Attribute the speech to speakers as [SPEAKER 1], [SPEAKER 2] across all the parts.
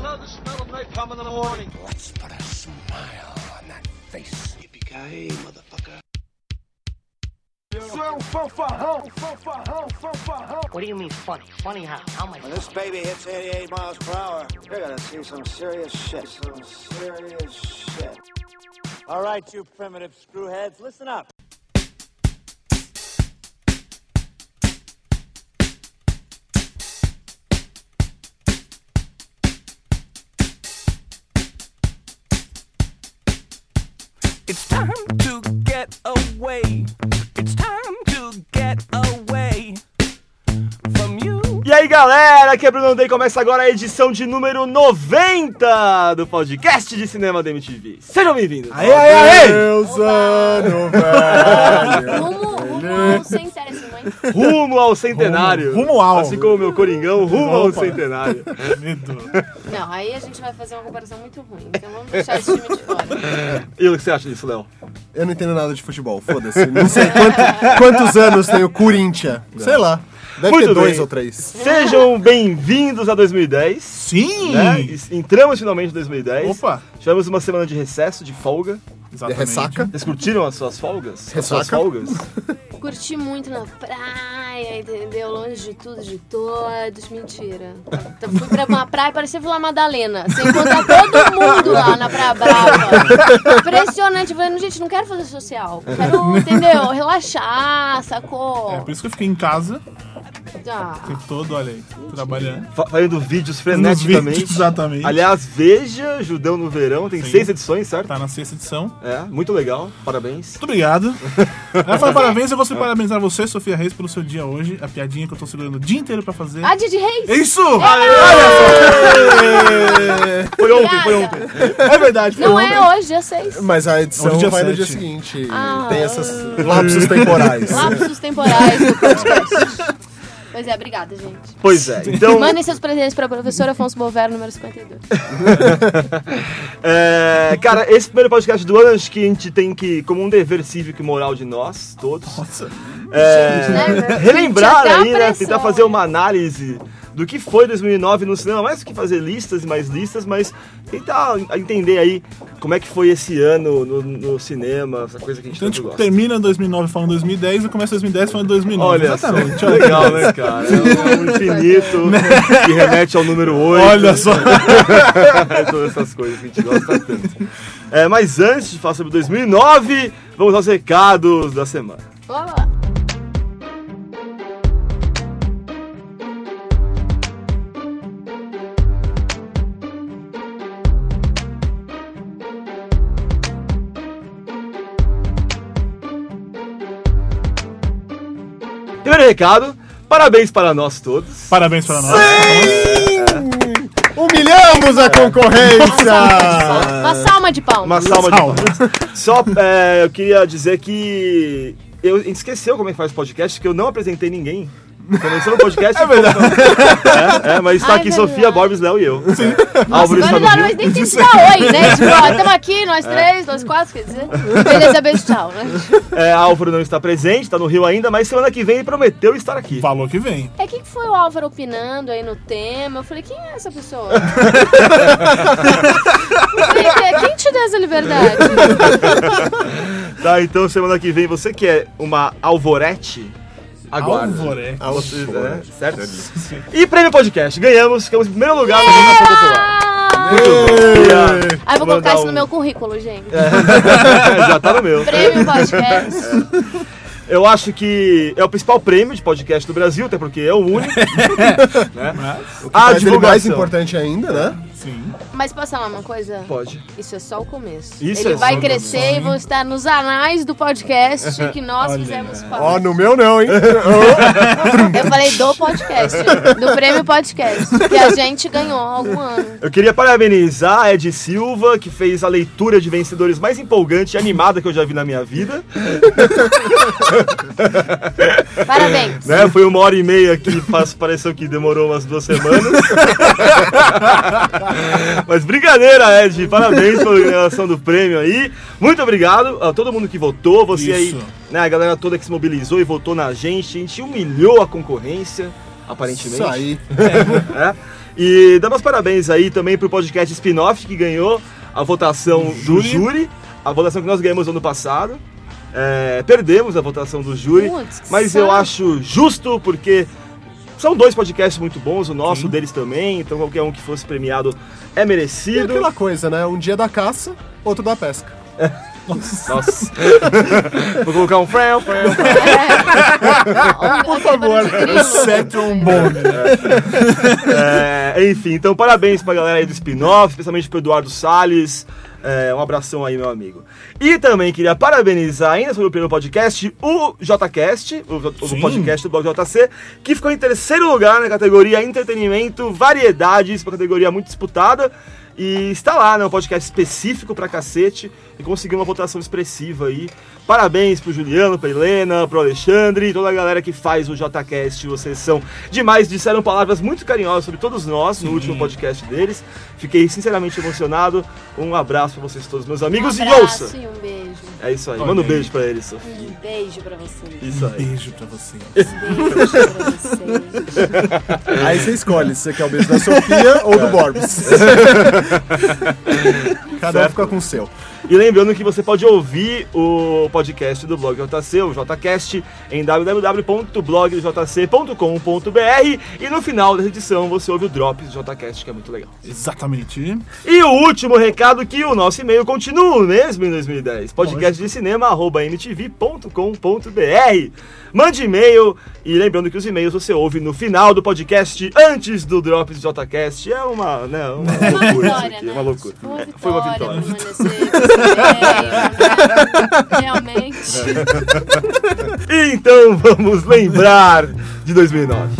[SPEAKER 1] smell of napalm in the morning.
[SPEAKER 2] Let's put a smile on that face.
[SPEAKER 3] Yippee-ki-yay, motherfucker.
[SPEAKER 4] What do you mean funny? Funny how? How am I?
[SPEAKER 5] When this baby hits 88 miles per hour, you're gonna see some serious shit. Some serious shit. All right, you primitive screwheads, listen up.
[SPEAKER 6] It's time to get away. It's time to get away from you.
[SPEAKER 7] E aí galera, aqui é Bruno Day, começa agora a edição de número 90 do podcast de cinema da MTV. Sejam bem-vindos! Aê, aê,
[SPEAKER 8] Deus ano, velho.
[SPEAKER 9] Rumo, rumo ao centésimo, hein?
[SPEAKER 7] Rumo ao centenário!
[SPEAKER 8] Rumo- rumo ao.
[SPEAKER 7] Assim como o meu Coringão, rumo ao
[SPEAKER 8] Opa.
[SPEAKER 7] centenário.
[SPEAKER 9] Não, aí a gente vai fazer uma comparação muito ruim. Então vamos deixar esse time de fora.
[SPEAKER 7] E o que você acha disso, Léo?
[SPEAKER 8] Eu não entendo nada de futebol, foda-se. Não sei quanto- quantos anos tem o Corinthians. Sei lá. Deve
[SPEAKER 7] Muito
[SPEAKER 8] ter dois
[SPEAKER 7] bem.
[SPEAKER 8] ou três. É
[SPEAKER 7] Sejam bem-vindos a 2010.
[SPEAKER 10] Sim!
[SPEAKER 7] né? E- Entramos finalmente em 2010.
[SPEAKER 10] Opa!
[SPEAKER 7] Tivemos uma semana de recesso, de folga.
[SPEAKER 8] É ressaca.
[SPEAKER 7] Vocês curtiram as suas folgas? As suas
[SPEAKER 8] Ressaca.
[SPEAKER 7] folgas?
[SPEAKER 9] Curti muito na praia, entendeu? Longe de tudo, de todos. Mentira. Então, fui pra uma praia, parecia Vila Madalena. Você encontra todo mundo lá na Praia Brava. Impressionante. Eu Falei, gente, não quero fazer social. Quero, entendeu? Relaxar,
[SPEAKER 10] É
[SPEAKER 9] sacou?
[SPEAKER 10] por isso que eu fiquei em casa o
[SPEAKER 9] Ah,
[SPEAKER 10] tempo todo, olha aí, trabalhando.
[SPEAKER 7] Fa- Fazendo vídeos
[SPEAKER 10] Nos
[SPEAKER 7] freneticamente.
[SPEAKER 10] vídeos, exatamente.
[SPEAKER 7] Aliás, veja Judão no Verão, tem
[SPEAKER 10] Sim.
[SPEAKER 7] seis edições, certo?
[SPEAKER 10] Tá na sexta edição. Muito
[SPEAKER 7] É, muito legal, parabéns.
[SPEAKER 10] obrigado. Ela fala parabéns, eu gosto de parabenizar você, Sofia Reis, pelo seu dia hoje. A piadinha que eu tô segurando o dia inteiro pra fazer.
[SPEAKER 9] a Ah, Didi Reis.
[SPEAKER 10] É isso!
[SPEAKER 7] Foi ontem, foi ontem.
[SPEAKER 9] Obrigada.
[SPEAKER 10] É verdade, foi
[SPEAKER 9] Não
[SPEAKER 10] ontem.
[SPEAKER 9] é hoje, dia 6.
[SPEAKER 8] Mas a edição
[SPEAKER 10] Hoje é dia
[SPEAKER 8] vai no dia
[SPEAKER 10] sete.
[SPEAKER 8] seguinte.
[SPEAKER 9] Ah.
[SPEAKER 8] Tem essas lapsos temporais.
[SPEAKER 9] Lapsos temporais do podcast. Pois é, obrigada, gente.
[SPEAKER 7] Pois é, então
[SPEAKER 9] Mandem seus presentes para professor Afonso Bovero, número 52.
[SPEAKER 7] É, cara, esse primeiro podcast do ano, acho que a gente tem que, como um dever cívico e moral de nós todos,
[SPEAKER 10] Nossa.
[SPEAKER 7] é,
[SPEAKER 9] né?
[SPEAKER 7] relembrar
[SPEAKER 9] Gente, até a
[SPEAKER 7] aí, né?
[SPEAKER 9] pressão.
[SPEAKER 7] Tentar fazer uma análise do que foi 2009 no cinema, mais do que fazer listas e mais listas, mas tentar entender aí como é que foi esse ano no, no cinema, essa coisa que a gente
[SPEAKER 10] Então a
[SPEAKER 7] tanto
[SPEAKER 10] gente
[SPEAKER 7] gosta.
[SPEAKER 10] termina 2009 falando 2010 e começa 2010 falando 2009.
[SPEAKER 7] Olha só,
[SPEAKER 10] Exatamente. Né?
[SPEAKER 7] que legal, né, cara? É um infinito que remete ao número 8.
[SPEAKER 10] Olha só.
[SPEAKER 7] Todas essas coisas que a gente gosta tanto. É, mas antes de falar sobre 2009, vamos aos recados da semana.
[SPEAKER 9] Vamos lá.
[SPEAKER 7] Primeiro recado, parabéns para nós todos.
[SPEAKER 10] Parabéns pra nós. Nossa,
[SPEAKER 8] Humilhamos a concorrência!
[SPEAKER 9] Uma salma de palmas.
[SPEAKER 7] Uma salva de
[SPEAKER 10] Salva.
[SPEAKER 7] palmas. Só é, eu queria dizer que eu a gente esqueceu como é que faz podcast, que eu não apresentei ninguém. Começou no podcast. É verdade. É, é, mas está
[SPEAKER 9] Ah, é
[SPEAKER 7] aqui
[SPEAKER 9] verdade.
[SPEAKER 7] Sofia, Borbes, Léo e eu. Sim.
[SPEAKER 9] Agora
[SPEAKER 7] Álvaro está no
[SPEAKER 9] não,
[SPEAKER 7] Rio.
[SPEAKER 9] mas nem tem que dar oi, né? Tipo, ó, estamos aqui, nós três, nós quatro, quer dizer. Beleza, beijo, tchau, né?
[SPEAKER 7] É, Álvaro não está presente, está no Rio ainda, mas semana que vem ele prometeu estar aqui.
[SPEAKER 10] Falou que vem.
[SPEAKER 9] É quem que foi o Álvaro opinando aí no tema? Eu falei, quem é essa pessoa? quem, quem te deu essa liberdade?
[SPEAKER 7] Tá, então semana que vem você que é uma alvorete, aguarda.
[SPEAKER 10] Alvoré.
[SPEAKER 7] Você, né? Certo? E prêmio podcast, ganhamos, ficamos em primeiro lugar na Renação Popular.
[SPEAKER 9] Ah,
[SPEAKER 7] Queria
[SPEAKER 9] aí eu vou
[SPEAKER 7] mandar
[SPEAKER 9] colocar isso
[SPEAKER 7] um- É.
[SPEAKER 9] no meu currículo, gente.
[SPEAKER 7] Já tá no meu.
[SPEAKER 9] Prêmio podcast.
[SPEAKER 7] Eu acho que é o principal prêmio de podcast do Brasil, até porque é o único. né? A
[SPEAKER 8] Mas ele é
[SPEAKER 7] divulgação.
[SPEAKER 8] mais importante ainda, né?
[SPEAKER 10] Sim.
[SPEAKER 9] Mas posso falar uma coisa?
[SPEAKER 7] Pode.
[SPEAKER 9] Isso é só o começo.
[SPEAKER 7] Isso
[SPEAKER 9] Ele
[SPEAKER 7] é só
[SPEAKER 9] vai
[SPEAKER 7] o
[SPEAKER 9] crescer e vão estar nos anais do podcast que nós fizemos
[SPEAKER 8] Ó,
[SPEAKER 9] parte.
[SPEAKER 8] no meu não, hein?
[SPEAKER 9] Eu falei do podcast, do prêmio podcast, que a gente ganhou há algum ano.
[SPEAKER 7] Eu queria parabenizar a Ed Silva, que fez a leitura de vencedores mais empolgante e animada que eu já vi na minha vida.
[SPEAKER 9] Parabéns.
[SPEAKER 7] né? Foi uma hora e meia que faz, pareceu que demorou umas duas semanas. Mas brincadeira, Ed. Parabéns pela ganhação do prêmio aí. Muito obrigado a todo mundo que votou. Você
[SPEAKER 10] Isso.
[SPEAKER 7] aí, né, a galera toda que se mobilizou e votou na gente. A gente humilhou a concorrência, aparentemente.
[SPEAKER 8] Isso aí.
[SPEAKER 7] É. E dá meus parabéns aí também pro podcast spin-off que ganhou a votação do júri, a votação que nós ganhamos ano passado. É, perdemos a votação do júri,
[SPEAKER 9] Putz, que
[SPEAKER 7] mas eu
[SPEAKER 9] saco.
[SPEAKER 7] acho justo porque são dois podcasts muito bons, o nosso, o deles também, então qualquer um que fosse premiado é
[SPEAKER 8] E
[SPEAKER 7] merecido.
[SPEAKER 8] aquela coisa, né? Um dia da caça, outro da pesca.
[SPEAKER 7] Nossa. Vou colocar um frame, frame.
[SPEAKER 9] Por favor.
[SPEAKER 8] Sete um bom.
[SPEAKER 7] É, enfim, então parabéns pra galera aí do spin-off, especialmente pro Eduardo Salles. É, um abração aí, meu amigo. E também queria parabenizar, ainda sobre o primeiro podcast, o JCast, o, o
[SPEAKER 10] Sim.
[SPEAKER 7] podcast do Blog JC, que ficou em terceiro lugar na categoria Entretenimento, Variedades, uma categoria muito disputada. E está lá, né? Um podcast específico pra cacete e conseguiu uma votação expressiva aí. Parabéns pro Juliano, pra Helena, pro Alexandre e toda a galera que faz o JCast. Vocês são demais, disseram palavras muito carinhosas sobre todos nós no último podcast deles. Fiquei sinceramente emocionado. Um abraço pra vocês todos, meus amigos,
[SPEAKER 9] Um
[SPEAKER 7] e
[SPEAKER 9] abraço
[SPEAKER 7] ouça!
[SPEAKER 9] e um beijo.
[SPEAKER 7] É isso aí,
[SPEAKER 10] Olha
[SPEAKER 7] manda um
[SPEAKER 10] aí.
[SPEAKER 7] beijo pra eles, Sofia.
[SPEAKER 9] Um beijo pra vocês.
[SPEAKER 7] Isso aí.
[SPEAKER 10] Beijo pra você.
[SPEAKER 9] Beijo pra vocês.
[SPEAKER 8] Aí você escolhe se você quer o beijo da Sofia ou do Borbs. Cada um fica com o seu.
[SPEAKER 7] E lembrando que você pode ouvir o podcast do Blog JC, o JCast, em www.blogjc.com.br e no final dessa edição você ouve o Drops do JCast, que é muito legal.
[SPEAKER 10] Exatamente.
[SPEAKER 7] E o último recado que o nosso e-mail continua o mesmo em 2010, podcast de cinema, arroba mtv.com.br. Mande e-mail e lembrando que os e-mails você ouve no final do podcast, antes do Drops do JCast. É uma, né, uma
[SPEAKER 9] Uma
[SPEAKER 7] loucura isso
[SPEAKER 9] vitória,
[SPEAKER 7] aqui,
[SPEAKER 9] né?
[SPEAKER 7] é uma loucura.
[SPEAKER 9] Foi uma vitória.
[SPEAKER 7] Foi uma vitória. É.
[SPEAKER 9] permanecer com esse e-mail, né? Realmente.
[SPEAKER 7] Então vamos lembrar de 2009.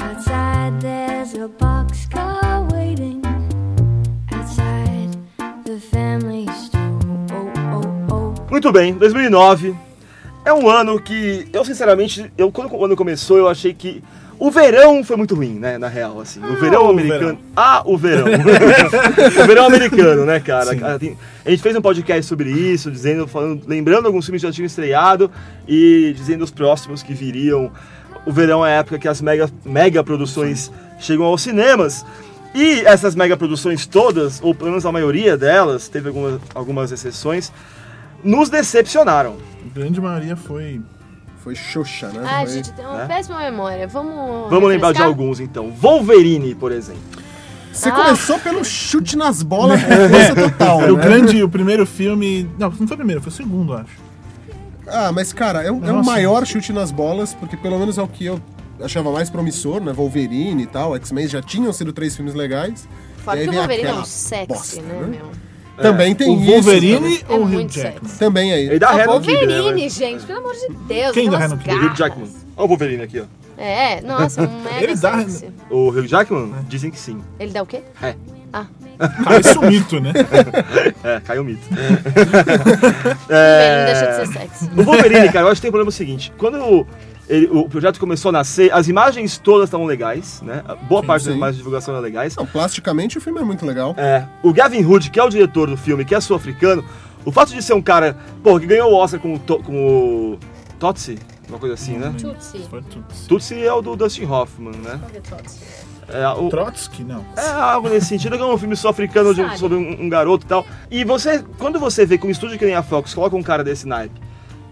[SPEAKER 3] Outside there's a boxcar waiting. Outside the family store. Oh, oh, oh.
[SPEAKER 7] Muito bem, 2009 é um ano que eu sinceramente, eu quando o ano começou, eu achei que o verão foi muito ruim, né, na real, assim. O verão
[SPEAKER 10] o
[SPEAKER 7] americano.
[SPEAKER 10] verão.
[SPEAKER 7] Ah, o verão. o verão americano, né, cara? Cara, tem- A gente fez um podcast sobre isso, dizendo, falando, lembrando alguns filmes que já tinham estreado e dizendo os próximos que viriam. O verão é a época que as mega, mega produções chegam aos cinemas. E essas mega produções todas, ou pelo menos a maioria delas, teve algumas, algumas exceções, nos decepcionaram.
[SPEAKER 10] A grande maioria foi.
[SPEAKER 8] Foi Xuxa, né?
[SPEAKER 9] Ai,
[SPEAKER 8] Foi-
[SPEAKER 9] Ah, gente, tem uma
[SPEAKER 7] Né?
[SPEAKER 9] péssima memória. Vamos.
[SPEAKER 7] Vamos lembrar de
[SPEAKER 9] refrescar?
[SPEAKER 7] alguns então. Wolverine, por exemplo.
[SPEAKER 8] Você
[SPEAKER 9] Ah.
[SPEAKER 8] começou pelo chute nas bolas, coisa total.
[SPEAKER 10] Era o
[SPEAKER 8] né?
[SPEAKER 10] grande, o primeiro filme. Não, não foi o primeiro, foi o segundo, eu acho.
[SPEAKER 8] Ah, mas cara, é, o- é o
[SPEAKER 10] Nossa.
[SPEAKER 8] maior chute nas bolas, porque pelo menos é o que eu achava mais promissor, né? Wolverine e tal, X-Men já tinham sido três filmes legais.
[SPEAKER 9] Fora
[SPEAKER 8] E aí
[SPEAKER 9] que o
[SPEAKER 8] vem
[SPEAKER 9] Wolverine é
[SPEAKER 8] aquela
[SPEAKER 9] um sexy,
[SPEAKER 8] bosta,
[SPEAKER 9] né, meu?
[SPEAKER 8] Também tem
[SPEAKER 10] o
[SPEAKER 8] isso. né?
[SPEAKER 10] Wolverine
[SPEAKER 9] É
[SPEAKER 10] ou o Hugh
[SPEAKER 9] muito
[SPEAKER 10] Jackman?
[SPEAKER 9] sexy.
[SPEAKER 8] Também aí.
[SPEAKER 7] Ele dá
[SPEAKER 9] Ah,
[SPEAKER 7] ré no Kid, né?
[SPEAKER 9] Wolverine,
[SPEAKER 7] mas-
[SPEAKER 9] gente, pelo amor de Deus.
[SPEAKER 10] Quem dá
[SPEAKER 9] aquelas
[SPEAKER 10] Hannah Kid?
[SPEAKER 7] O
[SPEAKER 9] garras.
[SPEAKER 7] Hugh Jackman. né? Olha o Wolverine aqui, ó.
[SPEAKER 9] É, nossa, um mega
[SPEAKER 10] Ele dá-
[SPEAKER 9] sexy.
[SPEAKER 7] O Hugh
[SPEAKER 8] É.
[SPEAKER 7] Jackman? Dizem que sim.
[SPEAKER 9] Ele dá o quê?
[SPEAKER 10] Cara, isso é um mito, né?
[SPEAKER 7] É, caiu o mito. É.
[SPEAKER 9] Ele não deixa de ser sexy.
[SPEAKER 7] O Wolverine, cara, eu acho que tem um problema seguinte. Quando ele- o projeto começou a nascer, as imagens todas estavam legais, né? A Boa parte das
[SPEAKER 8] sim.
[SPEAKER 7] imagens de divulgação eram legais.
[SPEAKER 8] Não, plasticamente o filme é muito legal.
[SPEAKER 7] É, o Gavin Hood, que é o diretor do filme, que é sul-africano, o fato de ser um cara, pô, que ganhou o Oscar com o, to, com o Totsi, uma coisa assim, né?
[SPEAKER 9] Tutsi.
[SPEAKER 10] Foi tudo.
[SPEAKER 7] Tutsi é o do Dustin Hoffman, né?
[SPEAKER 9] Qual que é Tutsi?
[SPEAKER 7] É, o,
[SPEAKER 10] Trotsky, não.
[SPEAKER 7] É algo nesse sentido, que é um filme sul-africano de-
[SPEAKER 9] Sabe.
[SPEAKER 7] sobre um, um garoto e tal. E você, quando você vê que um estúdio que nem a Fox coloca um cara desse naipe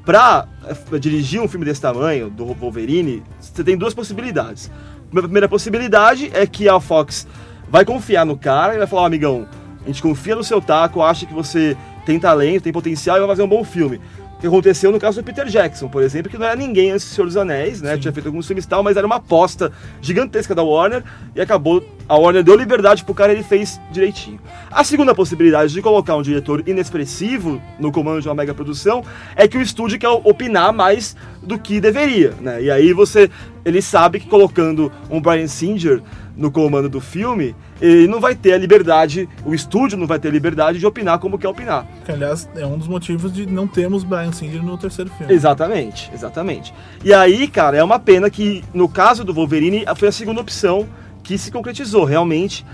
[SPEAKER 7] pra eh, dirigir um filme desse tamanho, do Wolverine, você tem duas possibilidades. A primeira possibilidade é que a Fox vai confiar no cara e vai falar, "Ó, amigão, a gente confia no seu taco, acha que você tem talento, tem potencial e vai fazer um bom filme. O que aconteceu no caso do Peter Jackson, por exemplo, que não era ninguém antes do Senhor dos Anéis, né? Tinha feito alguns filmes e tal, mas era uma aposta gigantesca da Warner e acabou. A Warner deu liberdade pro cara e ele fez direitinho. A segunda possibilidade de colocar um diretor inexpressivo no comando de uma mega produção é que o estúdio quer opinar mais do que deveria, né? E aí você. Ele sabe que colocando um Brian Singer no comando do filme, ele não vai ter a liberdade, o estúdio não vai ter a liberdade de opinar como quer opinar.
[SPEAKER 10] Que, aliás, é um dos motivos de não termos Brian Singer no terceiro filme.
[SPEAKER 7] Exatamente, exatamente. E aí, cara, é uma pena que no caso do Wolverine a- foi a segunda opção que se concretizou realmente.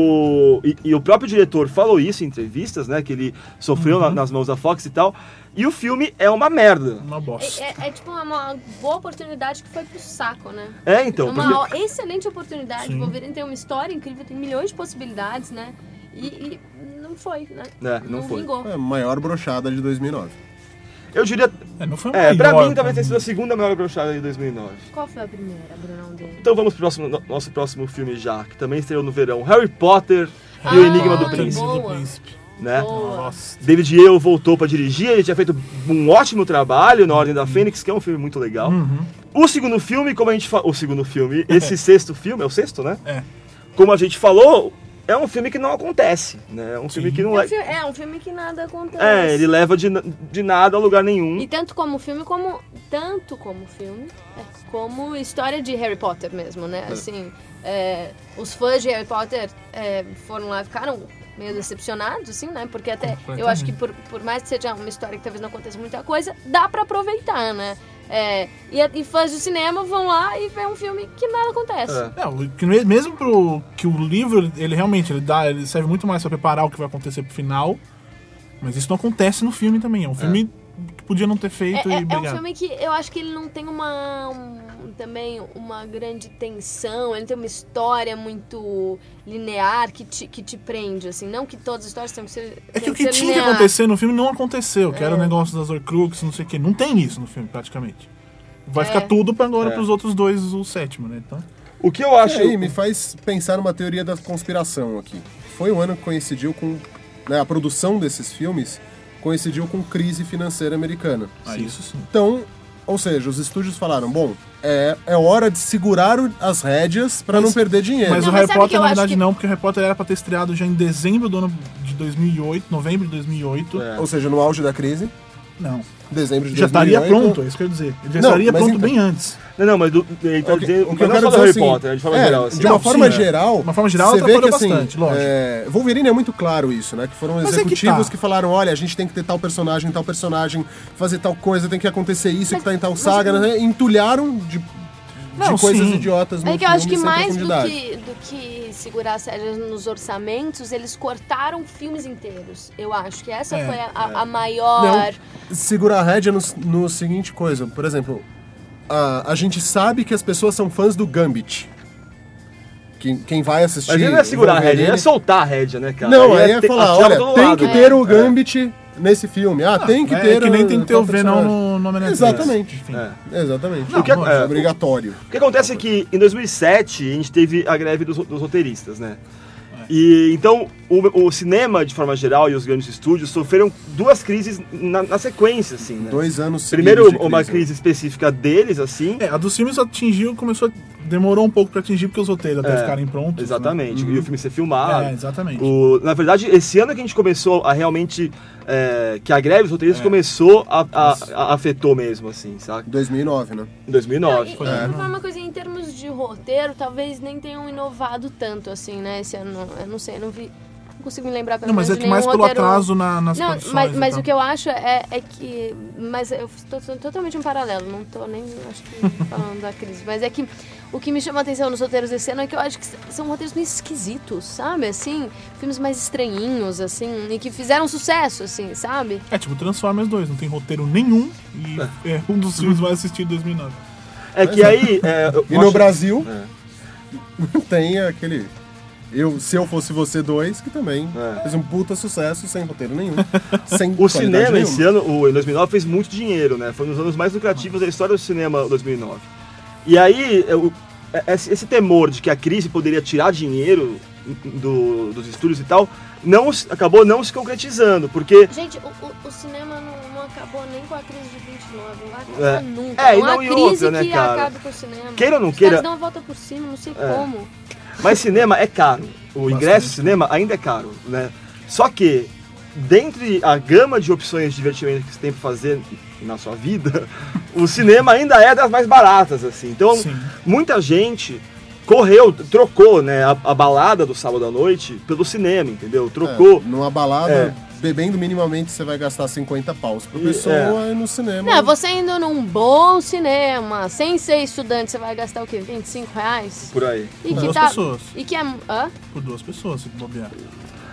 [SPEAKER 7] O, e, e o próprio diretor falou isso em entrevistas, né? Que ele sofreu na- nas mãos da Fox e tal. E o filme é uma merda.
[SPEAKER 10] Uma bosta.
[SPEAKER 9] É, é- é tipo uma, uma boa oportunidade que foi pro saco, né?
[SPEAKER 7] É, então.
[SPEAKER 9] uma
[SPEAKER 7] porque-
[SPEAKER 9] ó- excelente oportunidade.
[SPEAKER 10] Sim.
[SPEAKER 9] Wolverine tem uma história incrível, tem milhões de possibilidades, né? E, e não foi, né?
[SPEAKER 7] É, não foi.
[SPEAKER 9] vingou.
[SPEAKER 8] É a maior brochada de 2009.
[SPEAKER 7] Eu diria.
[SPEAKER 10] É, não foi
[SPEAKER 7] É,
[SPEAKER 10] maior,
[SPEAKER 7] pra mim
[SPEAKER 10] cara.
[SPEAKER 7] talvez tenha sido a segunda maior brochada de 2009.
[SPEAKER 9] Qual foi a primeira, Brunão dele?
[SPEAKER 7] Então vamos pro próximo- no- nosso próximo filme já, que também estreou no verão. Harry Potter e
[SPEAKER 9] Ah,
[SPEAKER 7] o Enigma do
[SPEAKER 9] muito
[SPEAKER 7] Príncipe,
[SPEAKER 9] bom.
[SPEAKER 10] Príncipe do
[SPEAKER 9] Boa.
[SPEAKER 10] Príncipe.
[SPEAKER 7] né?
[SPEAKER 9] Boa.
[SPEAKER 10] Nossa.
[SPEAKER 7] David Yeo voltou pra dirigir, ele tinha feito um ótimo trabalho na Ordem da
[SPEAKER 8] Uhum.
[SPEAKER 7] Fênix, que é um filme muito legal. O segundo filme, como a gente falou... O segundo filme, esse sexto filme, é o sexto, né?
[SPEAKER 10] É.
[SPEAKER 7] Como a gente falou, é um filme que não acontece, né? É um filme que não
[SPEAKER 9] É
[SPEAKER 7] é...
[SPEAKER 9] um, filme, é um filme que nada acontece.
[SPEAKER 7] É, ele leva de, na- de nada a lugar nenhum.
[SPEAKER 9] E tanto como filme, como. Tanto como filme, é, como história de Harry Potter mesmo, né? Assim, é, os fãs de Harry Potter é, foram lá e ficaram meio decepcionados, assim, né? Porque até eu acho que por, por mais que seja uma história que talvez não aconteça muita coisa, dá pra aproveitar, né? É, e, a- e fãs do cinema vão lá e vê um filme que nada acontece.
[SPEAKER 7] É.
[SPEAKER 10] É, o que me- mesmo pro que o livro ele- ele realmente ele dá, ele serve muito mais pra preparar o que vai acontecer pro final. Mas isso não acontece no filme também. É um filme que podia não ter
[SPEAKER 9] É,
[SPEAKER 10] feito
[SPEAKER 9] é-
[SPEAKER 10] e
[SPEAKER 9] é um
[SPEAKER 10] obrigado.
[SPEAKER 9] filme que eu acho que ele não tem uma um- também uma grande tensão, ele tem uma história muito linear que te, que te prende, assim, não que todas as histórias têm que É. ser
[SPEAKER 10] É que
[SPEAKER 9] têm
[SPEAKER 10] o que
[SPEAKER 9] ser
[SPEAKER 10] tinha que
[SPEAKER 9] linear.
[SPEAKER 10] acontecer no filme não aconteceu, que era o negócio das Horcruxes, não sei o que. Não tem isso no filme, praticamente. Vai ficar
[SPEAKER 9] É.
[SPEAKER 10] tudo pra
[SPEAKER 7] É.
[SPEAKER 10] agora pros outros dois, o sétimo, né? Então,
[SPEAKER 7] O que eu acho...
[SPEAKER 8] E aí, me faz pensar numa teoria da conspiração aqui. Foi o ano que coincidiu com. né, a produção desses filmes coincidiu com crise financeira americana.
[SPEAKER 10] ah, isso sim.
[SPEAKER 8] Então, ou seja, os estúdios falaram: bom, é, é hora de segurar o- as rédeas pra não perder dinheiro.
[SPEAKER 10] Mas
[SPEAKER 9] Não,
[SPEAKER 10] o
[SPEAKER 9] mas
[SPEAKER 10] Harry
[SPEAKER 9] sabe que
[SPEAKER 10] Potter,
[SPEAKER 9] eu
[SPEAKER 10] na
[SPEAKER 9] acho
[SPEAKER 10] verdade,
[SPEAKER 9] que-
[SPEAKER 10] não, porque o Harry Potter era pra ter estreado já em dezembro do ano de 2008, novembro de 2008.
[SPEAKER 8] Ou seja, no auge da crise,
[SPEAKER 10] Não.
[SPEAKER 8] dezembro É. de
[SPEAKER 10] Já
[SPEAKER 8] 2008.
[SPEAKER 10] estaria pronto, é isso que eu ia dizer. Ele já
[SPEAKER 8] Não,
[SPEAKER 10] estaria
[SPEAKER 8] mas
[SPEAKER 10] pronto
[SPEAKER 8] então-
[SPEAKER 10] bem antes.
[SPEAKER 7] Não, não, mas do, ele tá
[SPEAKER 8] O que-
[SPEAKER 7] dizendo...
[SPEAKER 8] o que
[SPEAKER 7] mas
[SPEAKER 8] eu
[SPEAKER 7] não só do
[SPEAKER 8] quero dizer
[SPEAKER 7] Harry
[SPEAKER 8] assim,
[SPEAKER 7] Potter, de forma
[SPEAKER 8] é,
[SPEAKER 7] geral, assim.
[SPEAKER 8] de uma
[SPEAKER 10] Não,
[SPEAKER 8] forma
[SPEAKER 10] sim, é.
[SPEAKER 8] geral,
[SPEAKER 10] De uma forma geral,
[SPEAKER 8] você vê que
[SPEAKER 10] atrapalhou
[SPEAKER 8] assim,
[SPEAKER 10] bastante, lógico.
[SPEAKER 8] é, Wolverine é muito claro isso, né? Que foram
[SPEAKER 10] Mas é que
[SPEAKER 8] executivos
[SPEAKER 10] tá.
[SPEAKER 8] que falaram, olha, a gente tem que ter tal personagem, tal personagem, fazer tal coisa, tem que acontecer isso, que tá em tal saga, né? E entulharam de, de
[SPEAKER 10] Não,
[SPEAKER 8] coisas
[SPEAKER 10] sim.
[SPEAKER 8] idiotas no
[SPEAKER 9] É que eu acho
[SPEAKER 8] filme
[SPEAKER 9] que
[SPEAKER 8] sem
[SPEAKER 9] mais do
[SPEAKER 8] profundidade.
[SPEAKER 9] que, do que segurar as séries nos orçamentos, eles cortaram filmes inteiros. Eu acho que essa
[SPEAKER 10] É,
[SPEAKER 9] foi a, a- a maior.
[SPEAKER 8] segurar a rédea no, no seguinte coisa. Por exemplo, a, a gente sabe que as pessoas são fãs do Gambit. Quem, quem vai assistir...
[SPEAKER 7] Mas ele não é segurar a rédea,
[SPEAKER 8] Wolverine-
[SPEAKER 7] ele é soltar a rédea, né, cara?
[SPEAKER 8] Não, aí
[SPEAKER 7] é
[SPEAKER 8] é
[SPEAKER 7] te-
[SPEAKER 8] falar,
[SPEAKER 7] atirava
[SPEAKER 8] olha,
[SPEAKER 7] todo
[SPEAKER 8] tem
[SPEAKER 7] lado,
[SPEAKER 8] que
[SPEAKER 7] né?
[SPEAKER 8] ter o Gambit nesse filme. Ah, tem que
[SPEAKER 10] é,
[SPEAKER 8] ter...
[SPEAKER 10] é que nem tem que ter o
[SPEAKER 8] tal
[SPEAKER 10] Venom
[SPEAKER 8] personagem.
[SPEAKER 10] no nome da
[SPEAKER 8] Exatamente.
[SPEAKER 10] Enfim.
[SPEAKER 8] Exatamente.
[SPEAKER 10] Não,
[SPEAKER 8] o que é,
[SPEAKER 10] não,
[SPEAKER 8] é
[SPEAKER 7] é.
[SPEAKER 8] obrigatório.
[SPEAKER 7] O que acontece é que em 2007 a gente teve a greve dos, dos roteiristas, né? E então o, o cinema de forma geral e os grandes estúdios sofreram duas crises na, na sequência, assim. Né?
[SPEAKER 8] Dois anos seguidos
[SPEAKER 7] Primeiro
[SPEAKER 8] de
[SPEAKER 7] uma
[SPEAKER 8] crise.
[SPEAKER 7] crise específica deles, assim.
[SPEAKER 10] É, a dos filmes atingiu, começou, a- demorou um pouco pra atingir, porque os roteiros até
[SPEAKER 7] É,
[SPEAKER 10] ficarem prontos.
[SPEAKER 7] Exatamente.
[SPEAKER 10] né?
[SPEAKER 7] E o filme ser filmado.
[SPEAKER 8] Ah,
[SPEAKER 10] É, exatamente.
[SPEAKER 7] O- na verdade, esse ano é que a gente começou a realmente. é, que a greve dos roteiristas começou a, a- a- afetou mesmo, assim, saca?
[SPEAKER 8] 2009, né?
[SPEAKER 7] Em 2009.
[SPEAKER 9] Não, e- e foi uma coisa em termos de roteiro, talvez nem tenham inovado tanto assim, né? Esse ano, eu não sei, não vi. Não consigo me lembrar pelo
[SPEAKER 10] Não, mas é
[SPEAKER 9] menos
[SPEAKER 10] que
[SPEAKER 9] de nenhum
[SPEAKER 10] mais pelo
[SPEAKER 9] roteiro-
[SPEAKER 10] atraso na, nas
[SPEAKER 9] Não,
[SPEAKER 10] produções. então.
[SPEAKER 9] mas, mas
[SPEAKER 10] e
[SPEAKER 9] o que eu acho é, é que. Mas eu estou totalmente um paralelo, não estou nem acho que, falando da crise. Mas é que o que me chama a atenção nos roteiros desse ano é que eu acho que são roteiros meio esquisitos, sabe? Assim, filmes mais estranhinhos, assim, e que fizeram sucesso, assim, sabe?
[SPEAKER 10] tal. É tipo Transformers 2, não tem roteiro nenhum e é um dos filmes mais assistidos em 2009.
[SPEAKER 7] É que aí. é, eu
[SPEAKER 8] E no
[SPEAKER 7] acho-
[SPEAKER 8] Brasil
[SPEAKER 7] É.
[SPEAKER 8] tem aquele. Eu, se eu fosse você dois, que também
[SPEAKER 7] É.
[SPEAKER 8] fez um puta sucesso sem roteiro nenhum. sem
[SPEAKER 7] O
[SPEAKER 8] qualidade
[SPEAKER 7] cinema
[SPEAKER 8] nenhuma.
[SPEAKER 7] esse ano, o, em 2009, fez muito dinheiro, né? Foi um dos anos mais lucrativos da história do cinema 2009. E aí, é, o- é, esse, esse temor de que a crise poderia tirar dinheiro do- dos estúdios e tal, não, se- acabou não se concretizando, porque...
[SPEAKER 9] Gente, o, o- o cinema não, não acabou nem com a crise de 29, não vai
[SPEAKER 7] É.
[SPEAKER 9] acabar nunca.
[SPEAKER 7] É, e
[SPEAKER 9] não, há
[SPEAKER 7] não- e
[SPEAKER 9] crise
[SPEAKER 7] outra, né,
[SPEAKER 9] que
[SPEAKER 7] cara?
[SPEAKER 9] acabe com o cinema.
[SPEAKER 7] Queira ou não
[SPEAKER 9] Os
[SPEAKER 7] queira- É.
[SPEAKER 9] caras dão uma volta por cima, não sei como.
[SPEAKER 7] Mas cinema é caro. O ingresso de cinema ainda é caro, né? Só que, dentre a gama de opções de divertimento que você tem pra fazer na sua vida, o cinema ainda é das mais baratas, assim. Então,
[SPEAKER 10] Sim.
[SPEAKER 7] muita gente correu, trocou, né, a, a balada do sábado à noite pelo cinema, entendeu?
[SPEAKER 8] É,
[SPEAKER 7] Trocou.
[SPEAKER 8] numa balada
[SPEAKER 7] É.
[SPEAKER 8] bebendo minimamente você vai gastar 50 paus por pessoa
[SPEAKER 7] é.
[SPEAKER 8] e no cinema.
[SPEAKER 9] Não, você indo num bom cinema, sem ser estudante, você vai gastar o quê? 25 reais?
[SPEAKER 7] Por aí.
[SPEAKER 9] E
[SPEAKER 10] Duas pessoas.
[SPEAKER 9] E que é. Hã?
[SPEAKER 10] Por duas pessoas, se bobear.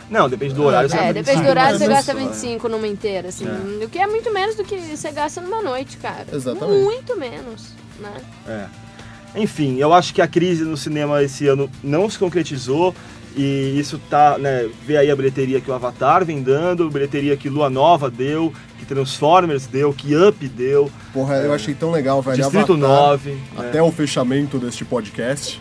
[SPEAKER 7] Não, depende do horário. você
[SPEAKER 9] É,
[SPEAKER 7] vai
[SPEAKER 9] depende do
[SPEAKER 7] precisar.
[SPEAKER 9] horário, você
[SPEAKER 8] mas
[SPEAKER 9] gasta
[SPEAKER 8] isso, é.
[SPEAKER 9] 25 numa inteira, assim. O que é muito menos do que você gasta numa noite, cara.
[SPEAKER 8] Exatamente.
[SPEAKER 9] Muito menos, né?
[SPEAKER 7] Enfim, eu acho que a crise no cinema esse ano não se concretizou e isso tá, né, vê aí a bilheteria que o Avatar vem dando, bilheteria que Lua Nova deu, que Transformers deu, que Up deu,
[SPEAKER 8] Porra, eu achei tão legal, velho.
[SPEAKER 7] Distrito né.
[SPEAKER 8] Avatar,
[SPEAKER 7] 9,
[SPEAKER 10] É.
[SPEAKER 8] Até o fechamento deste podcast,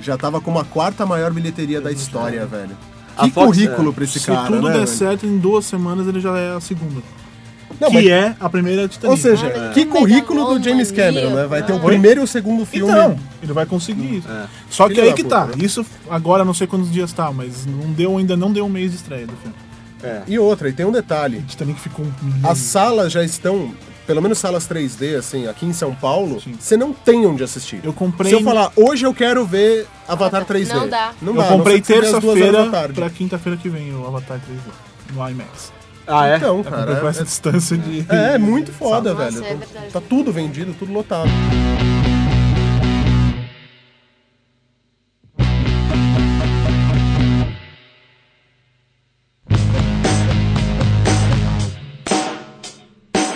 [SPEAKER 8] já tava com uma quarta maior bilheteria da
[SPEAKER 10] é.
[SPEAKER 8] história, velho.
[SPEAKER 7] A
[SPEAKER 8] Que
[SPEAKER 7] Fox,
[SPEAKER 8] currículo
[SPEAKER 7] é.
[SPEAKER 8] pra esse
[SPEAKER 10] se
[SPEAKER 8] cara,
[SPEAKER 10] tudo
[SPEAKER 8] né?
[SPEAKER 10] der
[SPEAKER 8] velho?
[SPEAKER 10] certo, em duas semanas ele já é a segunda.
[SPEAKER 8] Não,
[SPEAKER 10] que
[SPEAKER 8] mas-
[SPEAKER 10] é a primeira Titanic. Né?
[SPEAKER 8] Ou seja,
[SPEAKER 9] Olha,
[SPEAKER 8] que
[SPEAKER 9] que
[SPEAKER 8] currículo do James Cameron, né? Vai ter o primeiro e o segundo filme.
[SPEAKER 10] Então, é. ele vai conseguir isso. Só que
[SPEAKER 8] Filho
[SPEAKER 10] aí
[SPEAKER 8] da
[SPEAKER 10] que
[SPEAKER 8] puta,
[SPEAKER 10] tá. Isso agora não sei quantos dias tá, mas não deu, ainda não deu um mês de estreia do filme.
[SPEAKER 8] E outra, e tem um detalhe.
[SPEAKER 10] Titanic ficou um milhão.
[SPEAKER 8] As salas já estão, pelo menos salas 3D, assim, aqui em São Paulo, você não tem onde assistir.
[SPEAKER 10] Eu comprei-
[SPEAKER 8] Se eu falar, hoje eu quero ver Avatar 3D.
[SPEAKER 9] Não dá.
[SPEAKER 8] Não
[SPEAKER 10] Eu
[SPEAKER 8] dá, a não
[SPEAKER 10] comprei
[SPEAKER 8] ser que você vê às duas horas da
[SPEAKER 10] terça-feira
[SPEAKER 8] tarde.
[SPEAKER 10] pra quinta-feira que vem o Avatar 3D no IMAX.
[SPEAKER 7] Ah, é?
[SPEAKER 8] Então,
[SPEAKER 10] Eu comprei
[SPEAKER 8] cara,
[SPEAKER 10] com
[SPEAKER 8] é-
[SPEAKER 10] essa distância de.
[SPEAKER 8] é, é muito foda,
[SPEAKER 9] Nossa,
[SPEAKER 8] velho.
[SPEAKER 9] é verdade.
[SPEAKER 8] tá tudo vendido, tudo lotado.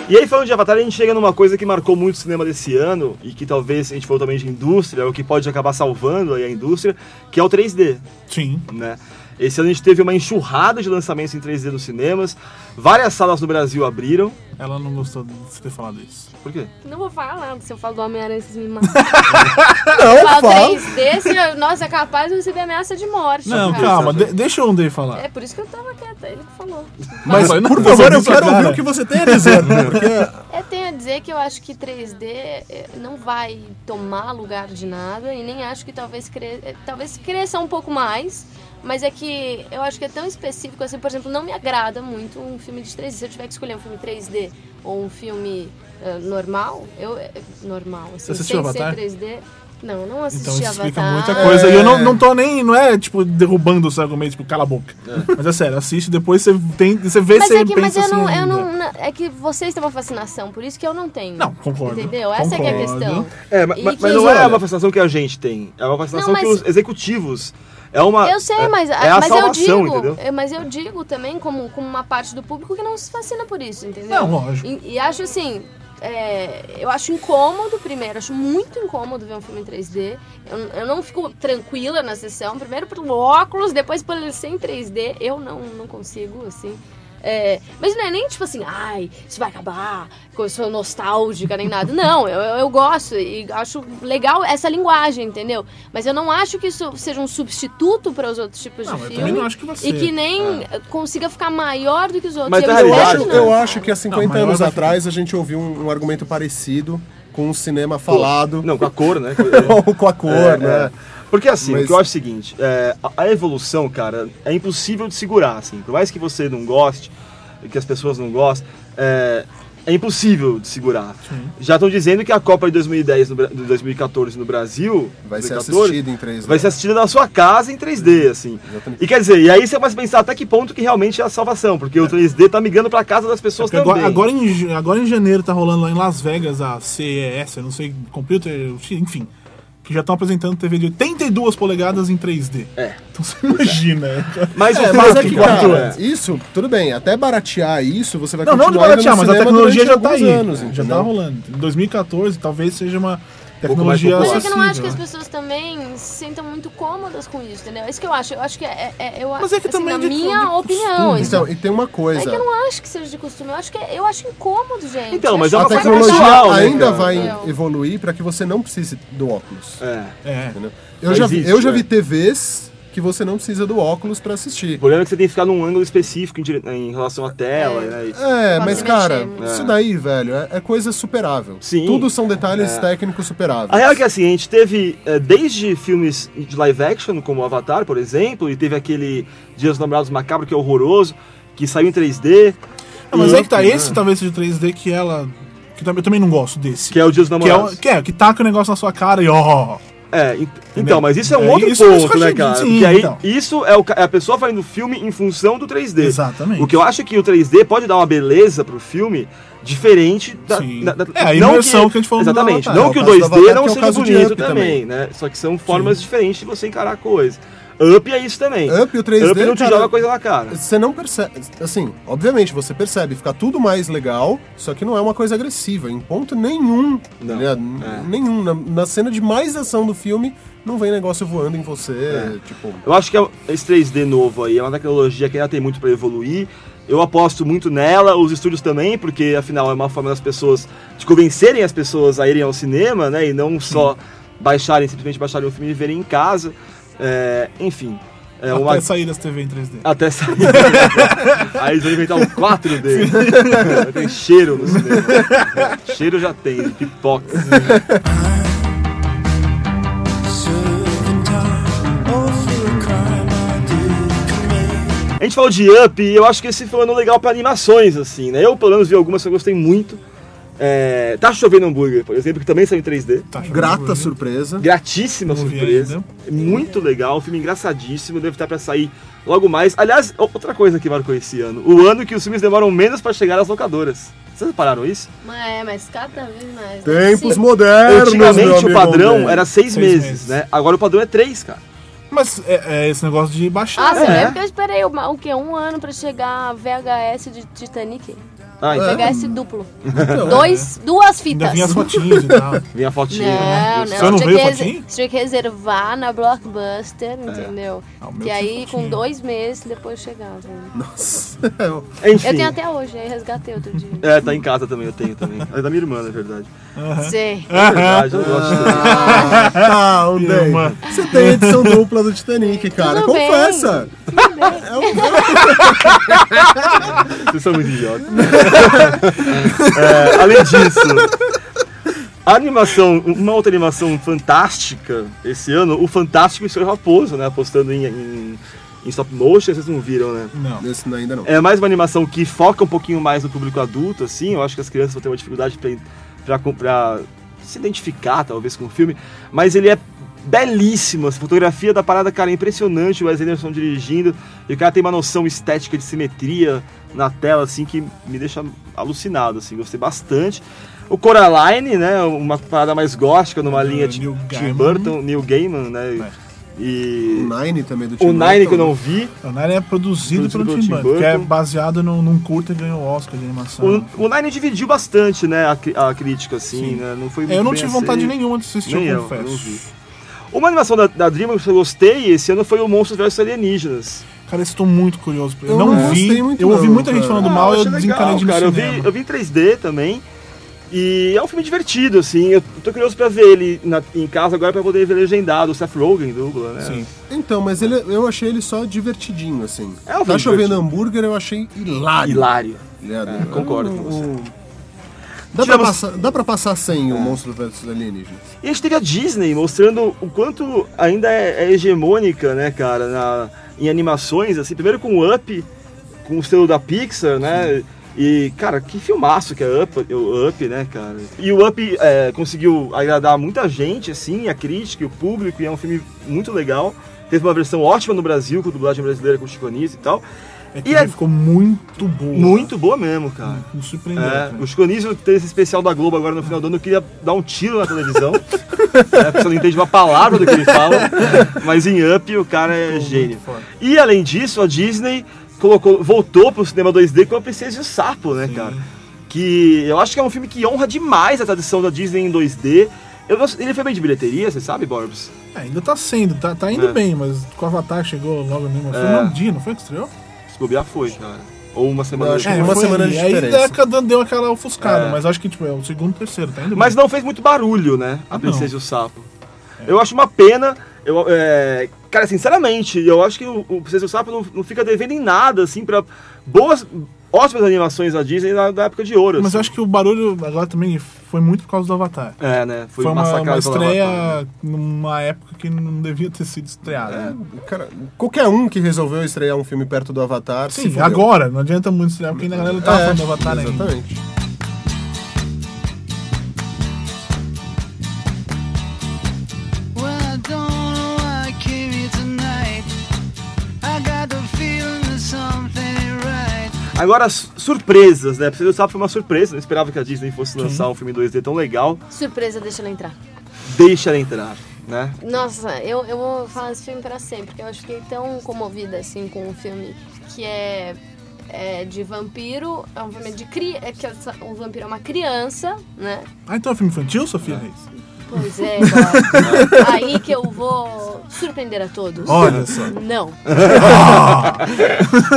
[SPEAKER 7] E aí, falando de Avatar, a gente chega numa coisa que marcou muito o cinema desse ano e que talvez, se a gente falou também de indústria, o que pode acabar salvando aí a indústria, que é o 3D,
[SPEAKER 10] Sim.
[SPEAKER 7] né? Esse ano a gente teve uma enxurrada de lançamentos em 3D nos cinemas, várias salas no Brasil abriram.
[SPEAKER 10] Ela não gostou de você ter falado isso.
[SPEAKER 7] Por quê?
[SPEAKER 9] Não vou falar, se eu falo do Homem-Aranha, vocês me matam.
[SPEAKER 10] Tá
[SPEAKER 8] Não,
[SPEAKER 9] Fala
[SPEAKER 8] fala.
[SPEAKER 9] 3D, se- nossa, é capaz de receber ameaça de morte.
[SPEAKER 10] Não,
[SPEAKER 9] cara.
[SPEAKER 10] calma, de- deixa o Andrei falar.
[SPEAKER 9] É por isso que eu tava quieta, ele que falou.
[SPEAKER 10] Mas,
[SPEAKER 8] Por favor, eu quero ouvir o que você tem a dizer. Porque
[SPEAKER 9] É, tenho a dizer que eu acho que 3D é, não vai tomar lugar de nada e nem acho que talvez, cre... eh, talvez cresça um pouco mais, mas é que eu acho que é tão específico assim, por exemplo, não me agrada muito um filme de 3D. Se eu tiver que escolher um filme 3D ou um filme eh, normal, eu. eh, Normal, assim,
[SPEAKER 10] assistiu
[SPEAKER 9] sem
[SPEAKER 10] Avatar?
[SPEAKER 9] ser 3D. Não, eu não assisti
[SPEAKER 10] Então isso
[SPEAKER 9] Avatar.
[SPEAKER 10] explica muita
[SPEAKER 8] É.
[SPEAKER 10] coisa. E eu não, não tô nem. Não é tipo derrubando os argumentos, tipo, cala a boca. Mas é sério, assiste, depois você tem. Você vê
[SPEAKER 9] Mas
[SPEAKER 10] você
[SPEAKER 9] é que, mas
[SPEAKER 10] pensa
[SPEAKER 9] eu
[SPEAKER 10] assim.
[SPEAKER 9] não, eu
[SPEAKER 10] ainda.
[SPEAKER 9] não. na- É que vocês têm uma fascinação, por isso que eu não tenho.
[SPEAKER 10] Não, concordo,
[SPEAKER 9] Entendeu? Essa que é a
[SPEAKER 10] concordo.
[SPEAKER 9] questão.
[SPEAKER 7] É, ma-
[SPEAKER 9] E
[SPEAKER 7] ma- mas,
[SPEAKER 9] que-
[SPEAKER 7] não é
[SPEAKER 9] olha-
[SPEAKER 7] uma fascinação que a gente tem, é uma fascinação
[SPEAKER 9] Não,
[SPEAKER 7] que
[SPEAKER 9] mas-
[SPEAKER 7] os executivos. É uma.
[SPEAKER 9] Eu sei,
[SPEAKER 7] é-
[SPEAKER 9] mas,
[SPEAKER 7] é a
[SPEAKER 9] mas eu
[SPEAKER 7] salvação,
[SPEAKER 9] digo,
[SPEAKER 7] entendeu?
[SPEAKER 9] eu- É, mas eu digo também como, como uma parte do público que não se fascina por isso, entendeu?
[SPEAKER 10] Não, lógico.
[SPEAKER 9] E, e acho assim, é, eu acho incômodo primeiro, acho muito incômodo ver um filme em 3D. Eu, eu não fico tranquila na sessão, primeiro pelo óculos, depois por ele ser em 3D, eu não, não consigo, assim. É, mas não é nem tipo assim, ai, isso vai acabar, que eu sou nostálgica nem nada. Não, eu, eu eu gosto e acho legal essa linguagem, entendeu? Mas eu não acho que isso seja um substituto para os outros tipos
[SPEAKER 10] Não,
[SPEAKER 9] de
[SPEAKER 10] eu
[SPEAKER 9] filme.
[SPEAKER 10] também não acho que É. vai
[SPEAKER 9] E
[SPEAKER 10] ser.
[SPEAKER 9] que nem consiga ficar maior do que os outros.
[SPEAKER 7] Mas
[SPEAKER 9] E
[SPEAKER 7] na
[SPEAKER 9] me
[SPEAKER 8] eu,
[SPEAKER 7] realidade,
[SPEAKER 8] acho,
[SPEAKER 9] parece que
[SPEAKER 7] né?
[SPEAKER 9] não,
[SPEAKER 8] eu
[SPEAKER 9] cara.
[SPEAKER 8] acho que há 50
[SPEAKER 10] Não, maior
[SPEAKER 8] anos
[SPEAKER 10] vai
[SPEAKER 8] atrás a gente ouviu um, um argumento parecido com o cinema falado
[SPEAKER 7] Não, com a cor, né?
[SPEAKER 8] ou com a cor,
[SPEAKER 7] É,
[SPEAKER 8] né?
[SPEAKER 7] é. Porque assim,
[SPEAKER 8] Mas-
[SPEAKER 7] o que eu acho é o seguinte, é, a- a evolução, cara, é impossível de segurar, assim. Por mais que você não goste, que as pessoas não gostem, é, é impossível de segurar. Já estão dizendo que a Copa de 2010, no, Bra- de 2014 no Brasil...
[SPEAKER 8] Vai ser
[SPEAKER 7] 2014,
[SPEAKER 8] assistida em 3D.
[SPEAKER 7] Vai ser assistida na sua casa em 3D, assim.
[SPEAKER 8] Exatamente.
[SPEAKER 7] E quer dizer, e aí você começa a pensar até que ponto que realmente é a salvação, porque o 3D tá migrando pra casa das pessoas
[SPEAKER 10] É Porque
[SPEAKER 7] também.
[SPEAKER 10] agora, agora, em, ja- agora em janeiro tá rolando lá em Las Vegas a CES, eu não sei, Computer, enfim. Que já estão apresentando TV de 82 polegadas em 3D. É. Então você imagina.
[SPEAKER 7] Mas o
[SPEAKER 8] É, mas
[SPEAKER 7] fato
[SPEAKER 8] é que,
[SPEAKER 7] quatro
[SPEAKER 8] cara,
[SPEAKER 7] anos.
[SPEAKER 8] isso, tudo bem, até baratear isso, você vai
[SPEAKER 10] Não, não de
[SPEAKER 8] continuar indo no
[SPEAKER 10] baratear, mas a
[SPEAKER 8] cinema
[SPEAKER 10] tecnologia já
[SPEAKER 8] durante
[SPEAKER 10] tá aí.
[SPEAKER 8] alguns anos,
[SPEAKER 10] já
[SPEAKER 8] entendeu?
[SPEAKER 10] tá rolando. Em 2014, talvez seja uma
[SPEAKER 7] pouco mais
[SPEAKER 10] tecnologia
[SPEAKER 7] popular.
[SPEAKER 9] Mas é que eu não acho que as
[SPEAKER 10] acessível, né?
[SPEAKER 9] pessoas também se sintam muito cômodas com isso, entendeu? É isso que eu acho. Eu acho que é, é- eu,
[SPEAKER 10] Mas é que
[SPEAKER 9] assim,
[SPEAKER 10] também
[SPEAKER 9] na
[SPEAKER 10] de-
[SPEAKER 9] minha
[SPEAKER 10] de
[SPEAKER 9] opinião.
[SPEAKER 10] costume.
[SPEAKER 9] isso-
[SPEAKER 8] Então, e tem uma coisa.
[SPEAKER 9] é que eu não acho que seja de costume. Eu acho que é- eu acho incômodo, gente.
[SPEAKER 7] Então,
[SPEAKER 9] Eu
[SPEAKER 7] mas
[SPEAKER 9] acho
[SPEAKER 7] é uma
[SPEAKER 8] a
[SPEAKER 9] que
[SPEAKER 7] coisa
[SPEAKER 8] tecnologia
[SPEAKER 7] pessoal, né,
[SPEAKER 8] ainda
[SPEAKER 7] cara?
[SPEAKER 8] vai
[SPEAKER 9] Entendeu?
[SPEAKER 8] evoluir para que você não precise do óculos.
[SPEAKER 7] É.
[SPEAKER 10] É.
[SPEAKER 8] entendeu? Eu,
[SPEAKER 7] Já
[SPEAKER 8] já, vi-
[SPEAKER 7] existe,
[SPEAKER 8] eu já
[SPEAKER 7] né?
[SPEAKER 8] vi TVs que você não precisa do óculos para assistir.
[SPEAKER 7] O problema é que você tem que ficar num ângulo específico em, dire- em relação à tela, né? E-
[SPEAKER 8] É,
[SPEAKER 9] Pode
[SPEAKER 8] mas
[SPEAKER 9] mexer,
[SPEAKER 8] cara,
[SPEAKER 9] né?
[SPEAKER 8] isso daí, velho, é, é coisa superável.
[SPEAKER 7] Sim. É.
[SPEAKER 8] Tudo são detalhes técnicos superáveis.
[SPEAKER 7] A real é que assim, a gente teve eh, desde filmes de live action, como Avatar, por exemplo, e teve aquele Dias dos Namorados Macabro, que é horroroso, que saiu em 3D,
[SPEAKER 10] Não, mas
[SPEAKER 7] E-
[SPEAKER 10] é que tá,
[SPEAKER 7] né?
[SPEAKER 10] esse talvez seja o 3D que ela. Que tam- eu também não gosto desse.
[SPEAKER 7] que é o Dias dos
[SPEAKER 10] Que é,
[SPEAKER 7] Namorados.
[SPEAKER 10] o- que é, que taca o negócio na sua cara e ó.
[SPEAKER 7] É, ent- então, mas isso é um
[SPEAKER 10] É,
[SPEAKER 7] outro
[SPEAKER 10] isso é isso que
[SPEAKER 7] ponto,
[SPEAKER 10] a
[SPEAKER 7] né,
[SPEAKER 10] gente-
[SPEAKER 7] cara?
[SPEAKER 10] sim,
[SPEAKER 7] Porque aí
[SPEAKER 10] então.
[SPEAKER 7] isso é, o ca- é a pessoa fazendo o filme em função do 3D.
[SPEAKER 10] Exatamente.
[SPEAKER 7] O que eu acho é que o 3D pode dar uma beleza pro filme diferente da,
[SPEAKER 10] Sim.
[SPEAKER 7] da- da-
[SPEAKER 10] É, a imersão que a gente falou no
[SPEAKER 7] Exatamente.
[SPEAKER 10] Avatar.
[SPEAKER 7] Não
[SPEAKER 8] É,
[SPEAKER 7] que o
[SPEAKER 8] o caso do
[SPEAKER 7] 2D
[SPEAKER 8] Avatar,
[SPEAKER 7] não
[SPEAKER 8] que é o
[SPEAKER 7] seja
[SPEAKER 8] caso de
[SPEAKER 7] bonito
[SPEAKER 8] Up
[SPEAKER 7] também, né? Só que são formas diferentes de você encarar a coisa. Up é isso também.
[SPEAKER 8] Up e o 3D,
[SPEAKER 7] Up não te
[SPEAKER 8] cara,
[SPEAKER 7] joga coisa na cara.
[SPEAKER 8] Você não percebe. Assim, obviamente, você percebe, fica tudo mais legal, só que não é uma coisa agressiva, em ponto nenhum.
[SPEAKER 7] Não,
[SPEAKER 8] né? N-
[SPEAKER 7] é.
[SPEAKER 8] Nenhum. Na, na cena de mais ação do filme, não vem negócio voando em você. Tipo.
[SPEAKER 7] Eu acho que é- esse 3D novo aí é uma tecnologia que ainda tem muito pra evoluir. Eu aposto muito nela, os estúdios também, porque afinal é uma forma das pessoas de convencerem as pessoas a irem ao cinema, né? E não só baixarem, simplesmente baixarem o filme e verem em casa. É, enfim. É uma...
[SPEAKER 10] Até sair das TV em tá, 3D.
[SPEAKER 7] Até sair. Aí eles vão inventar um 4D. tem cheiro no cinema. cheiro já tem, pipoca. A gente falou de Up e eu acho que esse foi um ano legal pra animações, assim, né? Eu, pelo menos, vi algumas que eu gostei muito. É, Tá Chovendo Hambúrguer, por exemplo, que também saiu em 3D.
[SPEAKER 10] Tá jogando
[SPEAKER 8] Grata
[SPEAKER 10] Bruno.
[SPEAKER 8] surpresa.
[SPEAKER 7] Gratíssima
[SPEAKER 10] Não vi
[SPEAKER 8] né?
[SPEAKER 7] surpresa. É Muito legal, um filme engraçadíssimo, deve estar pra sair logo mais. Aliás, o- outra coisa que marcou esse ano: o ano que os filmes demoram menos pra chegar às locadoras. Vocês repararam isso?
[SPEAKER 9] Mas é, mas cada vez mais. né?
[SPEAKER 8] Tempos
[SPEAKER 9] Sim.
[SPEAKER 8] modernos, meu
[SPEAKER 7] Antigamente
[SPEAKER 8] amigo
[SPEAKER 7] o padrão
[SPEAKER 8] André.
[SPEAKER 7] era seis,
[SPEAKER 10] Seis
[SPEAKER 7] meses,
[SPEAKER 10] meses.
[SPEAKER 7] né? Agora o padrão é três, cara.
[SPEAKER 10] Mas é, é esse negócio de
[SPEAKER 9] Ah,
[SPEAKER 10] baixar. né?
[SPEAKER 9] você
[SPEAKER 7] É.
[SPEAKER 9] lembra que eu esperei uma- o quê? Um ano pra chegar a VHS de Titanic?
[SPEAKER 7] Ah, então.
[SPEAKER 9] VHS duplo. Dois, duas
[SPEAKER 10] É. Então, Ainda
[SPEAKER 9] fitas.
[SPEAKER 10] vinha as fotinhas e tal.
[SPEAKER 7] Vem a fotinha.
[SPEAKER 9] Não,
[SPEAKER 7] né?
[SPEAKER 9] não.
[SPEAKER 10] Só não
[SPEAKER 9] tinha,
[SPEAKER 10] veio
[SPEAKER 9] que
[SPEAKER 10] fotinho?
[SPEAKER 9] tinha que reservar na Blockbuster, entendeu?
[SPEAKER 10] Ah, o meu
[SPEAKER 9] que
[SPEAKER 10] tinha
[SPEAKER 9] aí, com
[SPEAKER 10] fotinho.
[SPEAKER 9] dois meses, depois chegava.
[SPEAKER 7] Enfim.
[SPEAKER 9] Eu tenho até hoje, aí resgatei outro dia.
[SPEAKER 7] É, tá em casa também, eu tenho também. É da minha irmã, na verdade.
[SPEAKER 9] Sei.
[SPEAKER 7] É verdade, eu gosto também.
[SPEAKER 8] Ah, tá, André.
[SPEAKER 10] Irmã.
[SPEAKER 8] Você tem a edição dupla do Titanic, cara.
[SPEAKER 9] Tudo bem.
[SPEAKER 8] Confessa.
[SPEAKER 7] Vocês são muito idiotas. É, além disso, a animação, uma outra animação fantástica esse ano, o Fantástico e seu Raposo, né? Apostando em, em, em stop motion, vocês não viram, né?
[SPEAKER 10] Não.
[SPEAKER 8] Esse não- ainda não.
[SPEAKER 7] É mais uma animação que foca um pouquinho mais no público adulto, assim. Eu acho que as crianças vão ter uma dificuldade pra, pra, com- pra se identificar, talvez, com o filme. Mas ele é belíssimo. A fotografia da parada, cara, é impressionante. O Wes Anderson dirigindo. E o cara tem uma noção estética de simetria na tela, assim, que me deixa alucinado, assim. Gostei bastante. O Coraline, né? Uma parada mais gótica, numa
[SPEAKER 10] Do
[SPEAKER 7] linha de
[SPEAKER 10] Ah, Neil
[SPEAKER 7] Tim
[SPEAKER 10] Gaiman. É.
[SPEAKER 7] Burton, Neil Gaiman, né? E...
[SPEAKER 8] O Nine também do Tim
[SPEAKER 7] O Nine que eu
[SPEAKER 8] Burton.
[SPEAKER 7] não vi.
[SPEAKER 10] O Nine é produzido
[SPEAKER 7] Produzido
[SPEAKER 10] pelo
[SPEAKER 7] pelo
[SPEAKER 10] Tim
[SPEAKER 7] Tim
[SPEAKER 10] Burton, que é
[SPEAKER 7] Burton.
[SPEAKER 10] baseado num, num curta e ganhou o Oscar de animação.
[SPEAKER 7] O, o Nine dividiu bastante, né, a, cri- a crítica, assim,
[SPEAKER 10] Sim.
[SPEAKER 7] né? Não foi
[SPEAKER 10] É, eu
[SPEAKER 7] muito
[SPEAKER 10] não
[SPEAKER 7] bem
[SPEAKER 10] tive vontade
[SPEAKER 7] aceito.
[SPEAKER 10] nenhuma de assistir,
[SPEAKER 7] Nem
[SPEAKER 10] eu
[SPEAKER 7] eu, eu não vi.
[SPEAKER 10] confesso.
[SPEAKER 7] Uma animação da, da DreamWorks que eu gostei esse ano foi o Monstros vs Alienígenas.
[SPEAKER 10] Cara, eu estou muito curioso. pra- Eu
[SPEAKER 8] Eu
[SPEAKER 10] não,
[SPEAKER 8] não
[SPEAKER 10] vi,
[SPEAKER 8] gostei muito
[SPEAKER 10] eu ouvi
[SPEAKER 8] não,
[SPEAKER 10] muita gente
[SPEAKER 8] cara.
[SPEAKER 10] falando
[SPEAKER 7] Ah,
[SPEAKER 10] mal, eu
[SPEAKER 7] achei
[SPEAKER 10] desencanei de ir no
[SPEAKER 7] cara. Eu vi,
[SPEAKER 10] cinema.
[SPEAKER 7] eu vi em 3D também. E é um filme divertido, assim. Eu tô curioso pra ver ele na- em casa agora pra poder ver legendado. O Seth Rogen dubla, né?
[SPEAKER 10] Sim.
[SPEAKER 8] Então, mas ele, eu achei ele só divertidinho, assim.
[SPEAKER 7] É um filme
[SPEAKER 8] tá chovendo
[SPEAKER 7] divertido.
[SPEAKER 8] hambúrguer, eu achei hilário.
[SPEAKER 7] Ah, Hilário.
[SPEAKER 8] Hilário.
[SPEAKER 7] É, concordo com você.
[SPEAKER 8] Dá, pra
[SPEAKER 7] Tiramos- É.
[SPEAKER 8] passar, dá pra passar sem o Monstro versus Alienígenas.
[SPEAKER 7] E a gente teve a Disney mostrando o quanto ainda é, é hegemônica, né, cara, na- em animações, assim, primeiro com o Up, com o selo da Pixar, né? E, cara, que filmaço que é Up, o Up, né, cara? E o Up é, conseguiu agradar muita gente, assim, a crítica e o público, e é um filme muito legal. Teve uma versão ótima no Brasil, com dublagem brasileira com o Chico Anísio e tal.
[SPEAKER 10] É que
[SPEAKER 7] E
[SPEAKER 10] ele
[SPEAKER 7] é-
[SPEAKER 10] ficou muito boa.
[SPEAKER 7] Muito boa mesmo, cara.
[SPEAKER 10] Me surpreendeu. né?
[SPEAKER 7] É,
[SPEAKER 10] cara.
[SPEAKER 7] o Chico Anísio teve esse especial da Globo agora no final do ano, eu queria dar um tiro na televisão. né, porque você não entende uma palavra do que ele fala. Mas em Up o cara é gênio.
[SPEAKER 10] foda.
[SPEAKER 7] E além disso, a Disney colocou, voltou pro cinema 2D com a Princesa e o Sapo, né,
[SPEAKER 10] Sim.
[SPEAKER 7] cara? Que eu acho que é um filme que honra demais a tradição da Disney em 2D. Eu não- ele foi bem de bilheteria, você sabe, Borbs?
[SPEAKER 10] É, ainda tá sendo, tá, tá indo
[SPEAKER 7] É.
[SPEAKER 10] bem, mas com o Avatar chegou logo mesmo. Foi
[SPEAKER 7] É.
[SPEAKER 10] um dia, não foi que estreou?
[SPEAKER 7] Se bobear foi, cara. Ou É, uma semana
[SPEAKER 8] Eu acho que
[SPEAKER 7] depois.
[SPEAKER 8] uma
[SPEAKER 10] foi
[SPEAKER 8] semana
[SPEAKER 10] ali.
[SPEAKER 8] de
[SPEAKER 10] Aí
[SPEAKER 8] diferença.
[SPEAKER 10] a década deu aquela ofuscada,
[SPEAKER 7] É.
[SPEAKER 10] mas acho que tipo, é o segundo, terceiro, tá indo
[SPEAKER 7] Mas
[SPEAKER 10] bem.
[SPEAKER 7] não fez muito barulho, né? A
[SPEAKER 10] Ah, É.
[SPEAKER 7] Princesa e o Sapo. Eu acho uma pena. Eu, é, Cara, sinceramente, eu acho que o, o Princesa e o Sapo não, não fica devendo em nada, assim, pra boas, ótimas animações da Disney na, da época de ouro.
[SPEAKER 10] Mas
[SPEAKER 7] assim.
[SPEAKER 10] eu acho que o barulho agora também foi muito por causa do Avatar.
[SPEAKER 7] É, né? Foi,
[SPEAKER 10] Foi, uma,
[SPEAKER 7] massacrado
[SPEAKER 10] uma
[SPEAKER 7] pela
[SPEAKER 10] estreia
[SPEAKER 7] Avatar, né?
[SPEAKER 10] numa época que não devia ter sido estreada. né?
[SPEAKER 8] Cara, qualquer um que resolveu estrear um filme perto do Avatar. se
[SPEAKER 10] Sim,
[SPEAKER 8] fudeu.
[SPEAKER 10] agora, não adianta muito estrear, porque ainda a galera tava
[SPEAKER 8] É,
[SPEAKER 10] falando do Avatar
[SPEAKER 7] né?
[SPEAKER 10] ainda.
[SPEAKER 8] Exatamente.
[SPEAKER 3] Well,
[SPEAKER 7] Agora, su- surpresas, né? Você sabe, foi uma surpresa. Não esperava que a Disney fosse lançar um filme em 2D tão legal.
[SPEAKER 9] Surpresa, deixa ela entrar.
[SPEAKER 7] Deixa ela entrar, né?
[SPEAKER 9] Nossa, eu, eu vou falar desse filme pra sempre, porque eu fiquei tão comovida assim com o filme que é, é de vampiro, é um filme de cri, é que essa- o vampiro é uma criança, né?
[SPEAKER 10] Ah, então é filme infantil, Sofia Reis?
[SPEAKER 9] Pois é, Bob. aí que eu vou surpreender a todos.
[SPEAKER 10] Olha só.
[SPEAKER 9] Não.
[SPEAKER 10] Ah!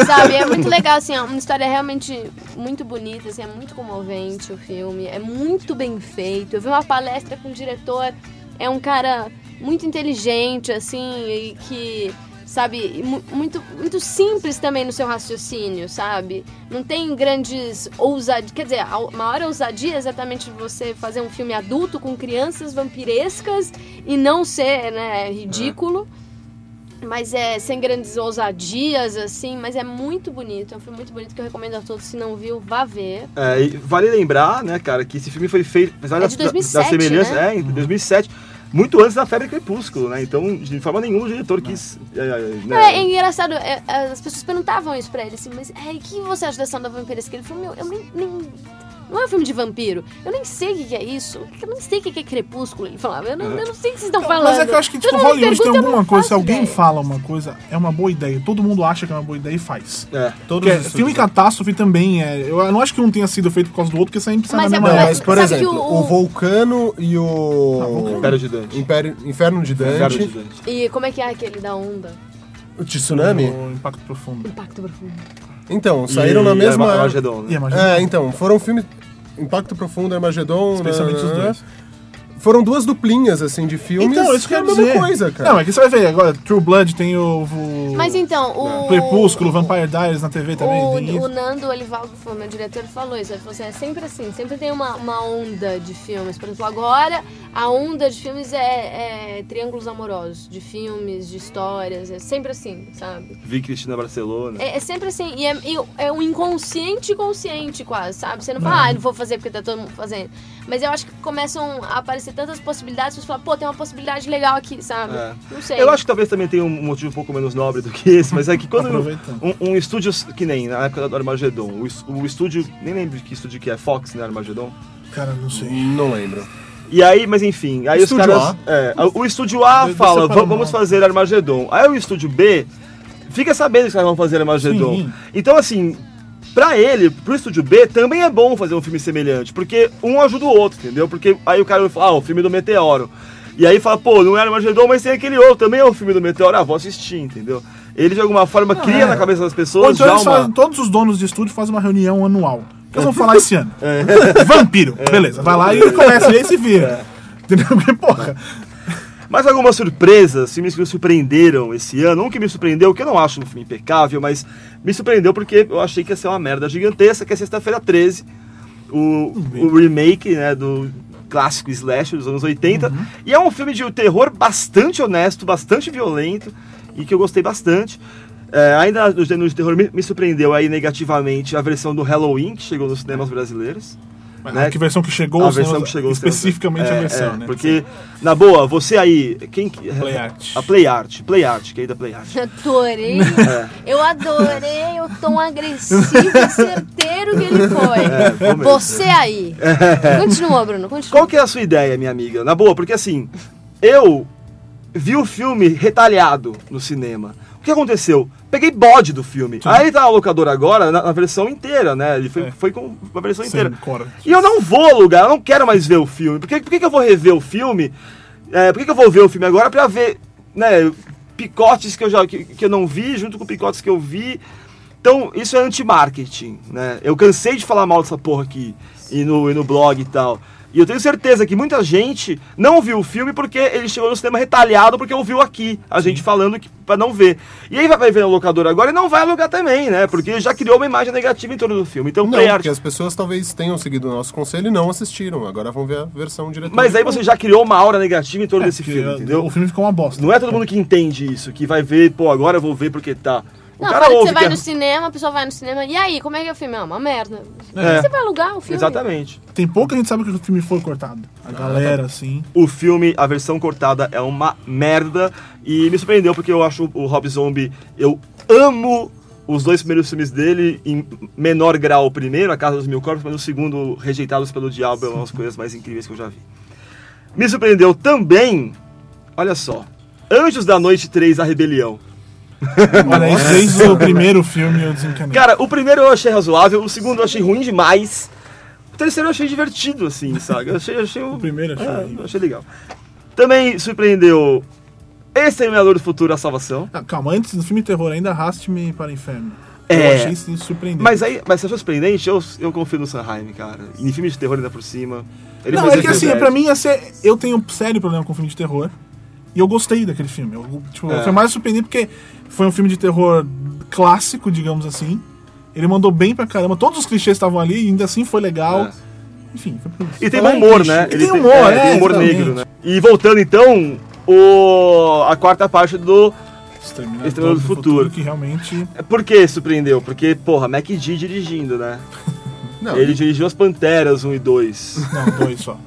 [SPEAKER 9] Sabe, é muito legal, assim, é uma história realmente muito bonita, assim, é muito comovente o filme, é muito bem feito. Eu vi uma palestra com o diretor, é um cara muito inteligente, assim, e que, sabe, e mu- muito, muito simples também no seu raciocínio, sabe? Não tem grandes ousadias, quer dizer, a maior ousadia é exatamente você fazer um filme adulto com crianças vampirescas e não ser, né, ridículo. Mas é sem grandes ousadias, assim, mas é muito bonito. É um filme muito bonito que eu recomendo a todos. Se não viu, vá ver.
[SPEAKER 7] É, e vale lembrar, né, cara, que esse filme foi feito, apesar
[SPEAKER 9] É
[SPEAKER 7] da,
[SPEAKER 9] de
[SPEAKER 7] da-
[SPEAKER 9] 2007,
[SPEAKER 7] da semelhança,
[SPEAKER 9] né?
[SPEAKER 7] é, em 2007, muito antes da febre crepúsculo, né? Então, de forma nenhuma o diretor quis. É, é,
[SPEAKER 9] É,
[SPEAKER 7] né,
[SPEAKER 9] é engraçado, é, é, as pessoas perguntavam isso pra ele, assim, mas é, e o que você acha da Santa Vampiresca? Ele falou, meu, eu nem, nem- Não é um filme de vampiro. Eu nem sei o que que é isso. Eu nem sei o que que é crepúsculo. Ele falava, eu não, eu não sei o que vocês estão falando.
[SPEAKER 10] Mas é que eu acho que, tipo,
[SPEAKER 9] Todo mundo
[SPEAKER 10] Hollywood tem
[SPEAKER 9] pergunta, eu não
[SPEAKER 10] alguma coisa, se
[SPEAKER 9] faço
[SPEAKER 10] alguém
[SPEAKER 9] ideia.
[SPEAKER 10] fala uma coisa, é uma boa ideia. Todo mundo acha que é uma boa ideia e faz.
[SPEAKER 7] É.
[SPEAKER 10] Porque
[SPEAKER 11] Todos os
[SPEAKER 10] filme
[SPEAKER 11] estúdios.
[SPEAKER 10] catástrofe também é. Eu não acho que um tenha sido feito por causa do outro, porque saem precisa na
[SPEAKER 9] Mas é
[SPEAKER 10] mesma
[SPEAKER 8] Não,
[SPEAKER 9] Mas-
[SPEAKER 8] mas, por
[SPEAKER 9] sabe que
[SPEAKER 8] exemplo,
[SPEAKER 9] o-
[SPEAKER 8] o... Vulcano e o.
[SPEAKER 7] Império de Dante.
[SPEAKER 8] Império- Inferno de Dante.
[SPEAKER 7] Império Ah, de Dante.
[SPEAKER 9] E como é que é aquele da onda?
[SPEAKER 8] O Tsunami?
[SPEAKER 10] O impacto profundo.
[SPEAKER 9] Impacto profundo.
[SPEAKER 8] Então, saíram na
[SPEAKER 7] E é,
[SPEAKER 8] mesma.
[SPEAKER 7] Armagedon, né?
[SPEAKER 10] E é mais
[SPEAKER 8] É, então, foram filmes. Impacto Profundo, Armagedon.
[SPEAKER 10] especialmente os
[SPEAKER 8] né,
[SPEAKER 10] dois.
[SPEAKER 8] Foram duas duplinhas, assim, de filmes.
[SPEAKER 10] Então, isso que
[SPEAKER 8] que é
[SPEAKER 10] eu
[SPEAKER 8] a
[SPEAKER 10] quero
[SPEAKER 8] mesma
[SPEAKER 10] dizer.
[SPEAKER 8] coisa, cara.
[SPEAKER 10] Não, é que você vai ver agora, True Blood tem o. o
[SPEAKER 9] Mas então, o.
[SPEAKER 10] Crepúsculo, Vampire Diaries na TV também.
[SPEAKER 9] O,
[SPEAKER 10] tem isso.
[SPEAKER 9] o Nando Olivaldo, que foi meu diretor, falou isso. Ele falou assim, é sempre assim, sempre tem uma, uma onda de filmes. Por exemplo, agora a onda de filmes é, é triângulos amorosos, de filmes, de histórias, é sempre assim, sabe?
[SPEAKER 7] Vi Cristina Barcelona.
[SPEAKER 9] É, é sempre assim, e é, e é um inconsciente consciente quase, sabe? Você não fala, ah, não vou fazer porque tá todo mundo fazendo. Mas eu acho que começam a aparecer tantas possibilidades, você fala, pô, tem uma possibilidade legal aqui, sabe?
[SPEAKER 7] É.
[SPEAKER 9] Não sei.
[SPEAKER 7] Eu acho que talvez também tenha um motivo um pouco menos nobre do que esse, mas é que quando
[SPEAKER 10] Aproveitando.
[SPEAKER 7] um, um estúdio, que nem na época do Armagedon, o, es- o estúdio, nem lembro que estúdio que é, Fox, né, Armagedon?
[SPEAKER 10] Cara, não sei.
[SPEAKER 8] Não lembro.
[SPEAKER 7] E aí, mas enfim, aí
[SPEAKER 10] Estúdio
[SPEAKER 7] os caras. é, o estúdio A
[SPEAKER 10] Deve
[SPEAKER 7] fala,
[SPEAKER 10] ser para
[SPEAKER 7] "Va- vamos
[SPEAKER 10] mal."
[SPEAKER 7] fazer Armagedon. Aí o estúdio B fica sabendo que os caras vão fazer Armagedon.
[SPEAKER 10] Sim.
[SPEAKER 7] Então, assim, pra ele, pro estúdio B, também é bom fazer um filme semelhante, porque um ajuda o outro, entendeu? Porque aí o cara fala, ah, o filme do Meteoro. E aí fala, pô, não é Armagedon, mas tem aquele outro, também é o filme do Meteoro, ah, vou assistir, entendeu? Ele de alguma forma cria na cabeça das
[SPEAKER 10] Ah, é. Ou
[SPEAKER 7] pessoas
[SPEAKER 10] então
[SPEAKER 7] já uma. É.
[SPEAKER 10] eles fazem, todos os donos de estúdio fazem uma reunião anual. O que eles vão falar esse ano? Vampiro. Beleza, vai lá e começa, e aí se
[SPEAKER 7] É.
[SPEAKER 10] vira. Entendeu? Porque, porra.
[SPEAKER 7] Mais algumas surpresas, filmes que me surpreenderam esse ano. Um que me surpreendeu, que eu não acho um filme impecável, mas me surpreendeu porque eu achei que ia ser uma merda gigantesca, que é sexta-feira 13, o, o remake né, do clássico Slash dos anos 80. E é um filme de terror bastante honesto, bastante violento, e que eu gostei bastante. É, ainda no gênero de terror me, me surpreendeu aí negativamente a versão do Halloween, que chegou nos cinemas brasileiros. né?
[SPEAKER 10] Que versão que chegou,
[SPEAKER 7] a
[SPEAKER 10] os
[SPEAKER 7] versão
[SPEAKER 10] cinemas-
[SPEAKER 7] que chegou aos cinemas.
[SPEAKER 10] especificamente
[SPEAKER 7] É,
[SPEAKER 10] a versão,
[SPEAKER 7] é,
[SPEAKER 10] né?
[SPEAKER 7] Porque, na boa, você aí. Quem que.
[SPEAKER 10] Play Art.
[SPEAKER 7] A Play Art, Play Art, que é da Play Art.
[SPEAKER 9] Adorei.
[SPEAKER 7] É.
[SPEAKER 9] Eu adorei o tom agressivo e certeiro que ele foi.
[SPEAKER 7] É, foi mesmo. É.
[SPEAKER 9] Você aí. Continua, Bruno, continua.
[SPEAKER 7] Qual que é a sua ideia, minha amiga? Na boa, porque assim, eu vi o filme retalhado no cinema. O que aconteceu? Peguei bode do filme. Aí tá a locadora agora na, na versão inteira, né? Ele foi,
[SPEAKER 10] É.
[SPEAKER 7] foi com a versão
[SPEAKER 10] Sem
[SPEAKER 7] inteira.
[SPEAKER 10] corte.
[SPEAKER 7] E eu não vou alugar, eu não quero mais ver o filme. Por que, por que, que eu vou rever o filme? É, por que, que eu vou ver o filme agora pra ver, né, picotes que eu, já, que, que eu não vi, junto com picotes que eu vi. Então, isso é anti-marketing, né? Eu cansei de falar mal dessa porra aqui, e no, e no blog e tal. E eu tenho certeza que muita gente não viu o filme porque ele chegou no cinema retalhado porque ouviu aqui a gente falando que, pra não ver. E aí vai, vai ver no locador agora e não vai alugar também, né? Porque já criou uma imagem negativa em torno do filme. Então,
[SPEAKER 8] Não,
[SPEAKER 7] Play Art
[SPEAKER 8] porque as pessoas talvez tenham seguido o nosso conselho e não assistiram. Agora vão ver a versão diretora.
[SPEAKER 7] Mas aí você já criou uma aura negativa em torno desse
[SPEAKER 10] É, Porque
[SPEAKER 7] filme, entendeu?
[SPEAKER 10] O filme ficou uma bosta.
[SPEAKER 7] Não é todo mundo que entende isso, que vai ver, pô, agora eu vou ver porque tá. O
[SPEAKER 9] Não,
[SPEAKER 7] cara
[SPEAKER 9] fala que
[SPEAKER 7] ouve
[SPEAKER 9] você vai
[SPEAKER 7] que é-
[SPEAKER 9] no cinema, a pessoa vai no cinema. E aí, como é que é o filme? É uma merda.
[SPEAKER 7] É.
[SPEAKER 9] Você vai alugar o filme?
[SPEAKER 7] Exatamente.
[SPEAKER 10] Tem pouca gente sabe que o filme foi cortado.
[SPEAKER 7] Ah,
[SPEAKER 10] A
[SPEAKER 7] tá.
[SPEAKER 10] galera, assim.
[SPEAKER 7] O filme, a versão cortada é uma merda e me surpreendeu porque eu acho o Rob Zombie, eu amo os dois primeiros filmes dele, em menor grau o primeiro, A Casa dos Mil Corpos, mas o segundo, Rejeitados pelo Diabo, é uma das coisas mais incríveis que eu já vi. Me surpreendeu também, olha só, Anjos da Noite 3, A Rebelião.
[SPEAKER 10] Olha, aí, desde o primeiro filme eu desencanei.
[SPEAKER 7] Cara, o primeiro eu achei razoável, o segundo eu achei ruim demais. O terceiro eu achei divertido, assim, sabe? Eu achei, achei
[SPEAKER 10] O primeiro eu achei
[SPEAKER 7] é,
[SPEAKER 10] horrível.
[SPEAKER 7] eu achei legal. Também surpreendeu Exterminador do Futuro, A Salvação.
[SPEAKER 10] Ah, calma, antes do filme terror ainda, Arraste-me para o Inferno.
[SPEAKER 7] É.
[SPEAKER 10] Eu achei isso surpreendente.
[SPEAKER 7] Mas aí, mas você achou surpreendente? Eu, eu confio no Sanheim, cara. Em filme de terror ainda por cima. Ele
[SPEAKER 10] Não,
[SPEAKER 7] faz
[SPEAKER 10] é que assim,
[SPEAKER 7] verdade.
[SPEAKER 10] pra mim, esse é- eu tenho um sério problema com filme de terror. E eu gostei daquele filme. Eu, tipo,
[SPEAKER 7] É.
[SPEAKER 10] Foi mais surpreendente porque foi um filme de terror clássico, digamos assim. Ele mandou bem pra caramba. Todos os clichês estavam ali e ainda assim foi legal.
[SPEAKER 7] É.
[SPEAKER 10] Enfim, foi por isso.
[SPEAKER 7] E tem
[SPEAKER 10] Falar
[SPEAKER 7] bom
[SPEAKER 10] em
[SPEAKER 7] humor,
[SPEAKER 10] clichê.
[SPEAKER 7] né?
[SPEAKER 10] E tem humor, é,
[SPEAKER 7] tem humor
[SPEAKER 10] exatamente.
[SPEAKER 7] negro, né? E voltando então, o, a quarta parte do.
[SPEAKER 10] Exterminador,
[SPEAKER 7] Exterminador
[SPEAKER 10] do
[SPEAKER 7] do é
[SPEAKER 10] futuro.
[SPEAKER 7] Futuro.
[SPEAKER 10] Que realmente...
[SPEAKER 7] Por que surpreendeu? Porque, porra, Mac G dirigindo, né?
[SPEAKER 8] Não,
[SPEAKER 7] Ele dirigiu As Panteras 1 e 2.
[SPEAKER 10] Não, dois só.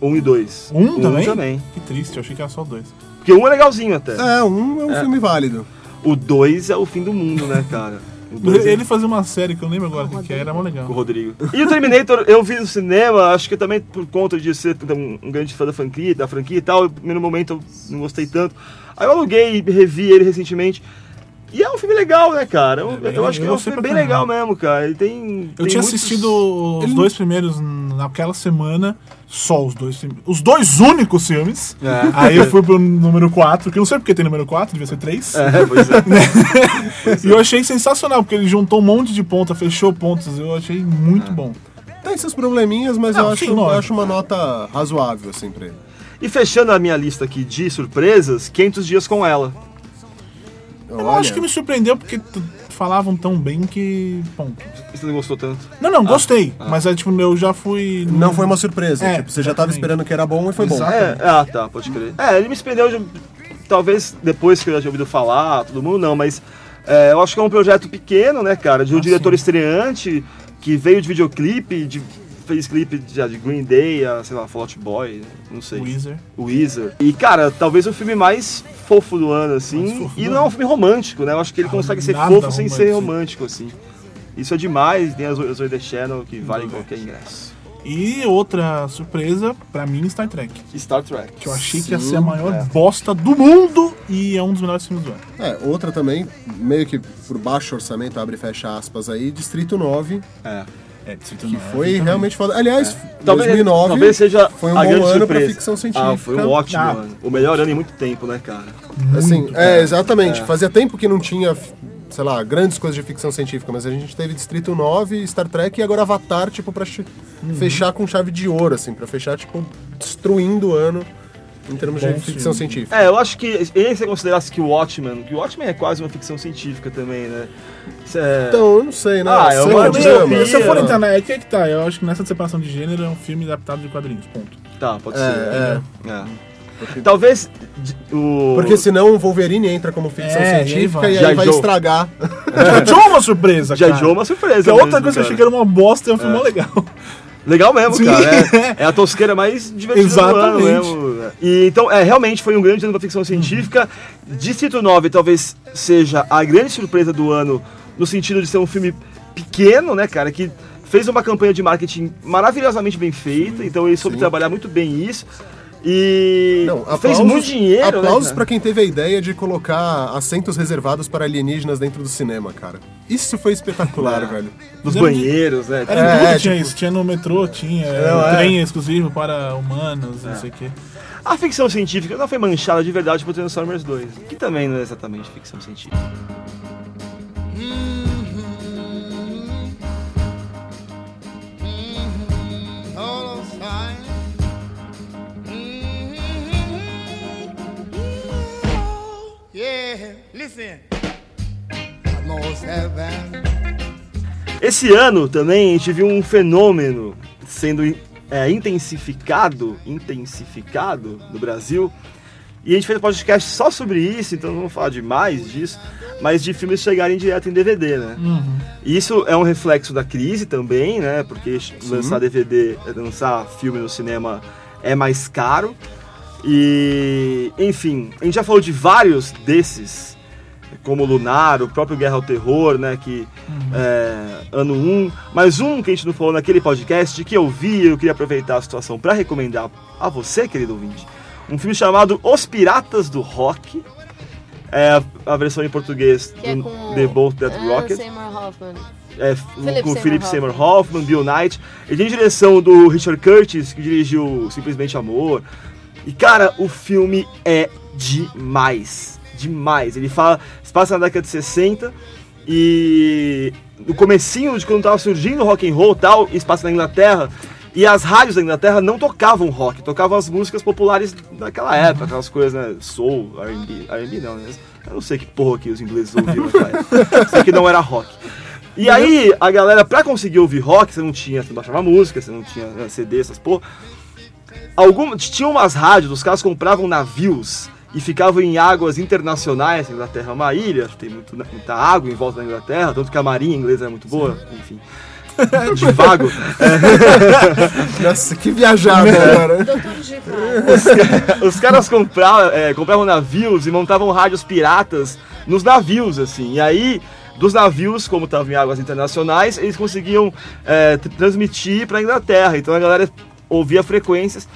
[SPEAKER 7] 1 e 2.
[SPEAKER 10] Um, também?
[SPEAKER 7] também.
[SPEAKER 10] Que triste, eu achei que era só dois.
[SPEAKER 7] Porque um é legalzinho até.
[SPEAKER 8] É, um é um filme válido.
[SPEAKER 7] O 2 é o fim do mundo, né, cara? O
[SPEAKER 10] Mas
[SPEAKER 7] dois é-
[SPEAKER 10] Ele fazia uma série que eu não lembro agora o que, que era, era mó legal.
[SPEAKER 7] com o Rodrigo. E o Terminator, eu vi no cinema, acho que também por conta de ser um, um grande fã da franquia, da franquia e tal, no primeiro momento eu não gostei tanto. Aí eu aluguei e revi ele recentemente. E é um filme legal, né, cara? Eu,
[SPEAKER 10] É bem-
[SPEAKER 7] eu acho que é
[SPEAKER 10] eu
[SPEAKER 7] um
[SPEAKER 10] sei
[SPEAKER 7] filme
[SPEAKER 10] pra
[SPEAKER 7] bem
[SPEAKER 10] caramba.
[SPEAKER 7] legal mesmo, cara. Ele tem.
[SPEAKER 10] Eu tinha assistido os dois primeiros naquela semana, só os dois prim- Os dois únicos filmes.
[SPEAKER 7] É.
[SPEAKER 10] Aí eu fui pro número 4, que eu não sei porque tem número 4, devia ser 3.
[SPEAKER 7] É, pois é.
[SPEAKER 10] E eu achei sensacional, porque ele juntou um monte de ponta, fechou pontos. Eu achei muito bom.
[SPEAKER 8] Tem seus probleminhas, mas
[SPEAKER 10] Não,
[SPEAKER 8] eu, acho,
[SPEAKER 10] sim,
[SPEAKER 8] eu
[SPEAKER 10] lógico.
[SPEAKER 8] acho uma nota razoável, assim, pra ele.
[SPEAKER 7] e fechando a minha lista aqui de surpresas, 500 dias com ela.
[SPEAKER 10] Eu acho que me surpreendeu porque t- falavam tão bem que. Ponto.
[SPEAKER 7] Você não gostou tanto?
[SPEAKER 10] Não, não, gostei. Mas é tipo, eu já fui.
[SPEAKER 8] Não foi uma surpresa,
[SPEAKER 10] É,
[SPEAKER 8] tipo, você já tava
[SPEAKER 10] exatamente.
[SPEAKER 8] esperando que era bom e foi bom.
[SPEAKER 7] É, ah, tá, pode crer. É, ele me surpreendeu, de- talvez depois que eu já tinha ouvido falar, todo mundo não, mas é, eu acho que é um projeto pequeno, né, cara,
[SPEAKER 10] Ah,
[SPEAKER 7] de um diretor estreante que veio de videoclipe, de, fez clipe de, de Green Day, a, sei lá, Fallout Boy, não sei.
[SPEAKER 10] Wizard.
[SPEAKER 7] Weezer. E, cara, talvez o filme mais fofo do ano,
[SPEAKER 10] Mais
[SPEAKER 7] assim.
[SPEAKER 10] fofo
[SPEAKER 7] E
[SPEAKER 10] do
[SPEAKER 7] não é um
[SPEAKER 10] ano.
[SPEAKER 7] filme romântico, né? Eu acho que ele
[SPEAKER 10] Cara,
[SPEAKER 7] consegue ser
[SPEAKER 10] nada
[SPEAKER 7] fofo sem ser romântico,
[SPEAKER 10] romântico.
[SPEAKER 7] assim. Isso é demais, tem as Oi- as Oi The Channel que vale qualquer ingresso.
[SPEAKER 10] E outra surpresa, pra mim, Star Trek.
[SPEAKER 7] Star Trek.
[SPEAKER 10] Que eu achei que ia ser a maior bosta do mundo e é um dos melhores filmes do ano.
[SPEAKER 8] É, outra também, meio que por baixo orçamento, abre e fecha aspas aí, Distrito 9,
[SPEAKER 7] É.
[SPEAKER 10] É, Distrito
[SPEAKER 8] que
[SPEAKER 10] 9
[SPEAKER 8] foi
[SPEAKER 10] também. É.
[SPEAKER 8] realmente foda. Aliás,
[SPEAKER 7] Talvez,
[SPEAKER 8] 2009
[SPEAKER 7] talvez seja
[SPEAKER 8] foi um
[SPEAKER 7] a
[SPEAKER 8] bom
[SPEAKER 7] grande
[SPEAKER 8] ano
[SPEAKER 7] surpresa.
[SPEAKER 8] pra ficção científica.
[SPEAKER 7] Ah, foi um ótimo
[SPEAKER 10] Ah.
[SPEAKER 7] ano. O melhor ano em muito tempo, né, cara?
[SPEAKER 8] Assim, é, exatamente. Fazia tempo que não tinha, sei lá, grandes coisas de ficção científica, mas a gente teve Distrito 9, Star Trek e agora Avatar, tipo, pra chi-
[SPEAKER 10] Uhum.
[SPEAKER 8] fechar com chave de ouro, assim, pra fechar, tipo, destruindo o ano em termos de
[SPEAKER 10] Bom
[SPEAKER 8] ficção
[SPEAKER 10] filme.
[SPEAKER 8] científica.
[SPEAKER 7] É, eu acho que ele se considerasse que o Watchmen, que o Watchmen é quase uma ficção científica também, né? Isso é-
[SPEAKER 8] Então, eu não sei, né?
[SPEAKER 7] Ah, é uma
[SPEAKER 8] Sei,
[SPEAKER 10] Eu,
[SPEAKER 7] Pode
[SPEAKER 10] eu-
[SPEAKER 7] ser,
[SPEAKER 10] Tá, se eu for
[SPEAKER 7] mano.
[SPEAKER 10] entrar na. É que é que tá. Eu acho que nessa separação de gênero é um filme adaptado de quadrinhos. Ponto.
[SPEAKER 7] tá, pode
[SPEAKER 8] É,
[SPEAKER 7] ser.
[SPEAKER 8] é.
[SPEAKER 7] É. Talvez de- o
[SPEAKER 8] Porque senão o Wolverine entra como ficção
[SPEAKER 10] É, e aí
[SPEAKER 8] científica
[SPEAKER 10] vai.
[SPEAKER 8] e aí
[SPEAKER 7] G.I.
[SPEAKER 8] vai
[SPEAKER 7] Joe.
[SPEAKER 8] estragar.
[SPEAKER 10] Já tinha uma surpresa,
[SPEAKER 7] já
[SPEAKER 10] cara.
[SPEAKER 7] é uma surpresa.
[SPEAKER 10] Que é outra
[SPEAKER 7] mesmo,
[SPEAKER 10] coisa que eu
[SPEAKER 7] cara.
[SPEAKER 10] achei que era uma bosta e é um filme mó legal.
[SPEAKER 7] Legal mesmo,
[SPEAKER 10] Sim.
[SPEAKER 7] cara. É, é a tosqueira mais divertida do ano
[SPEAKER 10] Exatamente.
[SPEAKER 7] mesmo. E, então, é, realmente foi um grande ano pra ficção científica. Distrito 9 talvez seja a grande surpresa do ano, no sentido de ser um filme pequeno, né, cara, que fez uma campanha de marketing maravilhosamente bem feita, então ele soube trabalhar muito bem isso. E
[SPEAKER 8] Não,
[SPEAKER 7] fez
[SPEAKER 8] aplausos-
[SPEAKER 7] muito dinheiro,
[SPEAKER 8] Aplausos
[SPEAKER 7] né,
[SPEAKER 8] pra
[SPEAKER 7] cara?
[SPEAKER 8] quem teve a ideia de colocar assentos reservados para alienígenas dentro do cinema, cara. Isso foi
[SPEAKER 7] É.
[SPEAKER 8] espetacular, velho.
[SPEAKER 7] Dos banheiros, né?
[SPEAKER 10] Era em tudo
[SPEAKER 8] É,
[SPEAKER 10] que tinha
[SPEAKER 8] tipo-
[SPEAKER 10] isso. Tinha no metrô, tinha.
[SPEAKER 8] Não, é.
[SPEAKER 10] trem exclusivo para humanos, não sei o quê.
[SPEAKER 7] A ficção científica não foi manchada de verdade por Transformers 2, que também não é exatamente ficção científica.
[SPEAKER 5] Mm-hmm. Mm-hmm. Mm-hmm. Yeah, listen. Almost heaven.
[SPEAKER 7] Esse ano também a gente viu um fenômeno sendo é, intensificado, intensificado no Brasil. E a gente fez um podcast só sobre isso, então não vamos falar demais disso, mas de filmes chegarem direto em DVD, né? E Isso é um reflexo da crise também, né? Porque lançar DVD, lançar filme no cinema é mais caro. E, enfim, a gente já falou de vários desses como Lunar, o próprio Guerra ao Terror, né? Que é, ano 1. Mas um que a gente não falou naquele podcast que eu vi, eu queria aproveitar a situação para recomendar a você, querido ouvinte, um filme chamado Os Piratas do Rock. É a, a versão em português
[SPEAKER 9] Que é
[SPEAKER 7] do
[SPEAKER 9] com
[SPEAKER 7] Um The Bolt That
[SPEAKER 9] Ah,
[SPEAKER 7] Rocket
[SPEAKER 9] Seymour Hoffman.
[SPEAKER 7] é, com
[SPEAKER 9] Philip
[SPEAKER 7] o
[SPEAKER 9] Seymour
[SPEAKER 7] Philip Seymour
[SPEAKER 9] Hoffman.
[SPEAKER 7] Hoffman, Bill Knight. Ele tem direção do Richard Curtis, que dirigiu Simplesmente Amor. E, cara, o filme é demais. Demais. Ele fala. Se passa na década de 60 e. No comecinho de quando tava surgindo o rock and roll e tal, e se passa na Inglaterra. E as rádios da Inglaterra não tocavam rock, tocavam as músicas populares daquela época, aquelas coisas, né? Soul, RB, RB não, né? Eu não sei que porra que os ingleses ouviam, cara. sei que não era rock. E aí, a galera, pra conseguir ouvir rock, você não tinha, você não baixava música, você não tinha né, CD, essas porra. Algum, tinha umas rádios, os caras compravam navios e ficavam em águas internacionais. A Inglaterra é uma ilha, tem muito- né, muita água em volta da Inglaterra, tanto que a marinha inglesa é muito boa, enfim. De vago.
[SPEAKER 8] Nossa, que viajada agora.
[SPEAKER 9] Doutor de
[SPEAKER 7] Os, ca- os caras compra- é, compravam navios e montavam rádios piratas nos navios, assim. E aí, dos navios, como estavam em águas internacionais, eles conseguiam é, tr- transmitir pra Inglaterra. Então a galera ouvia frequências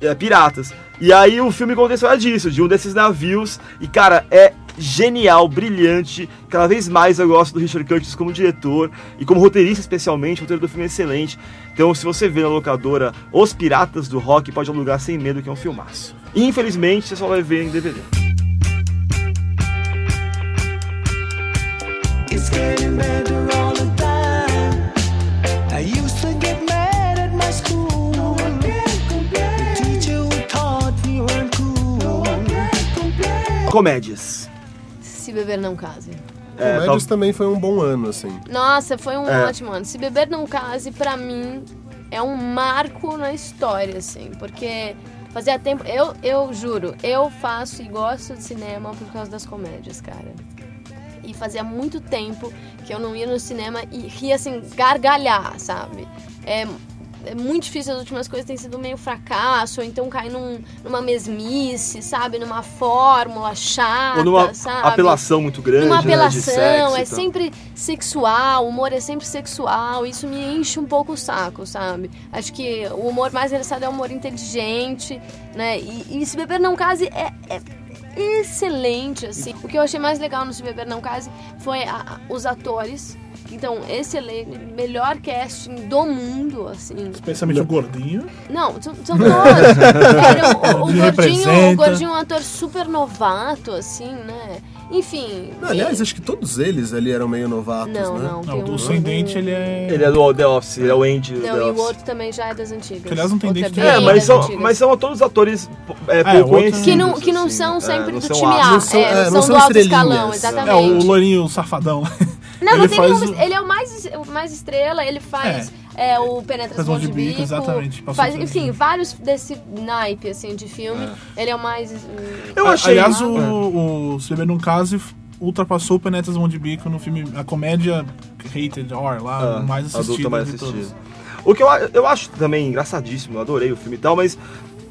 [SPEAKER 7] é, piratas. E aí o filme conta a história disso, de um desses navios. E, cara, é genial, brilhante. Cada vez mais eu gosto do Richard Curtis como diretor e como roteirista, especialmente. O roteiro do filme é excelente. Então, se você vê na locadora Os Piratas do Rock, pode alugar sem medo, que é um filmaço. Infelizmente, você só vai ver em DVD.
[SPEAKER 6] It's getting better all the time. I used to get mad at my school. No one can complain. The teacher who taught me weren't cool. No one can complain.
[SPEAKER 7] Comédias.
[SPEAKER 9] Se beber não case.
[SPEAKER 7] É,
[SPEAKER 8] Médios também foi um bom ano, assim.
[SPEAKER 9] Nossa, foi um
[SPEAKER 7] É.
[SPEAKER 9] ótimo ano. Se beber não case, pra mim, é um marco na história, assim, porque fazia tempo. Eu, eu juro, eu faço e gosto de cinema por causa das comédias, cara. E fazia muito tempo que eu não ia no cinema e ria assim, gargalhar, sabe? É, é muito difícil, as últimas coisas têm sido meio fracasso, ou então cair num- numa mesmice, sabe? Numa fórmula chata,
[SPEAKER 7] Ou numa
[SPEAKER 9] sabe?
[SPEAKER 7] apelação muito grande,
[SPEAKER 9] Uma
[SPEAKER 7] né, de
[SPEAKER 9] apelação,
[SPEAKER 7] sexo e
[SPEAKER 9] é
[SPEAKER 7] tal.
[SPEAKER 9] sempre sexual, o humor é sempre sexual, isso me enche um pouco o saco, sabe? Acho que o humor mais engraçado é o humor inteligente, né? E, e Se Beber Não Case é, é excelente, assim. O que eu achei mais legal no Se Beber Não Case foi a- a- os atores. Então, excelente, melhor casting do mundo, assim.
[SPEAKER 10] Especialmente o gordinho.
[SPEAKER 9] Não, são, são todos. Era o, o- o
[SPEAKER 10] Me
[SPEAKER 9] gordinho,
[SPEAKER 10] representa.
[SPEAKER 9] o gordinho é um ator super novato, assim, né? Enfim.
[SPEAKER 8] Não, aliás, acho que todos eles ali eram meio novatos,
[SPEAKER 9] Não,
[SPEAKER 8] né?
[SPEAKER 9] não.
[SPEAKER 10] Não,
[SPEAKER 9] tem
[SPEAKER 10] o do
[SPEAKER 9] um-
[SPEAKER 10] sem dente ele é.
[SPEAKER 7] Ele é do The Office, ele é o Andy do
[SPEAKER 9] Não,
[SPEAKER 7] The
[SPEAKER 9] e o
[SPEAKER 7] Office.
[SPEAKER 9] outro também já é das antigas.
[SPEAKER 10] Que, aliás, não tem
[SPEAKER 9] Outro
[SPEAKER 10] dente
[SPEAKER 9] bem
[SPEAKER 10] também.
[SPEAKER 7] É,
[SPEAKER 10] Sim,
[SPEAKER 7] mas
[SPEAKER 9] das
[SPEAKER 7] são,
[SPEAKER 9] né, antigas.
[SPEAKER 7] mas são todos atores é, pouco
[SPEAKER 10] outro-
[SPEAKER 7] conhecidos.
[SPEAKER 9] que não, que não
[SPEAKER 7] assim.
[SPEAKER 9] são
[SPEAKER 7] É,
[SPEAKER 9] sempre
[SPEAKER 7] não
[SPEAKER 9] do
[SPEAKER 7] são
[SPEAKER 9] time
[SPEAKER 7] astros.
[SPEAKER 9] A,
[SPEAKER 8] Não são-
[SPEAKER 9] é,
[SPEAKER 8] é,
[SPEAKER 9] são
[SPEAKER 8] não
[SPEAKER 9] do
[SPEAKER 8] são
[SPEAKER 9] alto escalão,
[SPEAKER 8] estrelinhas,
[SPEAKER 10] É, o
[SPEAKER 9] exatamente.
[SPEAKER 10] loirinho safadão.
[SPEAKER 9] não, não
[SPEAKER 10] ele
[SPEAKER 9] tem
[SPEAKER 10] faz
[SPEAKER 9] como,
[SPEAKER 10] o-
[SPEAKER 9] ele é o mais, o mais estrela, ele faz é. o Penetração
[SPEAKER 10] Faz
[SPEAKER 9] de,
[SPEAKER 10] o de bico,
[SPEAKER 9] Bico,
[SPEAKER 10] exatamente, passou
[SPEAKER 9] faz,
[SPEAKER 10] por aqui.
[SPEAKER 9] enfim, vários desse naipe, assim, de filme, ele é o mais... hum,
[SPEAKER 7] Eu achei.
[SPEAKER 10] Aliás, o,
[SPEAKER 9] né?
[SPEAKER 10] o Se Beber Num Case ultrapassou o Penetras Mão de Bico no filme A Comédia Hated Or, lá,
[SPEAKER 7] Ah,
[SPEAKER 10] mais
[SPEAKER 7] adulta
[SPEAKER 10] assistida
[SPEAKER 7] mais
[SPEAKER 10] de todos.
[SPEAKER 7] assistida. O que eu, a- eu acho também engraçadíssimo, eu adorei o filme e tal, mas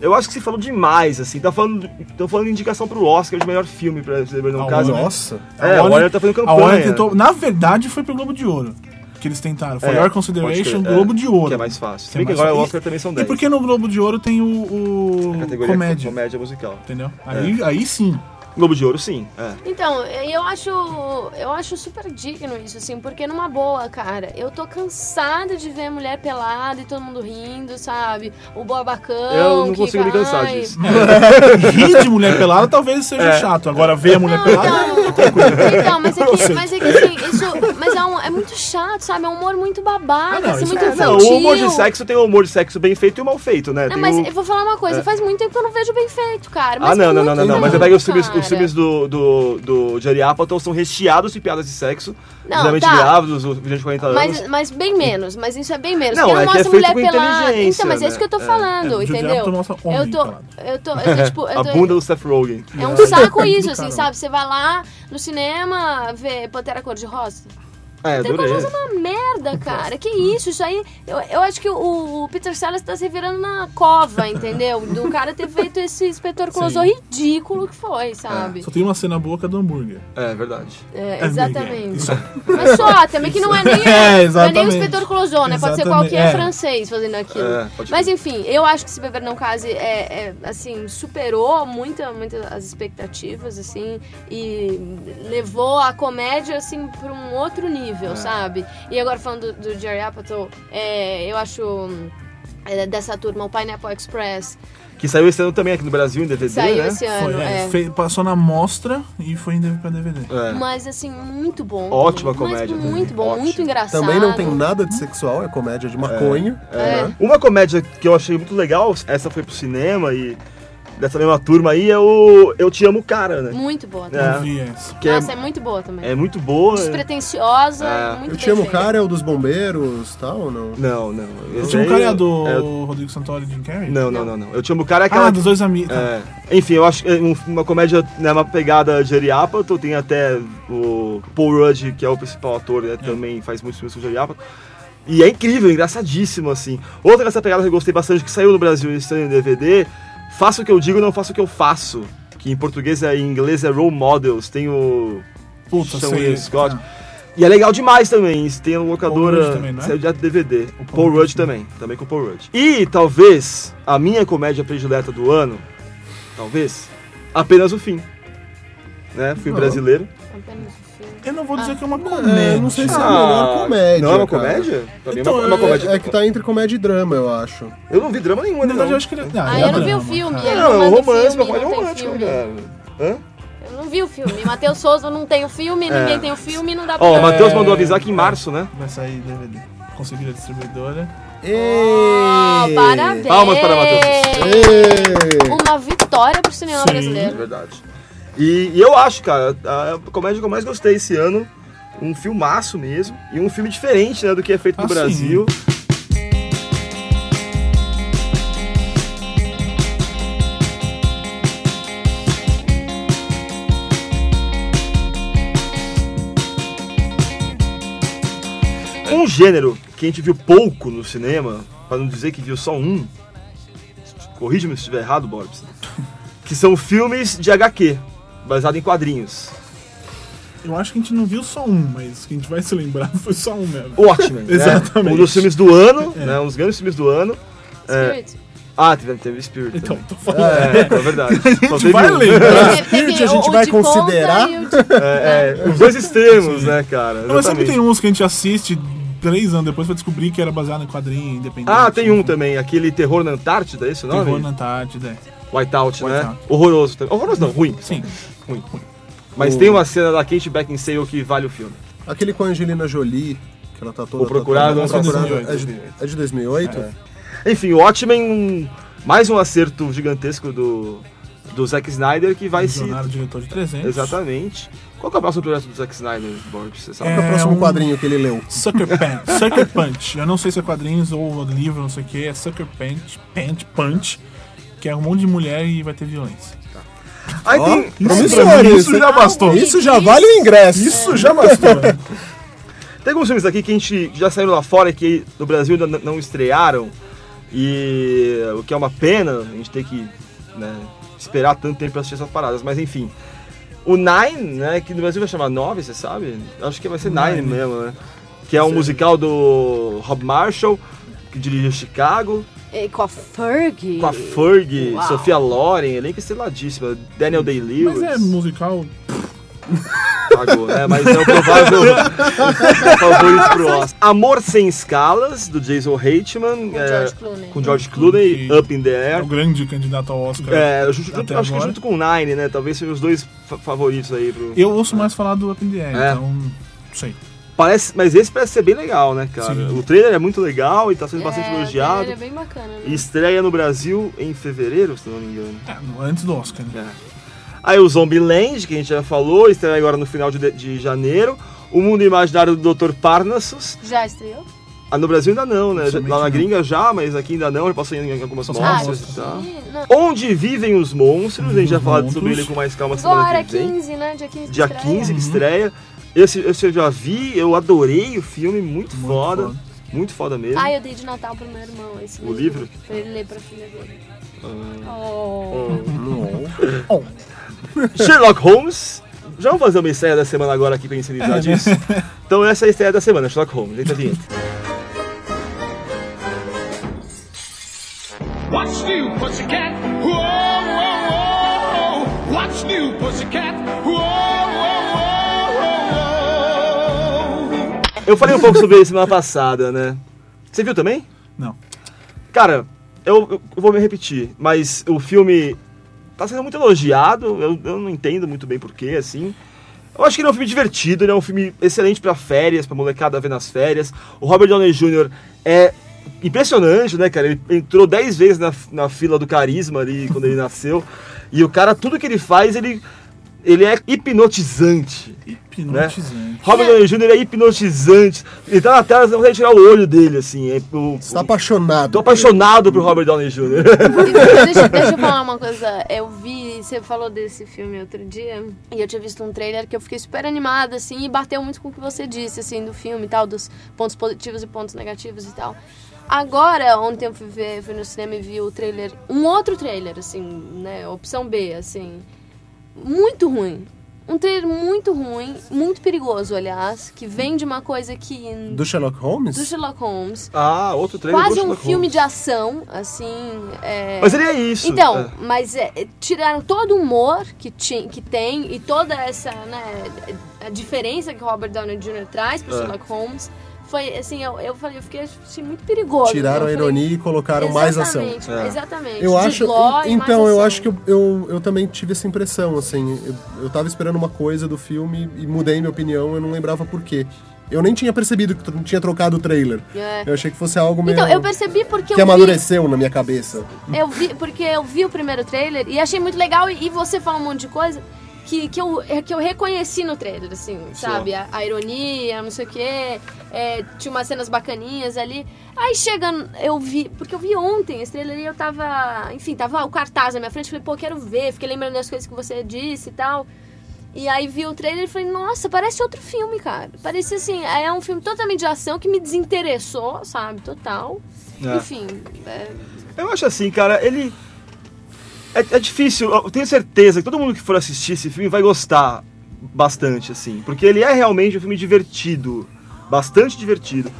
[SPEAKER 7] eu acho que você falou demais, assim. Tá falando, tão falando de indicação pro Oscar de melhor filme pra receber no
[SPEAKER 10] Ah,
[SPEAKER 7] caso.
[SPEAKER 10] olha.
[SPEAKER 8] Nossa.
[SPEAKER 10] A
[SPEAKER 7] É, o
[SPEAKER 10] Warner-
[SPEAKER 7] Warner tá fazendo
[SPEAKER 10] A Warner
[SPEAKER 7] campanha.
[SPEAKER 10] tentou, na verdade, foi pro Globo de Ouro que eles tentaram. Foi
[SPEAKER 7] É,
[SPEAKER 10] Your
[SPEAKER 7] pode
[SPEAKER 10] Consideration,
[SPEAKER 7] crer, é,
[SPEAKER 10] Globo de Ouro.
[SPEAKER 7] que é mais fácil.
[SPEAKER 10] Que
[SPEAKER 7] Se bem que
[SPEAKER 10] mais
[SPEAKER 7] agora
[SPEAKER 10] fácil.
[SPEAKER 7] o Oscar também são
[SPEAKER 10] E
[SPEAKER 7] 10.
[SPEAKER 10] porque no Globo de Ouro tem o, o
[SPEAKER 7] Categoria é
[SPEAKER 10] comédia,
[SPEAKER 7] musical.
[SPEAKER 10] entendeu? Aí, aí sim.
[SPEAKER 7] Globo de Ouro, sim. É.
[SPEAKER 9] Então, eu acho, eu acho super digno isso, assim, porque numa boa, cara, eu tô cansada de ver mulher pelada e todo mundo rindo, sabe? O babacão.
[SPEAKER 7] Eu não
[SPEAKER 9] que
[SPEAKER 7] consigo me
[SPEAKER 9] cai.
[SPEAKER 7] cansar disso.
[SPEAKER 10] É. Rir de mulher pelada talvez seja
[SPEAKER 7] É.
[SPEAKER 10] chato. Agora ver a mulher
[SPEAKER 9] Não,
[SPEAKER 10] pelada...
[SPEAKER 9] então, então, mas é que, mas é que assim, isso. Mas é, um- é muito chato, sabe? É um humor muito babaca,
[SPEAKER 10] Ah, não,
[SPEAKER 9] assim,
[SPEAKER 10] isso
[SPEAKER 9] muito
[SPEAKER 10] é-
[SPEAKER 7] É, não,
[SPEAKER 9] infantil.
[SPEAKER 7] o humor de sexo tem o humor de sexo bem feito e o mal feito, né?
[SPEAKER 9] Não,
[SPEAKER 7] Tem
[SPEAKER 9] mas
[SPEAKER 7] o-
[SPEAKER 9] eu vou falar uma coisa, faz muito tempo que eu não vejo bem feito, cara.
[SPEAKER 7] Ah,
[SPEAKER 9] Mas
[SPEAKER 7] não, não, não,
[SPEAKER 9] muito
[SPEAKER 7] não, não. Mas
[SPEAKER 9] tempo,
[SPEAKER 7] eu pego os filmes, os
[SPEAKER 9] cara.
[SPEAKER 7] filmes do, do, do Jerry Apatow são recheados de piadas de sexo.
[SPEAKER 9] Não,
[SPEAKER 7] geralmente
[SPEAKER 9] tá.
[SPEAKER 7] grávidos, os de 40 anos.
[SPEAKER 9] Mas, mas bem menos, mas isso é bem menos.
[SPEAKER 7] Não,
[SPEAKER 9] porque
[SPEAKER 7] é
[SPEAKER 9] não
[SPEAKER 7] que é
[SPEAKER 9] mostra
[SPEAKER 7] feito
[SPEAKER 9] mulher
[SPEAKER 7] com
[SPEAKER 9] pelada.
[SPEAKER 7] inteligência,
[SPEAKER 9] Então, mas é isso que eu tô
[SPEAKER 7] né?
[SPEAKER 9] faldiado,
[SPEAKER 10] É, Judy
[SPEAKER 9] entendeu?
[SPEAKER 10] Apatow mostra homem
[SPEAKER 9] eu tô,
[SPEAKER 10] pelado.
[SPEAKER 9] eu tô, eu tô, tipo, eu
[SPEAKER 7] A
[SPEAKER 9] tô-
[SPEAKER 7] bunda do Seth Rogen.
[SPEAKER 9] é um saco
[SPEAKER 10] É,
[SPEAKER 9] isso,
[SPEAKER 10] do
[SPEAKER 9] assim,
[SPEAKER 10] caramba.
[SPEAKER 9] sabe? Você vai lá no cinema ver Pantera Cor-de-Rosa.
[SPEAKER 7] É, adorei.
[SPEAKER 9] Trepajoso é uma merda, cara. Que isso? Isso aí. Eu, eu acho que o, o Peter Sellers tá se virando na cova, entendeu? Do cara ter feito esse espetaculoso
[SPEAKER 10] Sim.
[SPEAKER 9] ridículo que foi, sabe?
[SPEAKER 10] Só tem uma cena boa que é do hambúrguer.
[SPEAKER 7] É, verdade.
[SPEAKER 9] É, exatamente.
[SPEAKER 10] Isso.
[SPEAKER 9] Mas só, também que não é nem,
[SPEAKER 10] É,
[SPEAKER 9] não é nem o
[SPEAKER 10] exatamente.
[SPEAKER 9] inspetor Closon, né? Pode ser
[SPEAKER 10] Exatamente,
[SPEAKER 9] qualquer
[SPEAKER 10] é.
[SPEAKER 9] francês fazendo aquilo.
[SPEAKER 7] É, pode
[SPEAKER 9] Mas
[SPEAKER 7] crer.
[SPEAKER 9] enfim, eu acho que Se Beber Não Case, é, é, assim, superou muito, muito as expectativas, assim, e levou a comédia, assim, pra um outro
[SPEAKER 10] É.
[SPEAKER 9] nível, sabe? E agora falando do, do Jerry Apatow, é, eu acho... é, dessa turma, o Pineapple Express
[SPEAKER 7] Que saiu esse ano também aqui no Brasil em DVD,
[SPEAKER 9] saiu
[SPEAKER 7] né?
[SPEAKER 9] esse ano.
[SPEAKER 10] Foi, é,
[SPEAKER 9] é.
[SPEAKER 10] fe- passou na mostra e foi em DVD pra DVD.
[SPEAKER 7] É.
[SPEAKER 9] Mas assim, muito bom.
[SPEAKER 7] Ótima
[SPEAKER 9] também.
[SPEAKER 7] comédia
[SPEAKER 9] Mas
[SPEAKER 7] também.
[SPEAKER 9] muito bom,
[SPEAKER 7] Ótimo.
[SPEAKER 9] muito engraçado.
[SPEAKER 8] Também não tem nada de sexual, é comédia de maconha. né?
[SPEAKER 9] É.
[SPEAKER 7] Uma comédia que eu achei muito legal, essa foi pro cinema e dessa mesma turma aí, é o Eu Te Amo Cara, né?
[SPEAKER 9] Muito boa tá? também.
[SPEAKER 10] Eu
[SPEAKER 7] É,
[SPEAKER 10] vi essa.
[SPEAKER 7] que é,
[SPEAKER 9] Nossa, é muito boa também.
[SPEAKER 7] é muito boa.
[SPEAKER 9] Despretensiosa,
[SPEAKER 7] É.
[SPEAKER 9] muito
[SPEAKER 8] Eu te
[SPEAKER 9] bem
[SPEAKER 8] amo,
[SPEAKER 9] feita.
[SPEAKER 8] cara, é o dos bombeiros e tal, ou não?
[SPEAKER 7] Não, não.
[SPEAKER 10] Eu
[SPEAKER 7] esse
[SPEAKER 10] tinha um
[SPEAKER 7] aí
[SPEAKER 10] cara do
[SPEAKER 7] é-
[SPEAKER 10] Rodrigo Santoro e Jim Carrey?
[SPEAKER 7] Não, não, não, não. Eu Te Amo Cara é aquela...
[SPEAKER 10] Ah, dos dois amigos.
[SPEAKER 7] É. Enfim, eu acho que é um- uma comédia, né, uma pegada de Jerry Apatow, tem até o Paul Rudd, que é o principal ator, né, também faz muitos filmes com o Jerry Apatow. E é incrível, engraçadíssimo, assim. Outra dessa pegada que eu gostei bastante, que saiu no Brasil e saiu em DVD, Faça o que eu digo, não faça o que eu faço. Que em português é, em inglês é Role Models, tem o
[SPEAKER 10] Puta,
[SPEAKER 7] Sean
[SPEAKER 10] sei.
[SPEAKER 7] William Scott. E é legal demais também. isso Tem a locadora.
[SPEAKER 10] Paul Rudd também, não é?
[SPEAKER 7] Saiu direto DVD. O
[SPEAKER 10] Paul
[SPEAKER 7] Paul Rudd
[SPEAKER 10] Rudd
[SPEAKER 7] também. Também com o Paul Rudd. E talvez a minha comédia predileta do ano. Talvez. Apenas o fim. Né? Fui brasileiro.
[SPEAKER 9] Apenas o filme.
[SPEAKER 10] Eu não vou dizer que é uma
[SPEAKER 8] É,
[SPEAKER 10] comédia.
[SPEAKER 8] eu não sei se é a melhor comédia.
[SPEAKER 7] Não é uma
[SPEAKER 8] cara.
[SPEAKER 7] comédia? Pra mim é
[SPEAKER 10] Então,
[SPEAKER 7] uma, é uma
[SPEAKER 10] é-
[SPEAKER 7] comédia.
[SPEAKER 8] É, que tá entre comédia e drama, eu acho.
[SPEAKER 7] Eu não vi drama nenhuma,
[SPEAKER 10] Na verdade,
[SPEAKER 7] não.
[SPEAKER 10] eu acho que ele. Ah,
[SPEAKER 9] Ah,
[SPEAKER 10] é
[SPEAKER 9] eu não vi o
[SPEAKER 10] drama,
[SPEAKER 9] filme.
[SPEAKER 10] cara.
[SPEAKER 9] ele
[SPEAKER 7] Não, é um
[SPEAKER 9] manda
[SPEAKER 7] romance, uma
[SPEAKER 9] filme,
[SPEAKER 7] comédia
[SPEAKER 9] assim, não tem
[SPEAKER 7] romântica,
[SPEAKER 9] filme.
[SPEAKER 7] cara. Hã?
[SPEAKER 9] Eu não vi o filme. Matheus Souza não tem o filme,
[SPEAKER 7] É.
[SPEAKER 9] ninguém tem o filme, não dá pra.
[SPEAKER 7] Ó, o Matheus
[SPEAKER 10] É.
[SPEAKER 7] mandou avisar que em março, né?
[SPEAKER 10] Vai sair DVD. Conseguiram a distribuidora.
[SPEAKER 9] Ó, parabéns!
[SPEAKER 7] Palmas para Matheus.
[SPEAKER 9] Uma vitória pro cinema
[SPEAKER 10] Sim.
[SPEAKER 7] É
[SPEAKER 9] brasileiro.
[SPEAKER 7] verdade. E, e eu acho, cara, a a comédia que eu mais gostei esse ano, um filmaço mesmo, e um filme diferente, né, do que é feito no
[SPEAKER 10] Ah, sim.
[SPEAKER 7] Brasil. Um gênero que a gente viu pouco no cinema, pra não dizer que viu só um, corrija-me se estiver errado, Borbs, que são filmes de HQ, baseado em quadrinhos.
[SPEAKER 10] Eu acho que a gente não viu só um, mas que a gente vai se lembrar foi só um mesmo.
[SPEAKER 7] Watchmen, né?
[SPEAKER 10] Exatamente.
[SPEAKER 7] Um dos filmes do ano, né? Um dos grandes filmes do ano. É,
[SPEAKER 9] Spirit.
[SPEAKER 7] ah, teve, teve Spirit.
[SPEAKER 10] Então,
[SPEAKER 7] também.
[SPEAKER 10] tô falando.
[SPEAKER 7] É, é, é verdade.
[SPEAKER 10] A
[SPEAKER 7] Só
[SPEAKER 10] gente
[SPEAKER 7] teve
[SPEAKER 10] vai
[SPEAKER 7] um.
[SPEAKER 10] lembrar.
[SPEAKER 9] Teve- teve
[SPEAKER 8] Spirit a
[SPEAKER 9] o-
[SPEAKER 8] gente
[SPEAKER 9] o
[SPEAKER 8] vai
[SPEAKER 9] de ponta
[SPEAKER 8] considerar?
[SPEAKER 9] e o de-
[SPEAKER 7] É, é, os dois extremos, né, cara?
[SPEAKER 10] Não, mas sempre
[SPEAKER 7] Exatamente.
[SPEAKER 10] tem uns que a gente assiste três anos depois pra descobrir que era baseado em quadrinho independente.
[SPEAKER 7] Ah, tem um também, aquele Terror na Antártida, é esse o nome?
[SPEAKER 10] Terror na Antártida. é.
[SPEAKER 7] Whiteout, né?
[SPEAKER 10] Whiteout.
[SPEAKER 7] Horroroso também. Horroroso não, ruim.
[SPEAKER 10] Sim.
[SPEAKER 7] ruim. Mas
[SPEAKER 8] O-
[SPEAKER 7] tem uma cena da Kate Beckinsale que vale o filme.
[SPEAKER 8] Aquele com a Angelina Jolie, que ela tá toda...
[SPEAKER 7] O Procurado,
[SPEAKER 8] tatuada.
[SPEAKER 7] não,
[SPEAKER 8] O
[SPEAKER 10] é de
[SPEAKER 8] Procurado, é de 2008. É de 2008?
[SPEAKER 7] Enfim, o Watchmen, um- mais um acerto gigantesco do, do Zack Snyder que vai se...
[SPEAKER 10] Jornada um diretor de 300.
[SPEAKER 7] Exatamente. Qual que é o próximo projeto do Zack Snyder, Borbs? Você sabe?
[SPEAKER 8] Qual que é o
[SPEAKER 10] É
[SPEAKER 8] próximo
[SPEAKER 10] um-
[SPEAKER 8] quadrinho que ele leu?
[SPEAKER 10] Sucker Punch. Sucker Punch. Eu não sei se é quadrinhos ou livro, não sei o que. É Sucker Punch, Punch, Punch, que é um monte de mulher e vai ter violência.
[SPEAKER 7] Aí
[SPEAKER 8] Ó,
[SPEAKER 7] tem...
[SPEAKER 8] promissor isso.
[SPEAKER 10] já bastou.
[SPEAKER 8] Isso já vale o
[SPEAKER 9] é.
[SPEAKER 8] ingresso.
[SPEAKER 10] Isso já bastou.
[SPEAKER 7] assim? Tem alguns filmes aqui que a gente já saiu lá fora e que no Brasil ainda n- não estrearam. E o que é uma pena, a gente tem que né, esperar tanto tempo pra assistir essas paradas, mas enfim. O Nine, né, que no Brasil vai chamar Nove, você sabe? Acho que vai ser Nine,
[SPEAKER 10] Nine.
[SPEAKER 7] mesmo, né? Que é um musical do Rob Marshall, que dirigiu Chicago,
[SPEAKER 9] É, Com a Ferg.
[SPEAKER 7] com a Ferg,
[SPEAKER 9] Uau.
[SPEAKER 7] Sofia Loren, elenco esteladíssima, Daniel Day-Lewis.
[SPEAKER 10] Mas é musical.
[SPEAKER 7] Pagou, né? Mas é o provável favorito pro Oscar. Amor Sem Escalas, do Jason Reitman.
[SPEAKER 9] Com
[SPEAKER 7] é,
[SPEAKER 9] George Clooney.
[SPEAKER 7] com George Clooney,
[SPEAKER 10] Que-
[SPEAKER 7] Up in the
[SPEAKER 10] É o
[SPEAKER 7] Air.
[SPEAKER 10] grande candidato ao Oscar.
[SPEAKER 7] É, junto- junto-
[SPEAKER 10] Até
[SPEAKER 7] acho que
[SPEAKER 10] agora.
[SPEAKER 7] junto com o Nine, né? Talvez sejam os dois fa- favoritos aí pro.
[SPEAKER 10] Eu ouço mais falar do Up in the Air,
[SPEAKER 7] É.
[SPEAKER 10] então. Não sei.
[SPEAKER 7] Parece, mas esse parece ser bem legal, né, cara?
[SPEAKER 10] Sim.
[SPEAKER 7] O trailer é muito legal e tá sendo bastante
[SPEAKER 9] É,
[SPEAKER 7] elogiado.
[SPEAKER 9] Ele é bem bacana. né?
[SPEAKER 7] E estreia no Brasil em fevereiro, se não me engano.
[SPEAKER 10] É, no- antes do Oscar. né?
[SPEAKER 7] Aí o Zombieland, que a gente já falou, estreia agora no final de, de janeiro. O Mundo Imaginário do Dr. Parnassus,
[SPEAKER 9] Já estreou?
[SPEAKER 7] Ah, no Brasil ainda não, né?
[SPEAKER 10] Somente
[SPEAKER 7] Lá na
[SPEAKER 10] não.
[SPEAKER 7] gringa já, mas aqui ainda não, já passou em algumas
[SPEAKER 10] Passou em algumas
[SPEAKER 7] mostras e tal.
[SPEAKER 9] Ih, não.
[SPEAKER 7] Onde vivem os monstros, a gente já
[SPEAKER 10] Os
[SPEAKER 7] falou sobre
[SPEAKER 10] monstros. Uhum.
[SPEAKER 7] ele com mais calma semana
[SPEAKER 9] Agora,
[SPEAKER 7] que vem.
[SPEAKER 9] 15, né? Dia 15 de
[SPEAKER 7] Dia
[SPEAKER 9] estreia.
[SPEAKER 7] 15 que estreia. Esse, esse eu já vi, eu adorei o filme, muito, foda,
[SPEAKER 10] foda.
[SPEAKER 7] Muito foda mesmo.
[SPEAKER 9] Ah, eu dei de Natal pro meu irmão esse
[SPEAKER 7] O livro? Ah.
[SPEAKER 9] Pra ele ler pra filha dele. Oh.
[SPEAKER 7] Sherlock Holmes. Já vamos fazer uma estreia da semana agora aqui pra
[SPEAKER 10] É.
[SPEAKER 7] inicializar disso. Então essa é a estreia da semana, Sherlock Holmes. Eita, vinheta.
[SPEAKER 1] What's new, pussycat? Whoa, whoa, whoa. What's new, pussycat? Whoa, whoa, whoa, whoa, whoa.
[SPEAKER 7] Eu falei um pouco sobre isso semana passada, né? Você viu também?
[SPEAKER 10] Não.
[SPEAKER 7] Cara, eu, eu vou me repetir, mas o filme tá sendo muito elogiado, eu, eu não entendo muito bem porquê, assim. Eu acho que ele é um filme divertido, ele é um filme excelente pra férias, pra molecada ver nas férias. O Robert Downey Jr. é impressionante, né, cara? Ele entrou 10 vezes na, na fila do carisma ali quando ele nasceu. E o cara, tudo que ele faz, ele, ele é hipnotizante.
[SPEAKER 10] Hipnotizante.
[SPEAKER 7] Robert Downey Jr. é hipnotizante. Ele tá na tela, você não consegue tirar o olho dele, assim. É, o,
[SPEAKER 8] Você tá
[SPEAKER 7] o-
[SPEAKER 8] apaixonado.
[SPEAKER 7] Tô apaixonado por Robert Downey Jr.
[SPEAKER 9] E deixa, deixa eu falar uma coisa. Eu vi, você falou desse filme outro dia, e eu tinha visto um trailer que eu fiquei super animada, assim, e bateu muito com o que você disse, assim, do filme e tal, dos pontos positivos e pontos negativos e tal. Agora, ontem eu fui, ver, fui no cinema e vi o trailer, um outro trailer, assim, né, opção B, assim, muito ruim. Um trailer muito ruim, muito perigoso, aliás, que vem de uma coisa que...
[SPEAKER 8] Do Sherlock Holmes?
[SPEAKER 9] do Sherlock Holmes.
[SPEAKER 7] ah, outro trailer.
[SPEAKER 9] Quase
[SPEAKER 7] do
[SPEAKER 9] um
[SPEAKER 7] Sherlock
[SPEAKER 9] filme
[SPEAKER 7] Holmes.
[SPEAKER 9] de ação, assim... é-
[SPEAKER 7] Mas ele é isso.
[SPEAKER 9] então,
[SPEAKER 7] É.
[SPEAKER 9] mas é, é, tiraram todo o humor que, ti, que tem e toda essa, né, a diferença que o Robert Downey Jr. traz pro
[SPEAKER 7] É.
[SPEAKER 9] Sherlock Holmes. Foi assim, eu, eu falei, eu fiquei achei muito perigoso. né?
[SPEAKER 8] Tiraram
[SPEAKER 9] Eu falei,
[SPEAKER 8] a ironia e colocaram mais ação.
[SPEAKER 9] Exatamente,
[SPEAKER 7] É.
[SPEAKER 9] exatamente.
[SPEAKER 8] Eu
[SPEAKER 9] De
[SPEAKER 8] acho.
[SPEAKER 9] Ló e mais
[SPEAKER 8] Então, eu
[SPEAKER 9] ação.
[SPEAKER 8] acho que eu, eu, eu também tive essa impressão, assim. Eu, eu tava esperando uma coisa do filme e mudei minha opinião, eu não lembrava por quê. Eu nem tinha percebido que tr- tinha trocado o trailer.
[SPEAKER 9] É.
[SPEAKER 8] Eu achei que fosse algo meio.
[SPEAKER 9] Então, eu percebi porque
[SPEAKER 8] que é
[SPEAKER 9] eu vi,
[SPEAKER 8] amadureceu na minha cabeça.
[SPEAKER 9] eu vi. Porque eu vi o primeiro trailer e achei muito legal e, e você fala um monte de coisa. Que, que, eu, é, que eu reconheci no trailer, assim, sabe? A, a ironia, não sei o quê. é, tinha umas cenas bacaninhas ali. Aí chega, eu vi, porque eu vi ontem esse trailer e eu tava, enfim, tava o cartaz na minha frente, falei, pô, quero ver, fiquei lembrando das coisas que você disse e tal. E aí vi o trailer e falei, nossa, parece outro filme, cara. Parecia assim, é um filme totalmente de ação que me desinteressou, sabe? Total.
[SPEAKER 7] É.
[SPEAKER 9] Enfim, é,
[SPEAKER 7] Eu acho assim, cara, ele. É, é difícil, eu tenho certeza que todo mundo que for assistir esse filme vai gostar bastante, assim. Porque ele é realmente um filme divertido. Bastante divertido.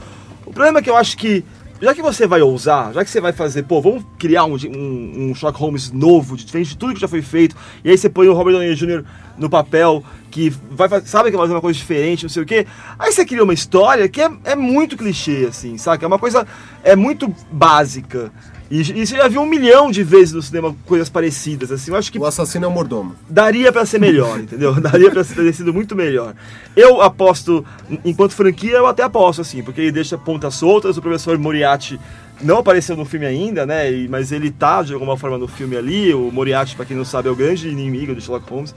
[SPEAKER 7] O problema é que eu acho que. Já que você vai ousar, já que você vai fazer, pô, vamos criar um, di- um, um Sherlock Holmes novo, diferente de tudo que já foi feito, e aí você põe o Robert Downey Jr. no papel, que vai, fa- sabe que vai fazer uma coisa diferente, não sei o quê. Aí você cria uma história que é, é muito clichê, assim, saca? É uma coisa. É muito básica. E, e você já viu um milhão de vezes no cinema coisas parecidas, assim. Eu acho que
[SPEAKER 8] O assassino é o mordomo.
[SPEAKER 7] daria pra ser melhor, entendeu? Daria pra ter sido muito melhor. Eu aposto, en- enquanto franquia, eu até aposto, assim, porque ele deixa pontas soltas, o professor Moriarty não apareceu no filme ainda, né? e- mas ele tá de alguma forma no filme ali. O Moriarty, pra quem não sabe, é o grande inimigo do Sherlock Holmes.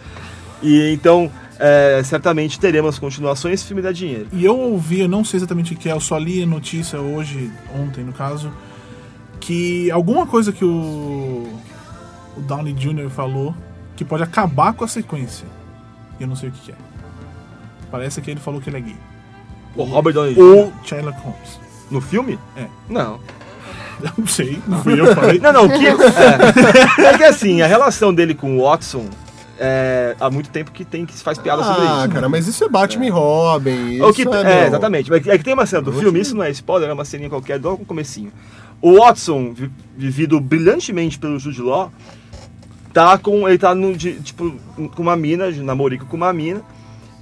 [SPEAKER 7] E então, é, certamente teremos continuações, esse filme dá dinheiro.
[SPEAKER 10] E eu ouvi, eu não sei exatamente o que é, eu só li a notícia hoje, ontem no caso, que alguma coisa que o, o Downey Jr. falou que pode acabar com a sequência. E eu não sei o que que é. Parece que ele falou que ele é gay.
[SPEAKER 7] O Robert Downey Jr.
[SPEAKER 10] Ou Sherlock Holmes.
[SPEAKER 7] no filme?
[SPEAKER 10] É.
[SPEAKER 7] Não.
[SPEAKER 10] Eu não sei, não fui eu que falei.
[SPEAKER 7] Não, não, o que. É, é que assim, a relação dele com o Watson. É, há muito tempo que tem que se faz piada sobre isso.
[SPEAKER 8] Ah, cara, mas isso é Batman e Robin. Isso
[SPEAKER 7] O
[SPEAKER 10] tá,
[SPEAKER 7] que,
[SPEAKER 8] é,
[SPEAKER 7] é,
[SPEAKER 8] meu,
[SPEAKER 7] exatamente. Mas É que tem uma cena do filme,
[SPEAKER 10] um
[SPEAKER 7] isso não é spoiler, é uma ceninha qualquer, logo no comecinho. O Watson, vi- vivido brilhantemente pelo Jude Law, tá com. Ele tá no, de- tipo, com uma mina, de namorico com uma mina,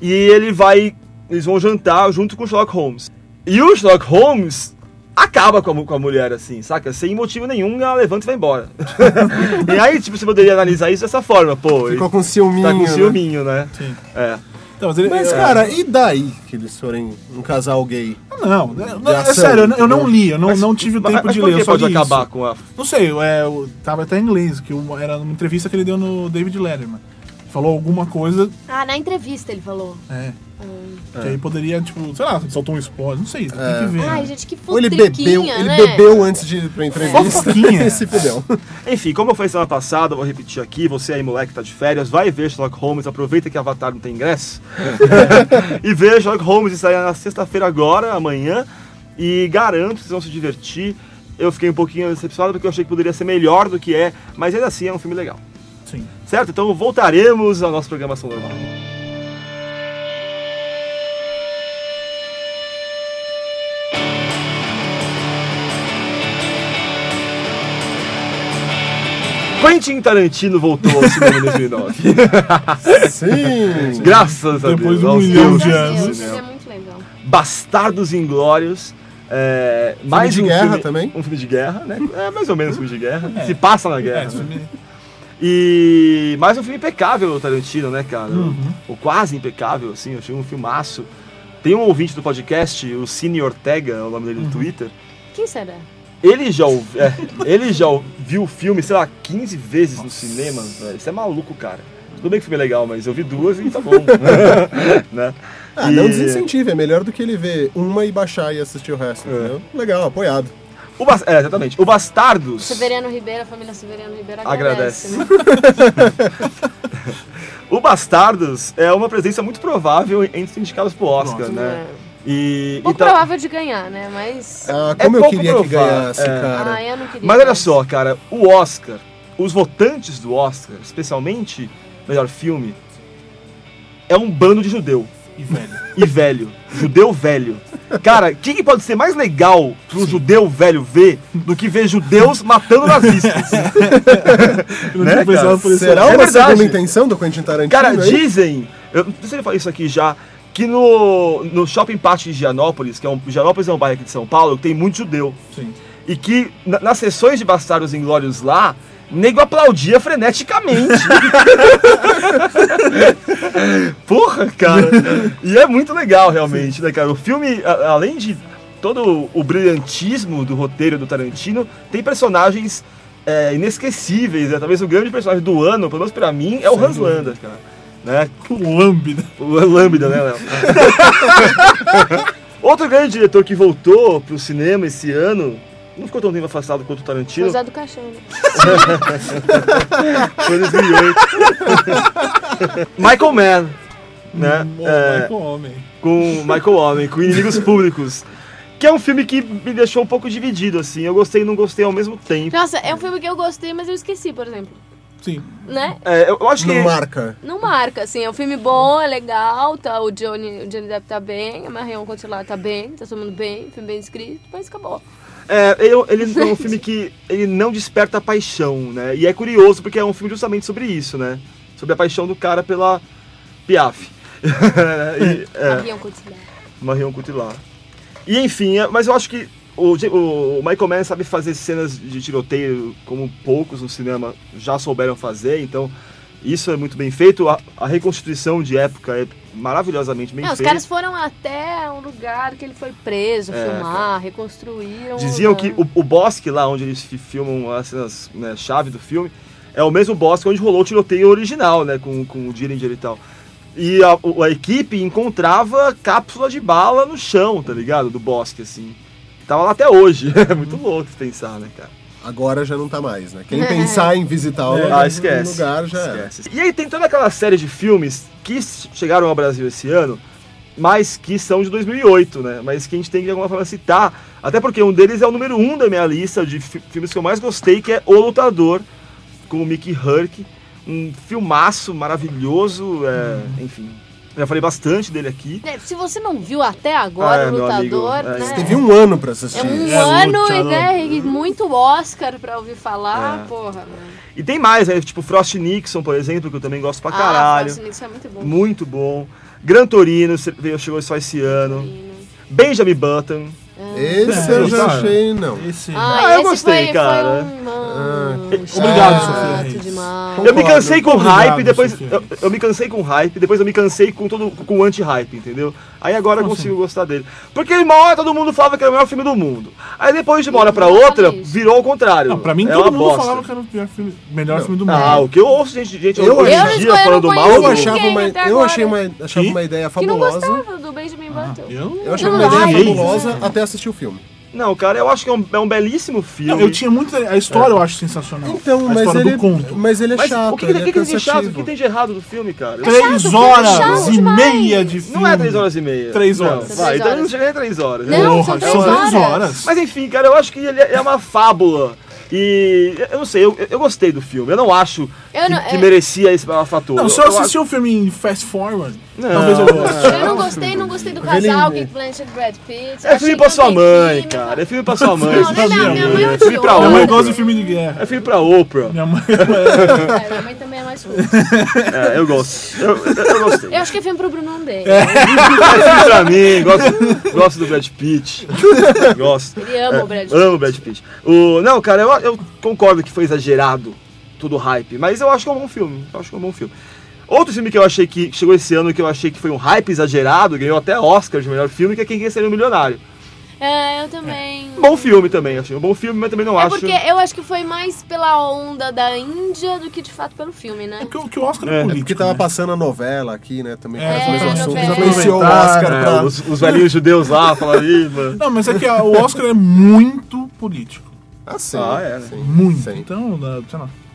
[SPEAKER 7] e ele vai. Eles vão jantar junto com o Sherlock Holmes. E o Sherlock Holmes acaba com a, mu- com a mulher, assim, saca? Sem motivo nenhum, ela levanta e vai embora. e aí, tipo, você poderia analisar isso dessa forma, pô. ele
[SPEAKER 8] Ficou com ciúminho.
[SPEAKER 7] tá com
[SPEAKER 8] né?
[SPEAKER 7] ciúminho, né?
[SPEAKER 10] Sim.
[SPEAKER 7] É.
[SPEAKER 10] Então, mas ele,
[SPEAKER 8] Mas,
[SPEAKER 10] eu-
[SPEAKER 8] cara, e daí que eles forem um casal gay?
[SPEAKER 10] Não, não,
[SPEAKER 8] De
[SPEAKER 10] é
[SPEAKER 8] ação,
[SPEAKER 10] sério, eu não- eu não
[SPEAKER 8] entendeu?
[SPEAKER 10] li, eu não,
[SPEAKER 7] Mas-
[SPEAKER 10] não tive o
[SPEAKER 7] mas-
[SPEAKER 10] tempo
[SPEAKER 7] mas
[SPEAKER 10] de
[SPEAKER 7] por
[SPEAKER 10] ler,
[SPEAKER 7] que
[SPEAKER 10] eu só
[SPEAKER 7] pode
[SPEAKER 10] li
[SPEAKER 7] acabar
[SPEAKER 10] isso.
[SPEAKER 7] com a
[SPEAKER 10] Não sei, eu, é, eu tava até em inglês, que eu- era uma entrevista que ele deu no David Letterman. falou alguma coisa
[SPEAKER 9] Ah, na entrevista ele falou.
[SPEAKER 10] é,
[SPEAKER 7] Hum.
[SPEAKER 10] que aí poderia, tipo, sei lá, soltou um spoiler, não
[SPEAKER 7] É.
[SPEAKER 10] sei, tem que ver.
[SPEAKER 9] Ai,
[SPEAKER 10] né?
[SPEAKER 9] gente, que
[SPEAKER 8] É. Ou ele
[SPEAKER 9] futriquinha,
[SPEAKER 8] bebeu, ele
[SPEAKER 9] né?
[SPEAKER 8] bebeu um antes de ir pra entrevista.
[SPEAKER 10] Fofoquinha.
[SPEAKER 8] se fudeu.
[SPEAKER 7] Enfim, como eu falei semana passada, eu vou repetir aqui, você aí moleque tá de férias, vai ver Sherlock Holmes, aproveita que Avatar não tem ingresso. e veja Sherlock Holmes, isso aí é na sexta-feira agora, amanhã, e garanto, vocês vão se divertir. Eu fiquei um pouquinho decepcionado porque eu achei que poderia ser melhor do que é, mas ainda assim é um filme legal.
[SPEAKER 10] Sim.
[SPEAKER 7] Certo? Então voltaremos à nossa programação normal. Quentin Tarantino voltou ao cinema em 2009.
[SPEAKER 8] Sim.
[SPEAKER 7] Graças a Deus.
[SPEAKER 10] Depois de um
[SPEAKER 7] aos
[SPEAKER 10] milhão
[SPEAKER 7] filmes
[SPEAKER 10] de
[SPEAKER 7] do
[SPEAKER 10] anos.
[SPEAKER 9] Deus,
[SPEAKER 7] cinema.
[SPEAKER 9] isso é muito legal.
[SPEAKER 7] Bastardos Inglórios. É, mais
[SPEAKER 8] de
[SPEAKER 7] um
[SPEAKER 8] guerra
[SPEAKER 7] filme-
[SPEAKER 8] também?
[SPEAKER 7] Um filme de guerra, né? É mais ou menos um filme de guerra. Se passa na
[SPEAKER 10] É,
[SPEAKER 7] guerra.
[SPEAKER 10] esse
[SPEAKER 7] né?
[SPEAKER 10] filme-
[SPEAKER 7] E mais um filme impecável, o Tarantino, né, cara?
[SPEAKER 8] Uhum.
[SPEAKER 7] Ou quase impecável, assim. Eu achei um filmaço. Tem um ouvinte do podcast, o Cine Ortega, é o nome
[SPEAKER 8] Uhum.
[SPEAKER 7] dele no Twitter.
[SPEAKER 9] Quem será?
[SPEAKER 7] Ele já, ouvi- é, ele já viu o filme, sei lá, 15 vezes no cinema. velho. Isso é maluco, cara. Tudo bem que o filme é legal, mas eu vi duas e tá bom. né?
[SPEAKER 8] Ah,
[SPEAKER 7] E-
[SPEAKER 8] não desincentive, é melhor do que ele ver uma e baixar e assistir o
[SPEAKER 7] É.
[SPEAKER 8] resto, entendeu? Legal, apoiado.
[SPEAKER 7] o Bas- é, exatamente. O Bastardos.
[SPEAKER 9] Severino Ribeiro, a família Severino Ribeiro
[SPEAKER 7] Agradece.
[SPEAKER 9] agradece. né?
[SPEAKER 7] O Bastardos é uma presença muito provável entre os indicados pro Oscar,
[SPEAKER 10] Nossa,
[SPEAKER 7] né? E,
[SPEAKER 9] É. Pouco
[SPEAKER 7] então-
[SPEAKER 9] provável de ganhar, né? Mas.
[SPEAKER 8] Ah, como eu
[SPEAKER 7] É pouco
[SPEAKER 8] queria que
[SPEAKER 7] provável,
[SPEAKER 8] ganhasse,
[SPEAKER 7] é.
[SPEAKER 8] cara.
[SPEAKER 9] Ah, eu não queria.
[SPEAKER 7] Mas olha
[SPEAKER 9] mais.
[SPEAKER 7] só, cara, o Oscar, os votantes do Oscar, especialmente melhor filme, é um bando de judeu
[SPEAKER 10] E velho.
[SPEAKER 7] e velho. judeu velho. Cara, o que, que pode ser mais legal pro judeu velho ver do que ver judeus matando nazistas?
[SPEAKER 10] Eu não
[SPEAKER 7] Né,
[SPEAKER 10] tinha pensado
[SPEAKER 7] cara?
[SPEAKER 10] por isso.
[SPEAKER 8] Será
[SPEAKER 7] É
[SPEAKER 8] uma
[SPEAKER 7] verdade.
[SPEAKER 8] segunda intenção do Quentin Tarantino?
[SPEAKER 7] Cara,
[SPEAKER 8] aí?
[SPEAKER 7] dizem, eu não sei se eu falei isso aqui já, que no, no shopping party de Gianópolis, que é um, Gianópolis é um bairro aqui de São Paulo, que tem muito judeu.
[SPEAKER 10] Sim.
[SPEAKER 7] E que na- nas sessões de Bastardos Inglórios lá, nego aplaudia freneticamente. Porra, cara. E é muito legal, realmente, né, cara? O filme, a- além de todo o brilhantismo do roteiro do Tarantino, tem personagens é, inesquecíveis, né? Talvez o grande personagem do ano, pelo menos pra mim, é o Hans Landa, cara. Né?
[SPEAKER 10] O Lambda.
[SPEAKER 7] O Lambda, né, Léo? Outro grande diretor que voltou pro cinema esse ano, não ficou tão tempo afastado quanto o Tarantino,
[SPEAKER 9] Mas é do caixão, né?
[SPEAKER 7] foi em 2008. Michael Mann, né?
[SPEAKER 10] Bom,
[SPEAKER 7] É,
[SPEAKER 10] Michael Homem.
[SPEAKER 7] com Michael Owen, com Inimigos Públicos. Que é um filme que me deixou um pouco dividido, assim. Eu gostei e não gostei ao mesmo tempo.
[SPEAKER 9] Nossa, é um filme que eu gostei, mas eu esqueci, por exemplo.
[SPEAKER 10] Sim.
[SPEAKER 9] Né?
[SPEAKER 7] É, eu, eu acho que.
[SPEAKER 8] Não marca.
[SPEAKER 9] Não marca, assim. É um filme bom, é legal, tá? O Johnny, o Johnny Depp tá bem, a Marion Cotillard tá bem, tá todo mundo bem, filme bem escrito, mas acabou.
[SPEAKER 7] É, eu- ele é um filme que ele não desperta paixão, né? E é curioso porque é um filme justamente sobre isso, né? Sobre a paixão do cara pela Piaf. e, é,
[SPEAKER 9] Marion Cotillard.
[SPEAKER 7] Marion Cotillard. E enfim, é- mas eu acho que o, Ja- o Michael Mann sabe fazer cenas de tiroteio como poucos no cinema já souberam fazer, então isso é muito bem feito. A, a reconstituição de época é maravilhosamente bem
[SPEAKER 9] Não, os
[SPEAKER 7] feita.
[SPEAKER 9] caras foram até um lugar que ele foi preso, filmar, reconstruíram.
[SPEAKER 7] É, Diziam
[SPEAKER 9] né?
[SPEAKER 7] que o, o bosque lá onde eles fi- filmam as cenas né, chave do filme é o mesmo bosque onde rolou o tiroteio original, né? Com, com o Dillinger e tal. E a, o- a equipe encontrava cápsula de bala no chão, tá ligado? Do bosque, assim. Tava lá até hoje. É muito louco pensar, né, cara?
[SPEAKER 8] Agora já não tá mais, né? Quem pensar em visitar o
[SPEAKER 7] Ah,
[SPEAKER 8] lugar,
[SPEAKER 7] esquece.
[SPEAKER 8] o né? lugar já é. era.
[SPEAKER 7] esquece. E aí tem toda aquela série de filmes que s- chegaram ao Brasil esse ano, mas que são de 2008, né? Mas que a gente tem que de alguma forma citar. Até porque um deles é o número um da minha lista de fi- filmes que eu mais gostei, que é O Lutador, com o Mickey Hurk. Um filmaço maravilhoso, é,
[SPEAKER 8] Hum.
[SPEAKER 7] enfim. Já falei bastante dele aqui.
[SPEAKER 9] É, Se você não viu até agora
[SPEAKER 7] Ah, é,
[SPEAKER 9] o
[SPEAKER 7] meu
[SPEAKER 9] lutador,
[SPEAKER 7] amigo, é,
[SPEAKER 9] né?
[SPEAKER 7] você
[SPEAKER 8] Teve um ano pra assistir.
[SPEAKER 9] É um
[SPEAKER 10] É,
[SPEAKER 9] ano e
[SPEAKER 10] lutador.
[SPEAKER 9] né, e muito Oscar pra ouvir
[SPEAKER 7] É.
[SPEAKER 9] falar, porra, mano.
[SPEAKER 7] E tem mais, né? Tipo Frost Nixon, por exemplo, que eu também gosto pra
[SPEAKER 9] Ah,
[SPEAKER 7] caralho.
[SPEAKER 9] Frost Nixon é muito bom.
[SPEAKER 7] Muito bom. Gran Torino se- veio- chegou só esse ano. Benjamin Button.
[SPEAKER 8] Esse eu já
[SPEAKER 7] É,
[SPEAKER 10] Gostaram?
[SPEAKER 7] tá.
[SPEAKER 8] achei, não.
[SPEAKER 10] Esse.
[SPEAKER 9] Ah,
[SPEAKER 7] Ah, eu
[SPEAKER 9] esse
[SPEAKER 7] gostei,
[SPEAKER 9] foi,
[SPEAKER 7] cara. Ah.
[SPEAKER 9] Foi um, mano,
[SPEAKER 10] Obrigado,
[SPEAKER 9] chato
[SPEAKER 10] Sofia Reis.
[SPEAKER 9] demais.
[SPEAKER 7] Eu me cansei com
[SPEAKER 10] Obrigado,
[SPEAKER 7] hype, depois.
[SPEAKER 10] Sofia.
[SPEAKER 7] Eu, eu me cansei com hype, depois eu me cansei com todo com anti-hype, entendeu? Aí agora eu consigo
[SPEAKER 10] assim?
[SPEAKER 7] gostar dele. Porque uma hora todo mundo falava que era o melhor filme do mundo. Aí depois de uma hora pra
[SPEAKER 9] Não, é
[SPEAKER 7] outra,
[SPEAKER 9] isso.
[SPEAKER 7] virou ao contrário.
[SPEAKER 10] Não, pra mim
[SPEAKER 7] é
[SPEAKER 10] todo
[SPEAKER 7] uma
[SPEAKER 10] mundo
[SPEAKER 7] bosta.
[SPEAKER 10] falava que era o pior filme, melhor filme do mundo.
[SPEAKER 7] Ah, o que eu ouço, gente, gente
[SPEAKER 8] Eu-
[SPEAKER 7] hoje
[SPEAKER 8] eu
[SPEAKER 9] não
[SPEAKER 7] em dia
[SPEAKER 9] escolhi,
[SPEAKER 7] falando
[SPEAKER 9] eu não
[SPEAKER 7] mal
[SPEAKER 9] conheço
[SPEAKER 8] Eu
[SPEAKER 7] do.
[SPEAKER 9] achava-
[SPEAKER 8] achava uma,
[SPEAKER 9] até
[SPEAKER 8] eu
[SPEAKER 9] agora.
[SPEAKER 8] achei uma, achava
[SPEAKER 10] Que?
[SPEAKER 8] uma ideia
[SPEAKER 9] Que não
[SPEAKER 8] fabulosa.
[SPEAKER 9] gostava do Benjamin
[SPEAKER 7] Ah.
[SPEAKER 9] Button.
[SPEAKER 10] Eu,
[SPEAKER 8] Eu achava
[SPEAKER 9] Não
[SPEAKER 8] uma ideia
[SPEAKER 9] vai.
[SPEAKER 8] fabulosa até assistir o filme.
[SPEAKER 7] Não, cara, eu acho que é um, é um belíssimo filme.
[SPEAKER 10] Não, eu tinha muito. A
[SPEAKER 7] É.
[SPEAKER 10] história eu acho sensacional.
[SPEAKER 8] Então,
[SPEAKER 10] a
[SPEAKER 8] mas
[SPEAKER 10] história
[SPEAKER 8] ele,
[SPEAKER 10] do conto.
[SPEAKER 8] mas ele é
[SPEAKER 7] Mas
[SPEAKER 8] chato.
[SPEAKER 7] o que, que,
[SPEAKER 8] ele
[SPEAKER 7] que,
[SPEAKER 8] é
[SPEAKER 7] que tem de chato? O
[SPEAKER 8] cansativo.
[SPEAKER 7] que tem de errado do filme, cara?
[SPEAKER 10] Três
[SPEAKER 7] é
[SPEAKER 9] chato,
[SPEAKER 10] horas
[SPEAKER 9] chato
[SPEAKER 10] e
[SPEAKER 9] demais.
[SPEAKER 10] meia de filme.
[SPEAKER 7] Não é três horas e meia.
[SPEAKER 10] Três
[SPEAKER 7] Não,
[SPEAKER 10] horas.
[SPEAKER 7] vai,
[SPEAKER 9] Três
[SPEAKER 7] então não
[SPEAKER 9] horas.
[SPEAKER 7] chega nem a três horas. É
[SPEAKER 9] Não, são
[SPEAKER 10] Porra,
[SPEAKER 9] três
[SPEAKER 10] são
[SPEAKER 9] horas.
[SPEAKER 10] três horas.
[SPEAKER 7] Mas enfim, cara, eu acho que ele é uma fábula. E eu não sei, eu, eu gostei do filme. Eu não acho
[SPEAKER 9] Eu
[SPEAKER 7] que,
[SPEAKER 9] não-
[SPEAKER 7] que
[SPEAKER 9] é-
[SPEAKER 7] merecia esse fator.
[SPEAKER 10] Não, se eu assistir o filme em fast forward,
[SPEAKER 7] É.
[SPEAKER 10] talvez eu goste.
[SPEAKER 9] Eu não gostei, não gostei do casal, Kate
[SPEAKER 8] Velhinho.
[SPEAKER 9] Blanchett e Brad Pitt.
[SPEAKER 7] É filme
[SPEAKER 9] Achei um
[SPEAKER 7] pra sua mãe,
[SPEAKER 9] cantinho,
[SPEAKER 7] cara. É filme pra sua mãe.
[SPEAKER 9] Não, nem minha, minha mãe
[SPEAKER 7] É filme
[SPEAKER 9] odiou.
[SPEAKER 7] pra
[SPEAKER 10] Minha mãe
[SPEAKER 7] Oprah.
[SPEAKER 10] gosta de filme de guerra.
[SPEAKER 7] É filme pra Oprah.
[SPEAKER 10] Minha mãe.
[SPEAKER 9] É, minha mãe também é mais ruim.
[SPEAKER 7] É, eu gosto. Eu, eu- eu gostei.
[SPEAKER 9] Eu acho que é filme pro Bruno André.
[SPEAKER 7] É filme pra mim. Gosto, gosto do Brad Pitt. Gosto.
[SPEAKER 9] Ele ama o Brad Pitt.
[SPEAKER 7] Amo o Brad Pitt. O, não, cara, eu, eu concordo que foi exagerado todo o hype, mas eu acho que é um bom filme. Eu acho que é um bom filme. Outro filme que eu achei que chegou esse ano que eu achei que foi um hype exagerado, ganhou até Oscar de melhor filme, que é Quem Quer Ser um Milionário.
[SPEAKER 9] É, eu também.
[SPEAKER 7] Bom filme também, achei um bom filme, mas também não
[SPEAKER 9] É
[SPEAKER 7] acho.
[SPEAKER 9] porque eu acho que foi mais pela onda da Índia do que de fato pelo filme, né?
[SPEAKER 10] É porque o- que o Oscar é,
[SPEAKER 7] É,
[SPEAKER 10] político.
[SPEAKER 8] Porque tava
[SPEAKER 10] né?
[SPEAKER 8] passando a novela aqui, né? Também
[SPEAKER 10] É,
[SPEAKER 8] mais um
[SPEAKER 9] a
[SPEAKER 8] assunto.
[SPEAKER 9] novela.
[SPEAKER 8] Influenciou o
[SPEAKER 7] Ah,
[SPEAKER 8] Oscar
[SPEAKER 7] é,
[SPEAKER 8] pra.
[SPEAKER 7] os, os velhinhos judeus lá falaram, ih, mano.
[SPEAKER 10] Não, mas é que a- o Oscar é muito político.
[SPEAKER 8] Ah, sim.
[SPEAKER 7] Ah, é.
[SPEAKER 8] sim,
[SPEAKER 10] Muito.
[SPEAKER 8] sim.
[SPEAKER 10] Então, né, sei lá.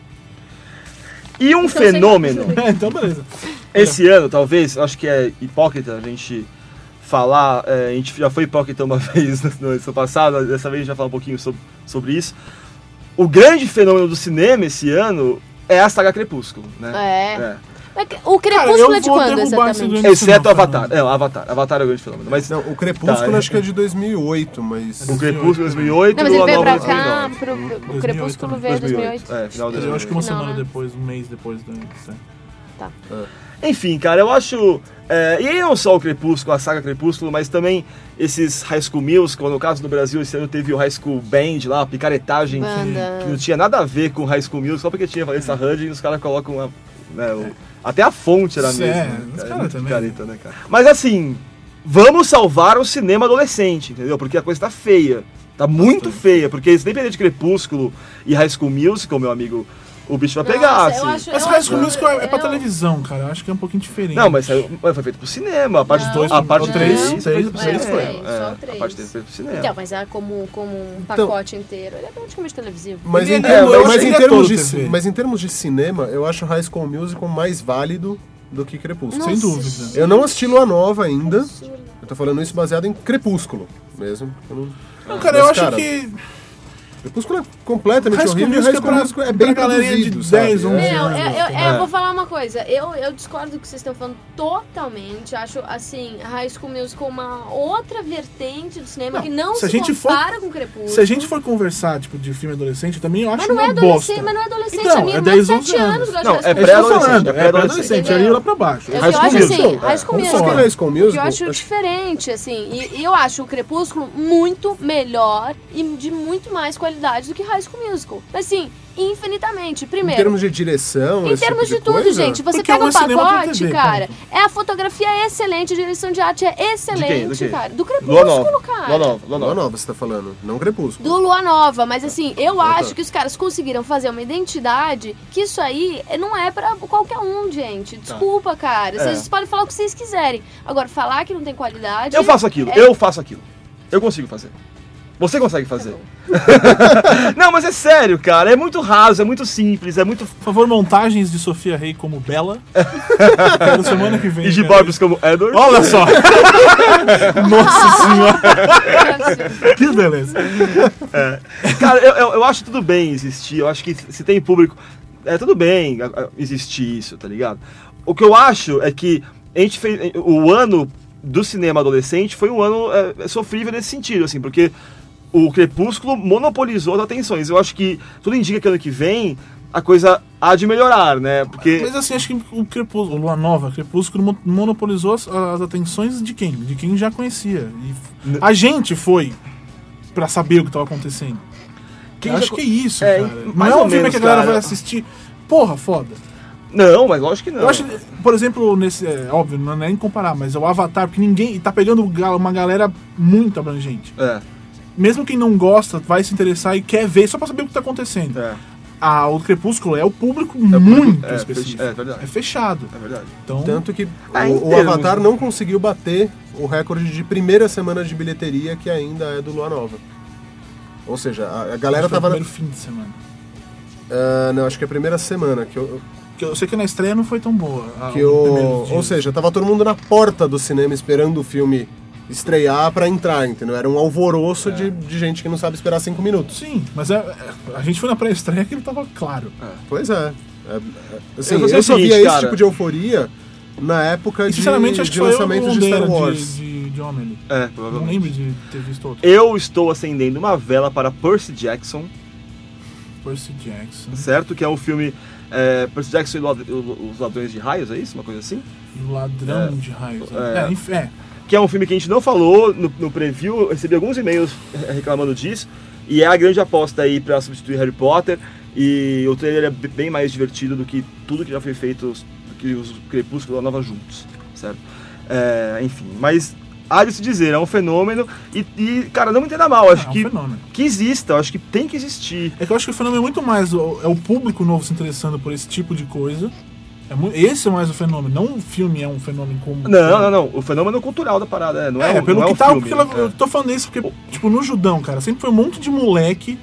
[SPEAKER 7] E um
[SPEAKER 9] Então, sem-
[SPEAKER 7] fenômeno.
[SPEAKER 10] É, então beleza.
[SPEAKER 7] Esse ano, talvez, acho que é hipócrita a gente falar, é, a gente já foi hipócrita uma vez no ano passado, dessa vez a gente vai falar um pouquinho sobre, sobre isso. O grande fenômeno do cinema esse ano é a saga Crepúsculo, né?
[SPEAKER 9] É. Mas que- O
[SPEAKER 10] Cara, eu
[SPEAKER 9] Crepúsculo é de
[SPEAKER 10] vou
[SPEAKER 9] quando,
[SPEAKER 10] derrubar esse
[SPEAKER 9] exatamente?
[SPEAKER 10] grande-
[SPEAKER 7] Exceto
[SPEAKER 10] Não,
[SPEAKER 7] Avatar.
[SPEAKER 10] Fernando.
[SPEAKER 7] É, o Avatar. Avatar é o grande fenômeno. Mas
[SPEAKER 8] Não, o Crepúsculo
[SPEAKER 7] Tá, é.
[SPEAKER 8] acho que é de 2008, mas.
[SPEAKER 7] o Crepúsculo é 2008
[SPEAKER 9] Não, mas ele
[SPEAKER 7] Lua
[SPEAKER 9] veio
[SPEAKER 7] Nova
[SPEAKER 9] pra cá,
[SPEAKER 7] 2009.
[SPEAKER 9] pro, pro- o
[SPEAKER 10] 2008,
[SPEAKER 9] Crepúsculo
[SPEAKER 10] né?
[SPEAKER 9] veio em
[SPEAKER 7] 2008.
[SPEAKER 9] 2008.
[SPEAKER 7] É, final de
[SPEAKER 10] Eu acho que uma
[SPEAKER 9] Não,
[SPEAKER 10] semana
[SPEAKER 9] né?
[SPEAKER 10] depois, um mês depois do.
[SPEAKER 7] Enfim, cara, eu acho. é, e aí não só o Crepúsculo, a saga Crepúsculo, mas também esses High School Musical. No caso do Brasil, esse ano teve o High School Band lá, a picaretagem,
[SPEAKER 9] Banda.
[SPEAKER 7] que não tinha nada a ver com High School Musical, só porque tinha
[SPEAKER 10] É.
[SPEAKER 7] Vanessa Hudgens, os caras colocam a, né, o- até a fonte era a
[SPEAKER 10] É,
[SPEAKER 7] mesma. né,
[SPEAKER 10] os
[SPEAKER 7] cara? É
[SPEAKER 10] caras
[SPEAKER 7] muito
[SPEAKER 10] também,
[SPEAKER 7] picareta, né, cara? Mas assim, vamos salvar o cinema adolescente, entendeu? Porque a coisa tá feia. Tá muito feia, porque se depender de Crepúsculo e High School Musical, meu amigo, o bicho vai pegar.
[SPEAKER 9] Nossa, eu
[SPEAKER 7] assim.
[SPEAKER 9] acho-
[SPEAKER 10] Mas
[SPEAKER 9] eu
[SPEAKER 10] High
[SPEAKER 9] acho-
[SPEAKER 10] School Musical é, é pra
[SPEAKER 9] eu-
[SPEAKER 10] televisão, cara. Eu acho que é um pouquinho diferente.
[SPEAKER 7] Não, mas saiu- mas foi feito pro cinema. A parte
[SPEAKER 10] Não.
[SPEAKER 7] 2,
[SPEAKER 10] Dois
[SPEAKER 7] a
[SPEAKER 10] pro-
[SPEAKER 7] parte
[SPEAKER 10] não,
[SPEAKER 7] 3,
[SPEAKER 10] não,
[SPEAKER 7] foi pro
[SPEAKER 10] não, três
[SPEAKER 7] cinema.
[SPEAKER 10] foi,
[SPEAKER 9] só o
[SPEAKER 7] a
[SPEAKER 9] três.
[SPEAKER 7] parte 3 foi pro cinema.
[SPEAKER 9] Então, mas é como, como um pacote inteiro. Ele é praticamente televisivo.
[SPEAKER 8] Mas
[SPEAKER 10] Ele
[SPEAKER 8] em,
[SPEAKER 10] é-
[SPEAKER 8] termos-
[SPEAKER 10] eu acho
[SPEAKER 8] mas
[SPEAKER 10] que
[SPEAKER 8] em
[SPEAKER 10] ele é
[SPEAKER 8] termos
[SPEAKER 10] todo
[SPEAKER 8] de,
[SPEAKER 10] TV.
[SPEAKER 8] ci- mas em termos de cinema, eu acho High School Musical mais válido do que Crepúsculo.
[SPEAKER 10] Sem
[SPEAKER 9] Nossa,
[SPEAKER 10] dúvida.
[SPEAKER 8] Eu não assisti Lua Nova ainda. Eu tô falando isso baseado em Crepúsculo mesmo. Eu não-
[SPEAKER 10] Não, cara, eu
[SPEAKER 8] Mas,
[SPEAKER 10] acho
[SPEAKER 8] cara,
[SPEAKER 10] que.
[SPEAKER 8] Crepúsculo é completamente
[SPEAKER 10] High School
[SPEAKER 8] horrível. e
[SPEAKER 10] Musical
[SPEAKER 8] High School
[SPEAKER 10] pra-
[SPEAKER 8] Musical é
[SPEAKER 10] pra
[SPEAKER 8] bem
[SPEAKER 10] galerinha de
[SPEAKER 8] produzido, sabe?
[SPEAKER 10] 10, 11
[SPEAKER 8] É.
[SPEAKER 9] Não, eu, eu, eu
[SPEAKER 7] É.
[SPEAKER 9] vou falar uma coisa. Eu, eu discordo do que vocês estão falando totalmente. Acho, assim, High School Musical uma outra vertente do cinema
[SPEAKER 10] Não,
[SPEAKER 9] que não
[SPEAKER 10] se
[SPEAKER 9] se,
[SPEAKER 10] a gente for-
[SPEAKER 9] compara com Crepúsculo.
[SPEAKER 10] Se a gente for conversar, tipo, de filme adolescente, também eu acho
[SPEAKER 9] Mas não é
[SPEAKER 10] uma
[SPEAKER 9] adolescente,
[SPEAKER 10] bosta.
[SPEAKER 9] mas não é adolescente.
[SPEAKER 10] Então,
[SPEAKER 9] a minha
[SPEAKER 10] é
[SPEAKER 9] irmã
[SPEAKER 10] 10,
[SPEAKER 9] de
[SPEAKER 10] 11
[SPEAKER 9] 7 anos
[SPEAKER 10] anos.
[SPEAKER 9] gosta
[SPEAKER 7] Não,
[SPEAKER 9] de High School
[SPEAKER 10] É isso que eu tô
[SPEAKER 7] pré-adolescente,
[SPEAKER 10] falando,
[SPEAKER 7] é
[SPEAKER 10] é pré-adolescente,
[SPEAKER 9] pré-adolescente.
[SPEAKER 10] ali lá pra baixo.
[SPEAKER 9] É o que
[SPEAKER 7] High
[SPEAKER 9] eu
[SPEAKER 7] School
[SPEAKER 9] acho assim,
[SPEAKER 7] Musical, é.
[SPEAKER 9] High School
[SPEAKER 8] Vamos falar
[SPEAKER 9] Musical.
[SPEAKER 8] de High School Musical?
[SPEAKER 9] Que eu acho diferente, assim. E, e eu acho o Crepúsculo muito melhor e de muito mais qualidade do que High School Musical. Assim, infinitamente.
[SPEAKER 8] É. Em
[SPEAKER 9] Primeiro.
[SPEAKER 8] termos de direção,
[SPEAKER 9] Em
[SPEAKER 8] esse
[SPEAKER 9] termos
[SPEAKER 8] tipo
[SPEAKER 9] de, tudo,
[SPEAKER 8] coisa,
[SPEAKER 9] gente. Você
[SPEAKER 10] Porque
[SPEAKER 9] pega
[SPEAKER 10] um
[SPEAKER 9] um
[SPEAKER 10] é cinema, outro é
[SPEAKER 9] pacote,
[SPEAKER 10] TV,
[SPEAKER 9] cara. É a fotografia é excelente, a direção de arte é
[SPEAKER 7] então. De quem? Do
[SPEAKER 9] excelente,
[SPEAKER 7] quê?
[SPEAKER 9] cara. Do
[SPEAKER 7] Lua
[SPEAKER 9] Crepúsculo,
[SPEAKER 7] Nova.
[SPEAKER 9] cara.
[SPEAKER 7] Lua Nova, Lua
[SPEAKER 8] Lua
[SPEAKER 7] Nova.
[SPEAKER 8] Nova você tá falando, não Crepúsculo.
[SPEAKER 9] Do Lua Nova, mas assim, eu acho que os caras conseguiram fazer uma identidade que isso aí é- não é pra qualquer um,
[SPEAKER 7] Tá.
[SPEAKER 9] gente. Desculpa, cara. Vocês podem falar o que vocês quiserem. Agora, falar que não tem qualidade.
[SPEAKER 7] É. Eu faço aquilo,
[SPEAKER 9] É-
[SPEAKER 7] eu faço aquilo. Eu consigo fazer. Você consegue fazer. não, mas é sério, cara. É muito raso, é muito simples, é muito.
[SPEAKER 10] Por favor, montagens de Sofia Rey como Bela. Quero semana que vem.
[SPEAKER 7] E de
[SPEAKER 10] cara.
[SPEAKER 7] Barbies como Edward.
[SPEAKER 10] Olha só. Nossa senhora. Que beleza.
[SPEAKER 7] Cara, eu, eu, eu acho tudo bem existir. Eu acho que se tem público. É tudo bem a- a- existir isso, tá ligado? O que eu acho é que a gente fez. O ano do cinema adolescente foi um ano é, sofrível nesse sentido, assim, porque o Crepúsculo monopolizou as atenções. Eu acho que tudo indica que ano que vem a coisa há de melhorar, né? Porque.
[SPEAKER 10] Mas assim, acho que o Crepúsculo, Lua Nova, Crepúsculo mon- monopolizou as, as atenções de quem? De quem já conhecia. E f- a gente foi pra saber o que tava acontecendo.
[SPEAKER 7] Quem
[SPEAKER 10] Eu
[SPEAKER 7] já
[SPEAKER 10] acho
[SPEAKER 7] co-
[SPEAKER 10] que é isso,
[SPEAKER 7] É,
[SPEAKER 10] cara. Não
[SPEAKER 7] mais
[SPEAKER 10] é
[SPEAKER 7] ou
[SPEAKER 10] um filme
[SPEAKER 7] menos,
[SPEAKER 10] que a galera
[SPEAKER 7] cara.
[SPEAKER 10] vai assistir. Porra, foda.
[SPEAKER 7] Não, mas lógico que não.
[SPEAKER 10] Eu acho, por exemplo, nesse. É, óbvio, não é nem comparar, mas é o Avatar, porque ninguém. Tá pegando ga- uma galera muito abrangente.
[SPEAKER 7] É,
[SPEAKER 10] Mesmo quem não gosta, vai se interessar e quer ver só pra saber o que tá acontecendo.
[SPEAKER 7] é,
[SPEAKER 10] Ah, o Crepúsculo é o público
[SPEAKER 7] público-
[SPEAKER 10] muito
[SPEAKER 7] é,
[SPEAKER 10] específico.
[SPEAKER 7] fecha- é verdade.
[SPEAKER 10] fechado.
[SPEAKER 7] é verdade.
[SPEAKER 10] Então,
[SPEAKER 8] Tanto que
[SPEAKER 7] Ah, em
[SPEAKER 8] o, o
[SPEAKER 9] então.
[SPEAKER 7] termos,
[SPEAKER 8] Avatar
[SPEAKER 7] né?
[SPEAKER 8] não conseguiu bater o recorde de primeira semana de bilheteria, que ainda é do Lua Nova. Ou seja, a, a galera
[SPEAKER 10] acho que foi o
[SPEAKER 8] tava.
[SPEAKER 10] primeiro fim de semana.
[SPEAKER 8] Ah, não, acho que é a primeira semana. Que eu,
[SPEAKER 10] Que eu sei que na estreia não foi tão boa. ah,
[SPEAKER 8] que
[SPEAKER 10] o
[SPEAKER 8] eu,
[SPEAKER 10] primeiro dia.
[SPEAKER 8] ou seja, tava todo mundo na porta do cinema esperando o filme estrear pra entrar, entendeu? Era um alvoroço de, de gente que não sabe esperar cinco minutos.
[SPEAKER 10] Sim, mas é- é- a gente foi na pré-estreia que ele tava claro.
[SPEAKER 8] Pois é. É- é- assim,
[SPEAKER 7] Eu vou
[SPEAKER 8] eu,
[SPEAKER 7] dizer o
[SPEAKER 8] só
[SPEAKER 7] seguinte,
[SPEAKER 8] via esse
[SPEAKER 7] cara.
[SPEAKER 8] tipo de euforia na época
[SPEAKER 10] E
[SPEAKER 8] de,
[SPEAKER 10] sinceramente acho que
[SPEAKER 8] de
[SPEAKER 10] foi eu
[SPEAKER 8] lançamento
[SPEAKER 10] o
[SPEAKER 8] de Star Wars.
[SPEAKER 10] de, de, de homem ali.
[SPEAKER 7] É,
[SPEAKER 10] Não
[SPEAKER 7] provavelmente.
[SPEAKER 10] lembro de ter visto outro.
[SPEAKER 7] Eu estou acendendo uma vela para Percy Jackson,
[SPEAKER 10] Percy Jackson.
[SPEAKER 7] certo? Que é o filme é, Percy Jackson e Lad- o- Os Ladrões de Raios, é isso? Uma coisa assim?
[SPEAKER 10] O Ladrão de raios. né?
[SPEAKER 7] É.
[SPEAKER 10] É, enfim, é.
[SPEAKER 7] que é um filme que a gente não falou no, no preview, eu recebi alguns e-mails eh, reclamando disso, e é a grande aposta aí pra substituir Harry Potter, e o trailer é b- bem mais divertido do que tudo que já foi feito, os- do que os Crepúsculo e a Nova juntos, certo? É, enfim, mas há de se dizer, é um fenômeno, e, e, cara, não me entenda mal, acho
[SPEAKER 10] É um
[SPEAKER 7] que,
[SPEAKER 10] fenômeno.
[SPEAKER 7] que exista, acho que tem que existir.
[SPEAKER 10] É que eu acho que o fenômeno é muito mais o, é o público novo se interessando por esse tipo de coisa. É mu- esse é mais o fenômeno, não o filme é um fenômeno como.
[SPEAKER 7] Não, não, não, o fenômeno cultural da parada, é, não é,
[SPEAKER 10] É,
[SPEAKER 7] o-
[SPEAKER 10] pelo
[SPEAKER 7] não é
[SPEAKER 10] que
[SPEAKER 7] o
[SPEAKER 10] tá,
[SPEAKER 7] filme,
[SPEAKER 10] porque ela-
[SPEAKER 7] é.
[SPEAKER 10] eu tô falando isso porque, tipo, no Judão, cara, sempre foi um monte de moleque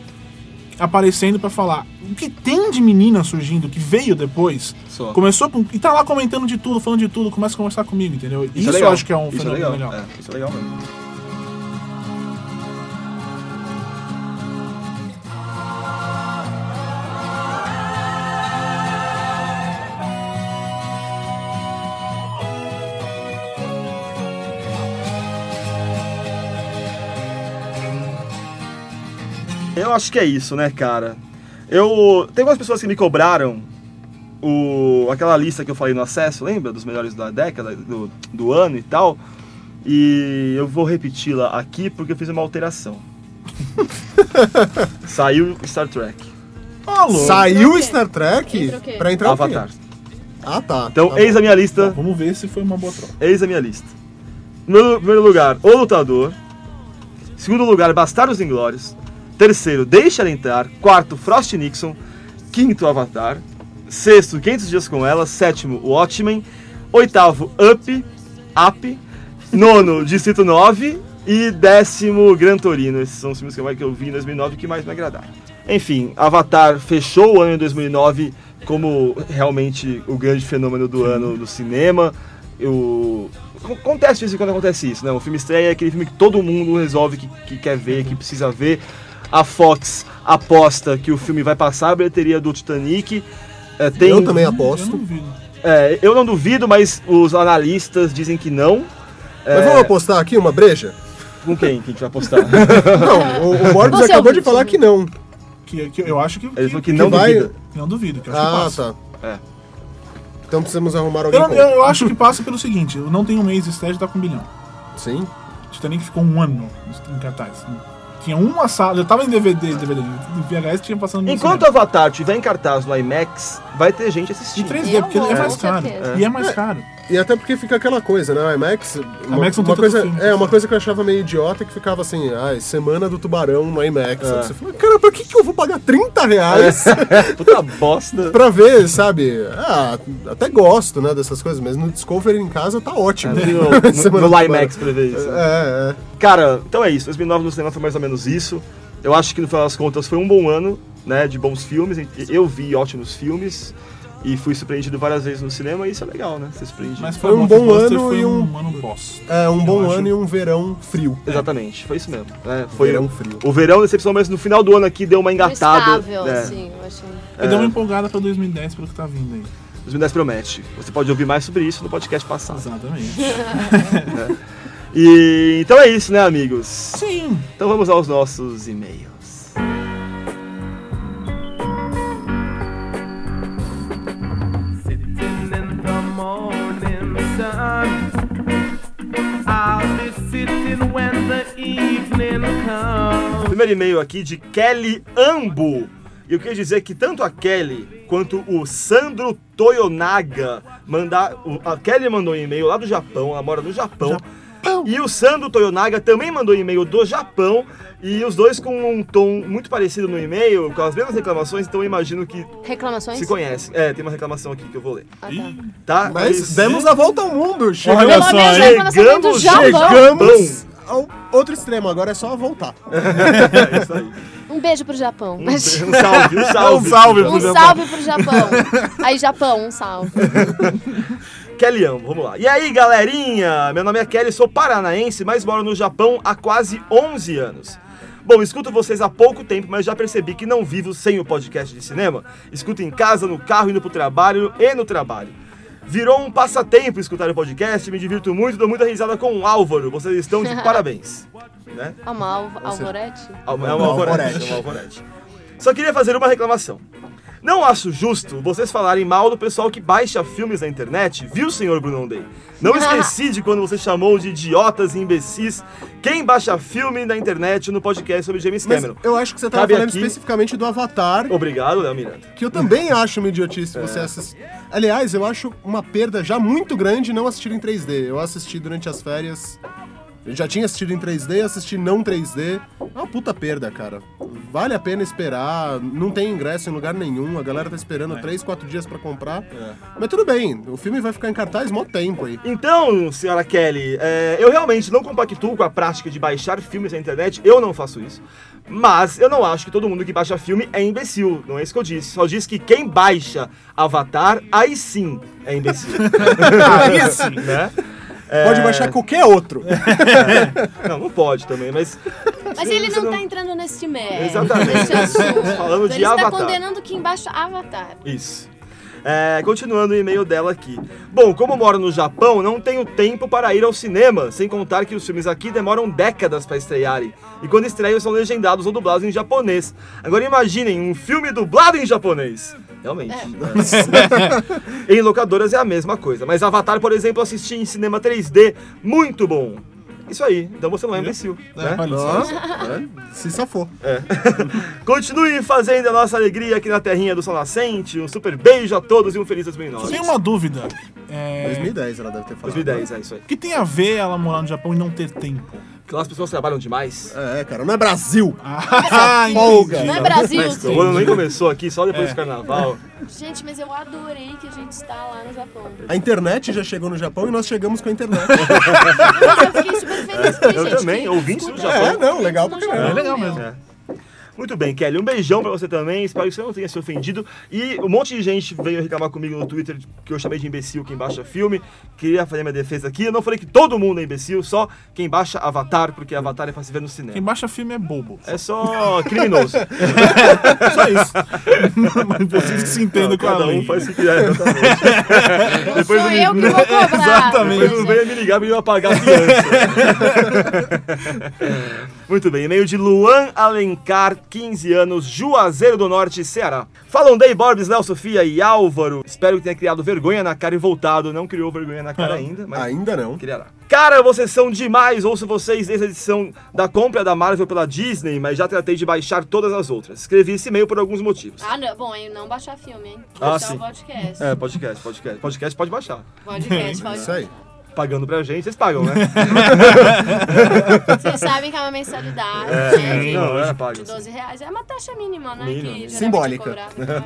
[SPEAKER 10] aparecendo pra falar. O que tem de menina surgindo que veio depois?
[SPEAKER 7] Só.
[SPEAKER 10] Começou com- e tá lá comentando de tudo, falando de tudo, começa a conversar comigo, entendeu? Isso,
[SPEAKER 7] é
[SPEAKER 10] eu
[SPEAKER 7] legal,
[SPEAKER 10] acho que é um
[SPEAKER 7] isso
[SPEAKER 10] fenômeno
[SPEAKER 7] legal,
[SPEAKER 10] legal.
[SPEAKER 7] é, isso é legal mesmo. Eu acho que é isso, né, cara? Eu. Tem algumas pessoas que me cobraram o, aquela lista que eu falei no acesso, lembra? Dos melhores da década, do, do ano e tal. E eu vou repeti-la aqui porque eu fiz uma alteração. Saiu Star Trek,
[SPEAKER 10] Ó, louco.
[SPEAKER 8] Saiu
[SPEAKER 9] Entrou o quê?
[SPEAKER 8] Star Trek
[SPEAKER 9] Entrou o quê?
[SPEAKER 8] pra entrar o quê?
[SPEAKER 7] Avatar.
[SPEAKER 8] Ah, tá.
[SPEAKER 7] Então,
[SPEAKER 8] tá
[SPEAKER 7] eis a minha
[SPEAKER 10] Tá,
[SPEAKER 7] lista.
[SPEAKER 10] vamos ver se foi uma boa troca.
[SPEAKER 7] Eis a minha lista. No primeiro lugar, O Lutador. Segundo lugar, Bastardos Inglórios. Terceiro, Deixa Ela Entrar. Quarto, Frost Nixon. Quinto, Avatar. Sexto, 500 Dias com Ela. Sétimo, Watchmen. Oitavo, Up. Up. Nono, Distrito 9. E décimo, Gran Torino. Esses são os filmes que eu- que eu vi em 2009 que mais me agradaram. Enfim, Avatar fechou o ano em 2009 como realmente o grande fenômeno do ano do cinema. Eu... Acontece de vez em quando acontece isso, né? O filme estreia é aquele filme que todo mundo resolve que, que quer ver, que precisa ver. A Fox aposta que o filme vai passar a bilheteria do Titanic. É, tem...
[SPEAKER 8] Eu também
[SPEAKER 10] Eu
[SPEAKER 8] aposto.
[SPEAKER 10] não vi.
[SPEAKER 7] É, eu não duvido, mas os analistas dizem que não. É.
[SPEAKER 8] Mas vamos apostar aqui uma breja?
[SPEAKER 7] Com quem? Quem que vai apostar?
[SPEAKER 8] Não, o, o Morbius
[SPEAKER 9] Você é
[SPEAKER 8] acabou de
[SPEAKER 9] ouvinte,
[SPEAKER 8] falar
[SPEAKER 9] né?
[SPEAKER 8] que não.
[SPEAKER 10] Que, que eu acho que.
[SPEAKER 7] Ele falou que
[SPEAKER 8] Que
[SPEAKER 7] não
[SPEAKER 8] vai-
[SPEAKER 7] duvida.
[SPEAKER 10] Não duvido, que eu acho que
[SPEAKER 8] Ah,
[SPEAKER 10] passa.
[SPEAKER 8] tá.
[SPEAKER 7] É.
[SPEAKER 8] Então precisamos arrumar alguém
[SPEAKER 10] Eu,
[SPEAKER 8] com.
[SPEAKER 10] eu- eu acho que passa pelo seguinte: eu não tem um mês de estreia já tá com um bilhão.
[SPEAKER 8] Sim.
[SPEAKER 10] Titanic ficou um ano em cartaz. Tinha uma sala, eu tava em DVD, DVD em VHS tinha passando no
[SPEAKER 7] Enquanto Avatar estiver em cartaz no IMAX, vai ter gente
[SPEAKER 10] cinema.
[SPEAKER 7] assistindo.
[SPEAKER 10] em 3D, porque ele é
[SPEAKER 9] Com
[SPEAKER 10] mais caro.
[SPEAKER 9] certeza.
[SPEAKER 10] E é mais caro.
[SPEAKER 8] E até porque fica aquela coisa, né? A IMAX. Uma,
[SPEAKER 10] IMAX não tem
[SPEAKER 8] uma coisa,
[SPEAKER 10] tanto filme,
[SPEAKER 8] É, uma
[SPEAKER 10] assim.
[SPEAKER 8] coisa que eu achava meio idiota que ficava assim, ai, semana do tubarão no IMAX.
[SPEAKER 7] É.
[SPEAKER 8] Aí Você fala, cara, pra que, que eu vou pagar 30 reais
[SPEAKER 7] Puta bosta.
[SPEAKER 8] pra ver, sabe? Ah, até gosto, né, dessas coisas, mas no Discovery em casa tá ótimo.
[SPEAKER 7] No, É, no, no
[SPEAKER 8] Semana do Tubarão.
[SPEAKER 7] IMAX pra ver isso.
[SPEAKER 8] É, é.
[SPEAKER 7] Cara, então é isso. 2009 no cinema foi mais ou menos isso. Eu acho que no final das contas foi um bom ano, né? De bons filmes. Eu vi ótimos filmes e fui surpreendido várias vezes no cinema e isso é legal, né? Ser surpreendido.
[SPEAKER 10] Mas
[SPEAKER 8] Foi um bom
[SPEAKER 10] blockbuster,
[SPEAKER 8] ano
[SPEAKER 10] foi
[SPEAKER 8] e um-
[SPEAKER 10] um ano boss.
[SPEAKER 8] É um bom
[SPEAKER 10] acho-
[SPEAKER 8] ano e um verão frio. É,
[SPEAKER 7] Exatamente, foi isso mesmo. né? Foi
[SPEAKER 11] um
[SPEAKER 8] Verão frio.
[SPEAKER 7] O verão decepcionou, mas no final do ano aqui deu uma engatada.
[SPEAKER 9] Estável,
[SPEAKER 7] né?
[SPEAKER 9] assim, eu achei.
[SPEAKER 10] Eu dei uma empolgada pra 2010 pelo que tá vindo aí.
[SPEAKER 7] 2010 promete. Você pode ouvir mais sobre isso no podcast passado.
[SPEAKER 10] Exatamente.
[SPEAKER 7] E então é isso, né, amigos?
[SPEAKER 10] Sim.
[SPEAKER 7] Então vamos aos nossos e-mails. primeiro e-mail aqui de Kelly Ambo. E eu queria dizer que tanto a Kelly quanto o Sandro Toyonaga mandar. o- A Kelly mandou um e-mail lá do Japão, ela mora no Japão. E o Sandro Toyonaga também mandou um e-mail do Japão. E os dois com um tom muito parecido no e-mail, com as mesmas reclamações, então eu imagino que
[SPEAKER 9] Reclamações?
[SPEAKER 7] se conhece. É, tem uma reclamação aqui que eu vou ler.
[SPEAKER 9] Ah, tá.
[SPEAKER 7] Tá?
[SPEAKER 11] Mas demos a volta ao mundo.
[SPEAKER 10] Olha
[SPEAKER 11] Chegamos,
[SPEAKER 9] Pelo
[SPEAKER 10] só,
[SPEAKER 9] menos a
[SPEAKER 10] hein?
[SPEAKER 9] reclamação vem do
[SPEAKER 7] Chegamos,
[SPEAKER 9] Japão.
[SPEAKER 11] chegamos ao outro extremo. Agora é só voltar.
[SPEAKER 7] É isso aí.
[SPEAKER 9] Um beijo pro Japão.
[SPEAKER 7] Um, salve, um salve.
[SPEAKER 10] Um salve
[SPEAKER 9] Um
[SPEAKER 10] pro Japão.
[SPEAKER 9] salve pro Japão. Aí, Japão, um salve.
[SPEAKER 7] Kelly Amo, vamos lá. E aí, galerinha? Meu nome é Kelly, sou paranaense, mas moro no Japão há quase 11 anos. Bom, escuto vocês há pouco tempo, mas já percebi que não vivo sem o podcast de cinema. Escuto em casa, no carro, indo pro trabalho e no trabalho. Virou um passatempo escutar o podcast, me divirto muito, dou muita risada com o Álvaro. Vocês estão de parabéns. Né?
[SPEAKER 9] Ah, uma Al Alvorete?
[SPEAKER 7] É uma alvorete. é uma alvorete. Só queria fazer uma reclamação. Não acho justo vocês falarem mal do pessoal que baixa filmes na internet, viu, senhor Brunão Day? Não esqueci de quando você chamou de idiotas e imbecis quem baixa filme na internet no podcast sobre James
[SPEAKER 8] Mas
[SPEAKER 7] Cameron.
[SPEAKER 8] eu acho que você tava
[SPEAKER 7] Cabe
[SPEAKER 8] falando
[SPEAKER 7] aqui-
[SPEAKER 8] especificamente do Avatar,
[SPEAKER 7] Obrigado, Léo Miranda.
[SPEAKER 8] que eu também acho uma idiotice você assistir. Aliás, eu acho uma perda já muito grande não assistir em 3D. Eu assisti durante as férias. Eu já tinha assistido em 3D, assisti não 3D. É uma puta perda, cara. Vale a pena esperar, não tem ingresso em lugar nenhum, a galera tá esperando 3, 4 dias pra comprar.
[SPEAKER 10] É.
[SPEAKER 8] Mas tudo bem, o filme vai ficar em cartaz mó tempo aí.
[SPEAKER 7] Então, senhora Kelly, é, eu realmente não compactuo com a prática de baixar filmes na internet, eu não faço isso. Mas eu não acho que todo mundo que baixa filme é imbecil, não é isso que eu disse. Só disse que quem baixa Avatar, aí sim é imbecil.
[SPEAKER 10] Aí assim.
[SPEAKER 7] né?
[SPEAKER 10] É.
[SPEAKER 11] Pode baixar qualquer outro.
[SPEAKER 7] Não, não pode também, mas.
[SPEAKER 9] Mas ele não tá entrando nesse mérito.
[SPEAKER 7] Exatamente.
[SPEAKER 9] Nesse assunto.
[SPEAKER 7] Falando
[SPEAKER 9] Então
[SPEAKER 7] de
[SPEAKER 9] ele está
[SPEAKER 7] Avatar.
[SPEAKER 9] condenando aqui embaixo Avatar.
[SPEAKER 7] Isso. É, continuando o e-mail dela aqui. Bom, como moro no Japão, não tenho tempo para ir ao cinema, sem contar que os filmes aqui demoram décadas para estrearem. E quando estreiam, são legendados ou dublados em japonês. Agora imaginem um filme dublado em japonês. Realmente. É. em locadoras é a mesma coisa. Mas Avatar, por exemplo, assisti em cinema 3D, muito bom. Isso aí, então você não é imbecil. Né?
[SPEAKER 10] Olha só.
[SPEAKER 8] Se safou.
[SPEAKER 7] Continue fazendo a nossa alegria aqui na terrinha do Sol Nascente. Um super beijo a todos e um feliz
[SPEAKER 10] Eu
[SPEAKER 7] 2009.
[SPEAKER 10] tenho uma dúvida. É,
[SPEAKER 8] 2010 ela deve ter falado.
[SPEAKER 7] 2010, é isso aí.
[SPEAKER 10] o que tem a ver ela morar no Japão e não ter tempo?
[SPEAKER 7] Porque lá as pessoas trabalham demais.
[SPEAKER 8] É, cara, não é Brasil.
[SPEAKER 10] Ah,
[SPEAKER 8] folga.
[SPEAKER 10] entendi.
[SPEAKER 9] Não é Brasil,
[SPEAKER 7] Mas
[SPEAKER 9] sim.
[SPEAKER 7] o ano nem começou aqui, só depois do carnaval.
[SPEAKER 9] Gente, mas eu adorei que a gente está lá no Japão.
[SPEAKER 8] A internet já chegou no Japão e nós chegamos com a internet.
[SPEAKER 9] Nossa, eu fiquei super feliz com
[SPEAKER 7] Eu
[SPEAKER 9] gente
[SPEAKER 7] também,
[SPEAKER 9] que
[SPEAKER 7] ouvintes do
[SPEAKER 9] escuta
[SPEAKER 7] Japão.
[SPEAKER 9] gente
[SPEAKER 8] É, não, legal
[SPEAKER 9] no
[SPEAKER 8] pra
[SPEAKER 9] Japão,
[SPEAKER 10] É legal
[SPEAKER 9] meu.
[SPEAKER 10] mesmo.
[SPEAKER 7] Muito bem, Kelly. Um beijão pra você também. Espero que você não tenha se ofendido. E um monte de gente veio reclamar comigo no Twitter que eu chamei de imbecil quem baixa filme. Queria fazer minha defesa aqui. Eu não falei que todo mundo é imbecil, só quem baixa Avatar, porque Avatar é pra se ver no
[SPEAKER 10] Quem
[SPEAKER 7] cinema.
[SPEAKER 10] baixa filme é bobo.
[SPEAKER 7] É só criminoso.
[SPEAKER 10] Só isso. Mas vocês que se entendam com a
[SPEAKER 7] Cada um
[SPEAKER 10] lei.
[SPEAKER 7] faz o que quiser, exatamente.
[SPEAKER 9] Sou
[SPEAKER 7] Depois
[SPEAKER 9] eu que vou cobrar.
[SPEAKER 10] Exatamente.
[SPEAKER 7] Depois não venha me ligar pra eu apagar a fiança. Muito bem, e-mail de Luan Alencar, 15 anos, Juazeiro do Norte, Ceará. Falam Day Borbs, Léo, Sofia e Álvaro. Espero que tenha criado vergonha na cara e voltado. Não criou vergonha na
[SPEAKER 10] Ah.
[SPEAKER 7] cara ainda, mas
[SPEAKER 8] Ainda não.
[SPEAKER 7] criará. Cara, vocês são demais! Ouço vocês desde a edição da compra da Marvel pela Disney, mas já tratei de baixar todas as outras. Escrevi esse e-mail por alguns motivos.
[SPEAKER 9] Ah, não, bom, aí não baixar filme, hein?
[SPEAKER 7] Ah,
[SPEAKER 9] Só
[SPEAKER 7] sim.
[SPEAKER 9] podcast.
[SPEAKER 7] É, podcast, podcast. Podcast pode baixar.
[SPEAKER 9] Podcast, podcast.
[SPEAKER 8] Isso aí.
[SPEAKER 7] Pagando pra gente, vocês pagam, né?
[SPEAKER 9] Vocês sabem que é uma mensalidade, né?
[SPEAKER 7] Não, era
[SPEAKER 9] De
[SPEAKER 7] pago.
[SPEAKER 9] 12 reais. É uma taxa mínima, né?
[SPEAKER 7] Mínima.
[SPEAKER 9] Que geralmente é
[SPEAKER 8] Simbólica.
[SPEAKER 9] cobrada.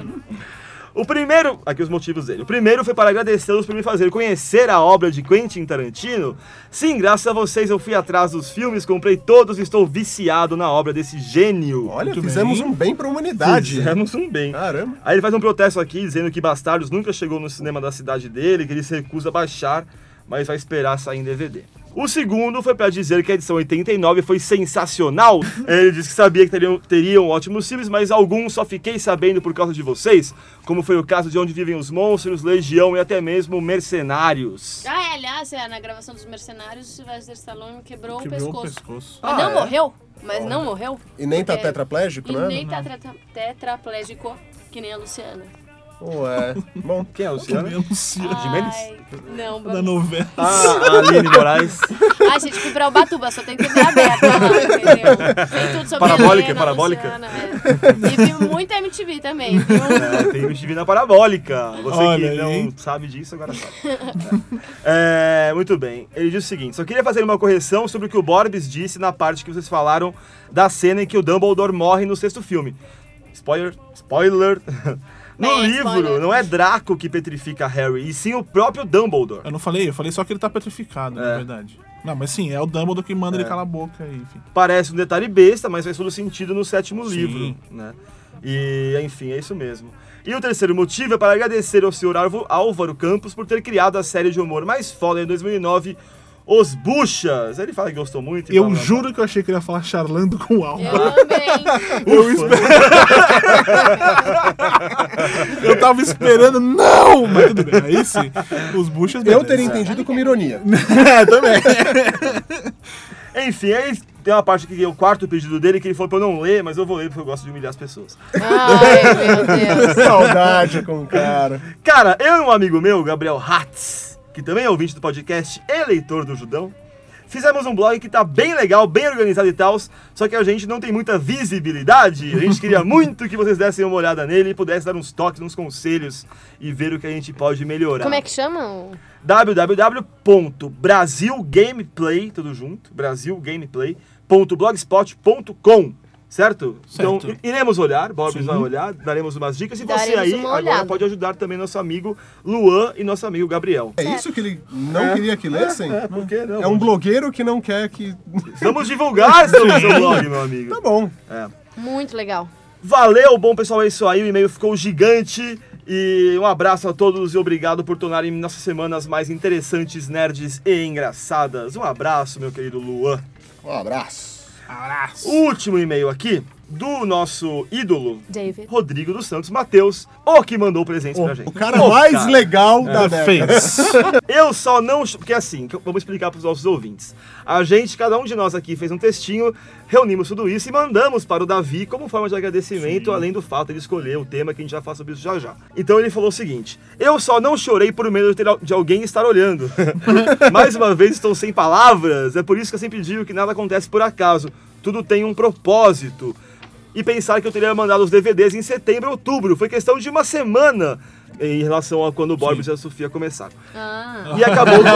[SPEAKER 7] O primeiro, aqui os motivos dele. O primeiro foi para agradecê-los por me fazer conhecer a obra de Quentin Tarantino. Sim, graças a vocês eu fui atrás dos filmes, comprei todos e estou viciado na obra desse gênio.
[SPEAKER 8] Olha,
[SPEAKER 10] Muito
[SPEAKER 8] fizemos
[SPEAKER 10] bem.
[SPEAKER 8] um bem pra humanidade.
[SPEAKER 7] Fizemos um bem.
[SPEAKER 8] Caramba.
[SPEAKER 7] Aí ele faz um protesto aqui dizendo que Bastardos nunca chegou no cinema da cidade dele, que ele se recusa a baixar, mas vai esperar sair em DVD. O segundo foi para dizer que a edição 89 foi sensacional. Ele disse que sabia que teriam, teriam ótimos filmes, mas alguns só fiquei sabendo por causa de vocês, como foi o caso de Onde Vivem os Monstros, Legião e até mesmo Mercenários.
[SPEAKER 9] Ah, é, aliás, é, na gravação dos Mercenários, o Sylvester Stallone quebrou,
[SPEAKER 10] Quebrou o
[SPEAKER 9] o um pescoço.
[SPEAKER 10] pescoço.
[SPEAKER 9] Mas
[SPEAKER 7] Ah,
[SPEAKER 9] não
[SPEAKER 7] é?
[SPEAKER 9] morreu. Mas não morreu.
[SPEAKER 8] E nem tá
[SPEAKER 9] Porque-
[SPEAKER 8] tetraplégico,
[SPEAKER 9] E
[SPEAKER 8] né?
[SPEAKER 9] nem tá tetra- tetraplégico, que nem a Luciana.
[SPEAKER 8] Ué.
[SPEAKER 7] Bom, quem é o Luciano?
[SPEAKER 10] Também anuncia.
[SPEAKER 7] De Mendes?
[SPEAKER 9] Ai, não,
[SPEAKER 10] Da
[SPEAKER 9] Bruno.
[SPEAKER 10] novela.
[SPEAKER 7] Ah, a Aline Moraes.
[SPEAKER 9] Ai, gente, fui pra Ubatuba, só tem TV aberta lá, entendeu? Tem tudo sobre
[SPEAKER 7] Parabólica,
[SPEAKER 9] Helena,
[SPEAKER 7] parabólica?
[SPEAKER 9] Luciana, é. E vi muito MTV também, viu?
[SPEAKER 7] É, tem o Steve na parabólica. Você
[SPEAKER 10] Olha
[SPEAKER 7] que
[SPEAKER 10] aí.
[SPEAKER 7] não sabe disso, agora sabe. É, muito bem. Ele diz o seguinte: só queria fazer uma correção sobre o que o Borbs disse na parte que vocês falaram da cena em que o Dumbledore morre no sexto filme. Spoiler. Spoiler. No
[SPEAKER 9] É,
[SPEAKER 7] livro,
[SPEAKER 9] spoiler.
[SPEAKER 7] não é Draco que petrifica Harry, e sim o próprio Dumbledore.
[SPEAKER 10] Eu não falei, eu falei só que ele tá petrificado, na verdade. Não, mas sim, é o Dumbledore que manda ele calar a boca, enfim.
[SPEAKER 7] Parece um detalhe besta, mas faz todo sentido no sétimo
[SPEAKER 10] Sim.
[SPEAKER 7] livro, né? E, enfim, é isso mesmo. E o terceiro motivo é para agradecer ao senhor Alvo- Álvaro Campos por ter criado a série de humor mais foda em 2009, Os Buchas. Ele fala que gostou muito. e
[SPEAKER 10] Eu
[SPEAKER 7] blá, blá, blá.
[SPEAKER 10] juro que eu achei que ele ia falar charlando com o
[SPEAKER 9] Eu
[SPEAKER 10] Alba.
[SPEAKER 9] também.
[SPEAKER 10] Eu, espe- eu tava esperando, não! Mas tudo bem, aí sim. Os buchas.
[SPEAKER 8] Eu
[SPEAKER 10] beleza.
[SPEAKER 8] teria entendido como ironia.
[SPEAKER 10] É, também.
[SPEAKER 7] Enfim, aí tem uma parte que é o quarto pedido dele que ele falou pra eu não ler, mas eu vou ler porque eu gosto de humilhar as pessoas.
[SPEAKER 9] Ai, meu Deus.
[SPEAKER 8] Saudade com o cara.
[SPEAKER 7] Cara, eu e um amigo meu, Gabriel Hatz, que também é ouvinte do podcast e leitor do Judão, fizemos um blog que tá bem legal, bem organizado e tal, só que a gente não tem muita visibilidade. A gente queria muito que vocês dessem uma olhada nele e pudessem dar uns toques, uns conselhos e ver o que a gente pode melhorar.
[SPEAKER 9] Como é que chamam?
[SPEAKER 7] www.brasilgameplay, tudo junto, brasilgameplay.blogspot.com, certo? Então,
[SPEAKER 10] Certo.
[SPEAKER 7] iremos olhar, Bob
[SPEAKER 10] Sim.
[SPEAKER 7] vai olhar, daremos umas dicas. E você
[SPEAKER 9] Daremos
[SPEAKER 7] aí
[SPEAKER 9] uma
[SPEAKER 7] agora
[SPEAKER 9] olhada.
[SPEAKER 7] pode ajudar também nosso amigo Luan e nosso amigo Gabriel.
[SPEAKER 8] É isso que ele não queria que lessem?
[SPEAKER 7] Por que não?
[SPEAKER 8] É um blogueiro que não quer que.
[SPEAKER 7] Vamos divulgar seu, seu blog, meu amigo.
[SPEAKER 8] Tá bom.
[SPEAKER 9] Muito legal.
[SPEAKER 7] Valeu, bom pessoal, é isso aí. O e-mail ficou gigante. E um abraço a todos e obrigado por tornarem nossas semanas mais interessantes, nerds e engraçadas. Um abraço, meu querido Luan.
[SPEAKER 8] Um abraço.
[SPEAKER 10] Abraço.
[SPEAKER 7] Último e-mail aqui do nosso ídolo,
[SPEAKER 9] David.
[SPEAKER 7] Rodrigo dos Santos Mateus, o que mandou presentes pra gente.
[SPEAKER 11] O cara mais
[SPEAKER 7] cara.
[SPEAKER 11] legal
[SPEAKER 8] É,
[SPEAKER 11] da década.
[SPEAKER 10] Fez.
[SPEAKER 7] Eu só não. ch- Porque assim, que eu- vamos explicar pros nossos ouvintes. A gente, cada um de nós aqui, fez um textinho, reunimos tudo isso e mandamos para o Davi como forma de agradecimento, além do fato de ele escolher o tema que a gente já fala sobre isso já já. Então ele falou o seguinte: Eu só não chorei por medo de, ter al- de alguém estar olhando. Mais uma vez estou sem palavras, é por isso que eu sempre digo que nada acontece por acaso, tudo tem um propósito e pensar que eu teria mandado os DVDs em setembro, outubro. Foi questão de uma semana em relação a quando o Borbs e a Sofia começaram.
[SPEAKER 9] Ah,
[SPEAKER 7] E acabou, co-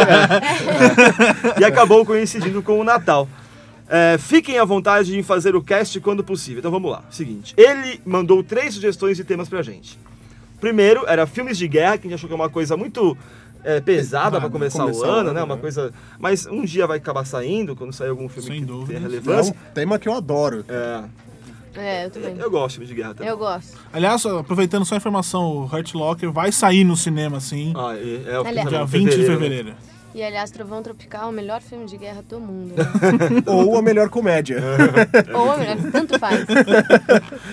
[SPEAKER 7] É. e acabou coincidindo com o Natal. É, fiquem à vontade em fazer o cast quando possível. Então vamos lá. Seguinte, ele mandou três sugestões de temas pra gente. Primeiro era filmes de guerra, que a gente achou que é uma coisa muito é, pesada pra começar,
[SPEAKER 8] começar
[SPEAKER 7] o
[SPEAKER 8] o
[SPEAKER 7] ano,
[SPEAKER 8] ano,
[SPEAKER 7] né? Uma
[SPEAKER 8] né?
[SPEAKER 7] coisa. Mas um dia vai acabar saindo, quando sair algum filme
[SPEAKER 10] Sem
[SPEAKER 7] que
[SPEAKER 10] dúvidas.
[SPEAKER 7] tenha
[SPEAKER 8] É
[SPEAKER 7] relevância.
[SPEAKER 8] um tema que eu adoro.
[SPEAKER 7] É,
[SPEAKER 9] É, eu também.
[SPEAKER 7] eu gosto de filme de guerra também.
[SPEAKER 9] Eu gosto.
[SPEAKER 10] Aliás, aproveitando só a informação, o Hurt Locker vai sair no cinema, sim.
[SPEAKER 7] Ah, é, é o
[SPEAKER 9] Aliás.
[SPEAKER 10] Dia 20 de fevereiro.
[SPEAKER 9] E aliás, Trovão Tropical, o melhor filme de guerra do mundo. né?
[SPEAKER 11] Ou a melhor comédia.
[SPEAKER 8] É,
[SPEAKER 9] Ou melhor, tanto faz.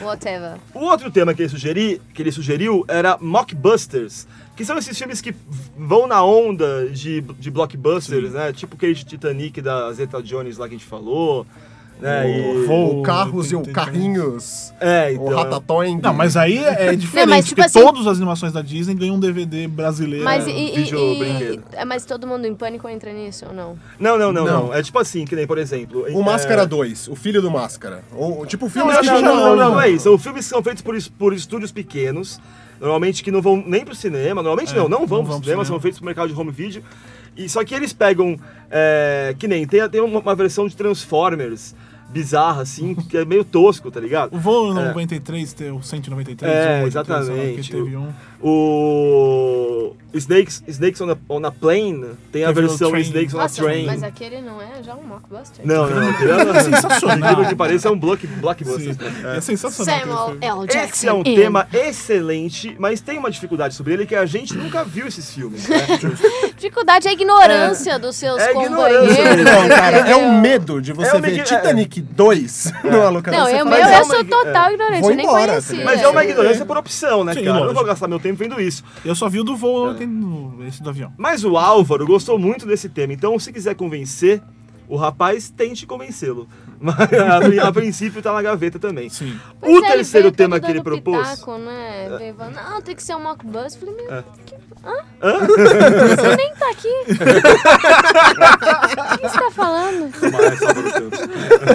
[SPEAKER 9] Whatever.
[SPEAKER 7] O outro tema que ele, sugeri, que ele sugeriu era mockbusters, que são esses filmes que v- vão na onda de, de blockbusters, né? Tipo aquele de Titanic da Zeta Jones lá que a gente falou. Né? E-
[SPEAKER 8] Ou carros e
[SPEAKER 10] tem-
[SPEAKER 8] o
[SPEAKER 10] tem-
[SPEAKER 8] carrinhos.
[SPEAKER 7] É,
[SPEAKER 8] Ou
[SPEAKER 7] então.
[SPEAKER 8] ratatouille.
[SPEAKER 10] Não, mas aí é diferente,
[SPEAKER 9] mas, tipo
[SPEAKER 10] porque
[SPEAKER 9] assim-
[SPEAKER 10] todas as animações da Disney ganham um DVD brasileiro.
[SPEAKER 9] Mas,
[SPEAKER 10] É.
[SPEAKER 9] e, e-
[SPEAKER 7] vídeo
[SPEAKER 9] e-
[SPEAKER 7] brinquedo.
[SPEAKER 9] é, mas todo mundo em pânico entra nisso ou não?
[SPEAKER 7] Não, não, não, não, É tipo assim, que nem, por exemplo.
[SPEAKER 11] É.
[SPEAKER 8] O Máscara 2, o filho do Máscara. Ou, tipo,
[SPEAKER 7] Não,
[SPEAKER 8] filmes
[SPEAKER 7] não,
[SPEAKER 8] que
[SPEAKER 7] não,
[SPEAKER 8] já
[SPEAKER 7] não, não, não é isso. São filmes que são feitos por, es- por estúdios pequenos, normalmente que não vão nem pro cinema, normalmente não, É, não vão
[SPEAKER 10] não
[SPEAKER 7] pro
[SPEAKER 10] vão pro
[SPEAKER 7] cinema,
[SPEAKER 10] cinema.
[SPEAKER 7] são feitos pro mercado de home video. E, só que eles pegam, é, que nem, tem, tem uma, uma versão de Transformers bizarra, assim, que é meio tosco, tá ligado?
[SPEAKER 10] O voo
[SPEAKER 7] É.
[SPEAKER 10] 93, tem o 193,
[SPEAKER 7] É,
[SPEAKER 10] o 83,
[SPEAKER 7] exatamente.
[SPEAKER 10] sei lá, que teve um.
[SPEAKER 7] O Snakes, Snakes on a, on a Plane tem a
[SPEAKER 10] Teve o
[SPEAKER 7] versão
[SPEAKER 10] Train.
[SPEAKER 7] Snakes on
[SPEAKER 9] Nossa,
[SPEAKER 7] a Train.
[SPEAKER 9] mas aquele não é já um mockbuster?
[SPEAKER 7] Não, não, não. É
[SPEAKER 10] sensacional.
[SPEAKER 7] Incrível que pareça, é um block, blockbuster.
[SPEAKER 10] Sim, É, sensacional. aquele
[SPEAKER 9] Samuel
[SPEAKER 10] filme.
[SPEAKER 9] L. Jackson.
[SPEAKER 7] Esse é um
[SPEAKER 9] in
[SPEAKER 7] tema excelente, mas tem uma dificuldade sobre ele que a gente nunca viu esses filmes. né?
[SPEAKER 9] Dificuldade é a ignorância dos seus
[SPEAKER 7] É a
[SPEAKER 9] companheiros.
[SPEAKER 7] ignorância.
[SPEAKER 11] Não, cara, é
[SPEAKER 9] entendeu?
[SPEAKER 11] um medo de você
[SPEAKER 7] É um
[SPEAKER 11] ver
[SPEAKER 7] medo-
[SPEAKER 11] Titanic 2 numa locadora.
[SPEAKER 9] Não,
[SPEAKER 11] Você
[SPEAKER 9] eu,
[SPEAKER 11] fala,
[SPEAKER 9] meu,
[SPEAKER 7] mas é
[SPEAKER 9] eu
[SPEAKER 7] uma
[SPEAKER 9] sou
[SPEAKER 7] ign-
[SPEAKER 9] total
[SPEAKER 7] é.
[SPEAKER 9] ignorante,
[SPEAKER 11] Vou
[SPEAKER 9] eu nem
[SPEAKER 11] embora,
[SPEAKER 9] conhecia.
[SPEAKER 11] tá
[SPEAKER 7] Mas é uma ignorância por opção, né,
[SPEAKER 10] Sim,
[SPEAKER 7] cara? Eu não vou
[SPEAKER 10] lógico.
[SPEAKER 7] gastar meu tempo vendo isso.
[SPEAKER 9] é.
[SPEAKER 10] Eu só vi o do voo, tem no- esse do avião.
[SPEAKER 7] Mas o Álvaro gostou muito desse tema, então se quiser convencer, o rapaz tente convencê-lo. Mas a, a princípio tá na gaveta também. Sim.
[SPEAKER 9] Pois
[SPEAKER 7] O
[SPEAKER 9] é, veio
[SPEAKER 7] terceiro
[SPEAKER 9] todo
[SPEAKER 7] tema que
[SPEAKER 9] dando
[SPEAKER 7] ele propôs.
[SPEAKER 9] Pitaco, né? Veio falando, não, tem que ser um mockbus. Eu falei, meu,
[SPEAKER 7] É.
[SPEAKER 9] que... Hã? Você nem tá aqui. O que você tá falando?
[SPEAKER 7] Mas Álvaro Campos.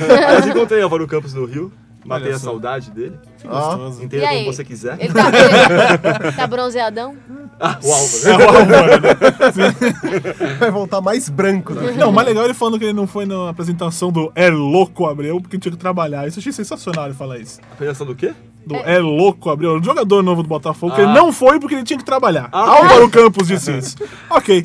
[SPEAKER 7] Mas encontrei Álvaro Campos no Rio. Matei
[SPEAKER 10] Olha
[SPEAKER 7] a
[SPEAKER 10] só.
[SPEAKER 7] saudade dele.
[SPEAKER 10] Que gostoso.
[SPEAKER 9] E
[SPEAKER 7] Entenda
[SPEAKER 9] aí?
[SPEAKER 7] como você quiser.
[SPEAKER 9] Ele tá, ele tá bronzeadão?
[SPEAKER 7] Ah, o né? Álvaro.
[SPEAKER 8] Vai voltar mais branco, né?
[SPEAKER 10] Não, o mais legal é ele falando que ele não foi na apresentação do É Louco Abreu, porque tinha que trabalhar. Isso eu achei sensacional ele falar isso.
[SPEAKER 7] Apresentação do quê?
[SPEAKER 10] Do É, Louco Abreu, um jogador novo do Botafogo, que
[SPEAKER 7] Ah.
[SPEAKER 10] ele não foi porque ele tinha que trabalhar.
[SPEAKER 7] Ah.
[SPEAKER 10] Álvaro Campos disse isso. ok.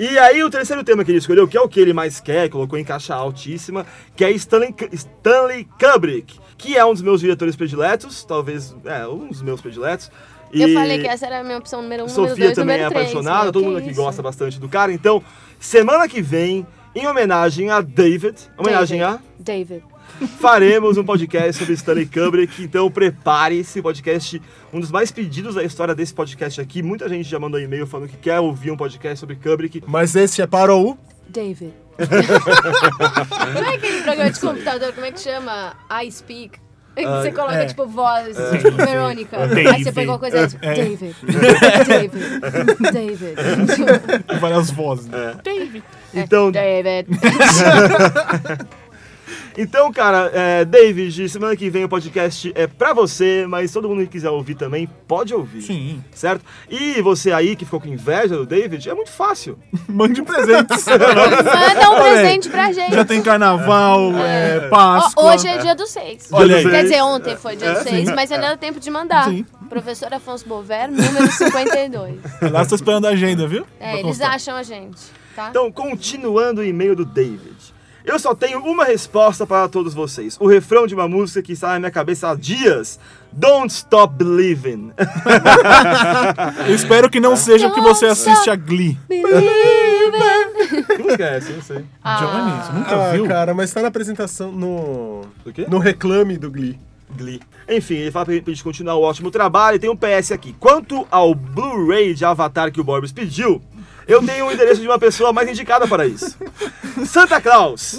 [SPEAKER 7] E aí, o terceiro tema que ele escolheu, que é o que ele mais quer, colocou em caixa altíssima, que é Stanley, Stanley Kubrick, que é um dos meus diretores prediletos, talvez, é, um dos meus prediletos. E
[SPEAKER 9] Eu falei que essa era a minha opção número um, número
[SPEAKER 7] Sofia
[SPEAKER 9] dois,
[SPEAKER 7] também é
[SPEAKER 9] número três.
[SPEAKER 7] apaixonada,
[SPEAKER 9] Meu,
[SPEAKER 7] todo
[SPEAKER 9] que
[SPEAKER 7] mundo aqui
[SPEAKER 9] isso?
[SPEAKER 7] gosta bastante do cara. Então, semana que vem, em homenagem a David, homenagem né?
[SPEAKER 9] David. David.
[SPEAKER 7] a, faremos um podcast sobre Stanley Kubrick. Então, prepare-se, podcast, um dos mais pedidos da história desse podcast aqui. Muita gente já mandou e-mail falando que quer ouvir um podcast sobre Kubrick.
[SPEAKER 8] Mas esse é para o.
[SPEAKER 9] David. Não é aquele programa de computador, como é que chama? I Speak. Que
[SPEAKER 7] Ah,
[SPEAKER 9] Você coloca,
[SPEAKER 10] é.
[SPEAKER 9] tipo, voz, tipo, Verônica. Aí você
[SPEAKER 10] David.
[SPEAKER 9] põe alguma coisa, tipo,
[SPEAKER 10] É.
[SPEAKER 9] David, David, David, Tipo,
[SPEAKER 10] Várias vozes. né?
[SPEAKER 9] David.
[SPEAKER 7] Então-
[SPEAKER 9] David.
[SPEAKER 7] Então, cara, é, David, semana que vem o podcast é pra você, mas todo mundo que quiser ouvir também pode ouvir.
[SPEAKER 10] Sim.
[SPEAKER 7] Certo? E você aí que ficou com inveja do David, é muito fácil.
[SPEAKER 10] Mande presentes.
[SPEAKER 9] Manda um
[SPEAKER 10] Olha aí.
[SPEAKER 9] presente pra gente.
[SPEAKER 10] Já tem carnaval, é, Páscoa.
[SPEAKER 9] Ó, Hoje é dia dos seis.
[SPEAKER 10] Olha aí.
[SPEAKER 9] Quer dizer, um- ontem foi dia
[SPEAKER 7] É.
[SPEAKER 9] dos seis,
[SPEAKER 10] sim.
[SPEAKER 9] mas ainda dá tempo de mandar.
[SPEAKER 10] Sim.
[SPEAKER 9] Professor Afonso Bover, número 52.
[SPEAKER 10] Lá você tá esperando a agenda, viu?
[SPEAKER 9] É,
[SPEAKER 10] Pra
[SPEAKER 9] eles
[SPEAKER 10] constar.
[SPEAKER 9] acham a gente, tá?
[SPEAKER 7] Então, continuando o e-mail do David. Eu só tenho uma resposta para todos vocês. O refrão de uma música que está na minha cabeça há dias. Don't stop believing.
[SPEAKER 10] Eu espero que não seja o que você
[SPEAKER 9] Nossa.
[SPEAKER 10] assiste a Glee.
[SPEAKER 7] que música é essa? Eu não sei.
[SPEAKER 10] Johnny, você nunca
[SPEAKER 11] Ah,
[SPEAKER 10] viu?
[SPEAKER 11] cara, mas tá na apresentação no.
[SPEAKER 7] Do quê?
[SPEAKER 11] No reclame do Glee.
[SPEAKER 7] Glee. Enfim, ele fala pra pra gente continuar o ótimo trabalho e tem um PS aqui. Quanto ao Blu-ray de Avatar que o Borbs pediu, eu tenho o endereço de uma pessoa mais indicada para isso. Santa Claus!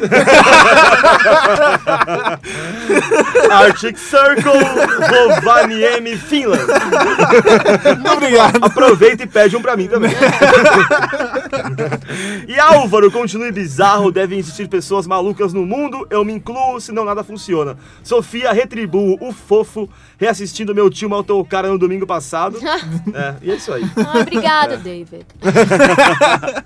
[SPEAKER 7] Arctic Circle, Rovaniemi, Finland.
[SPEAKER 10] Muito obrigado.
[SPEAKER 7] Aproveita e pede um pra mim também. e Álvaro, continue bizarro, devem existir pessoas malucas no mundo, eu me incluo, senão nada funciona. Sofia, retribuo o fofo, reassistindo meu tio mal o cara no domingo passado. é, e é isso aí.
[SPEAKER 9] Ah,
[SPEAKER 10] É.
[SPEAKER 9] obrigada, David.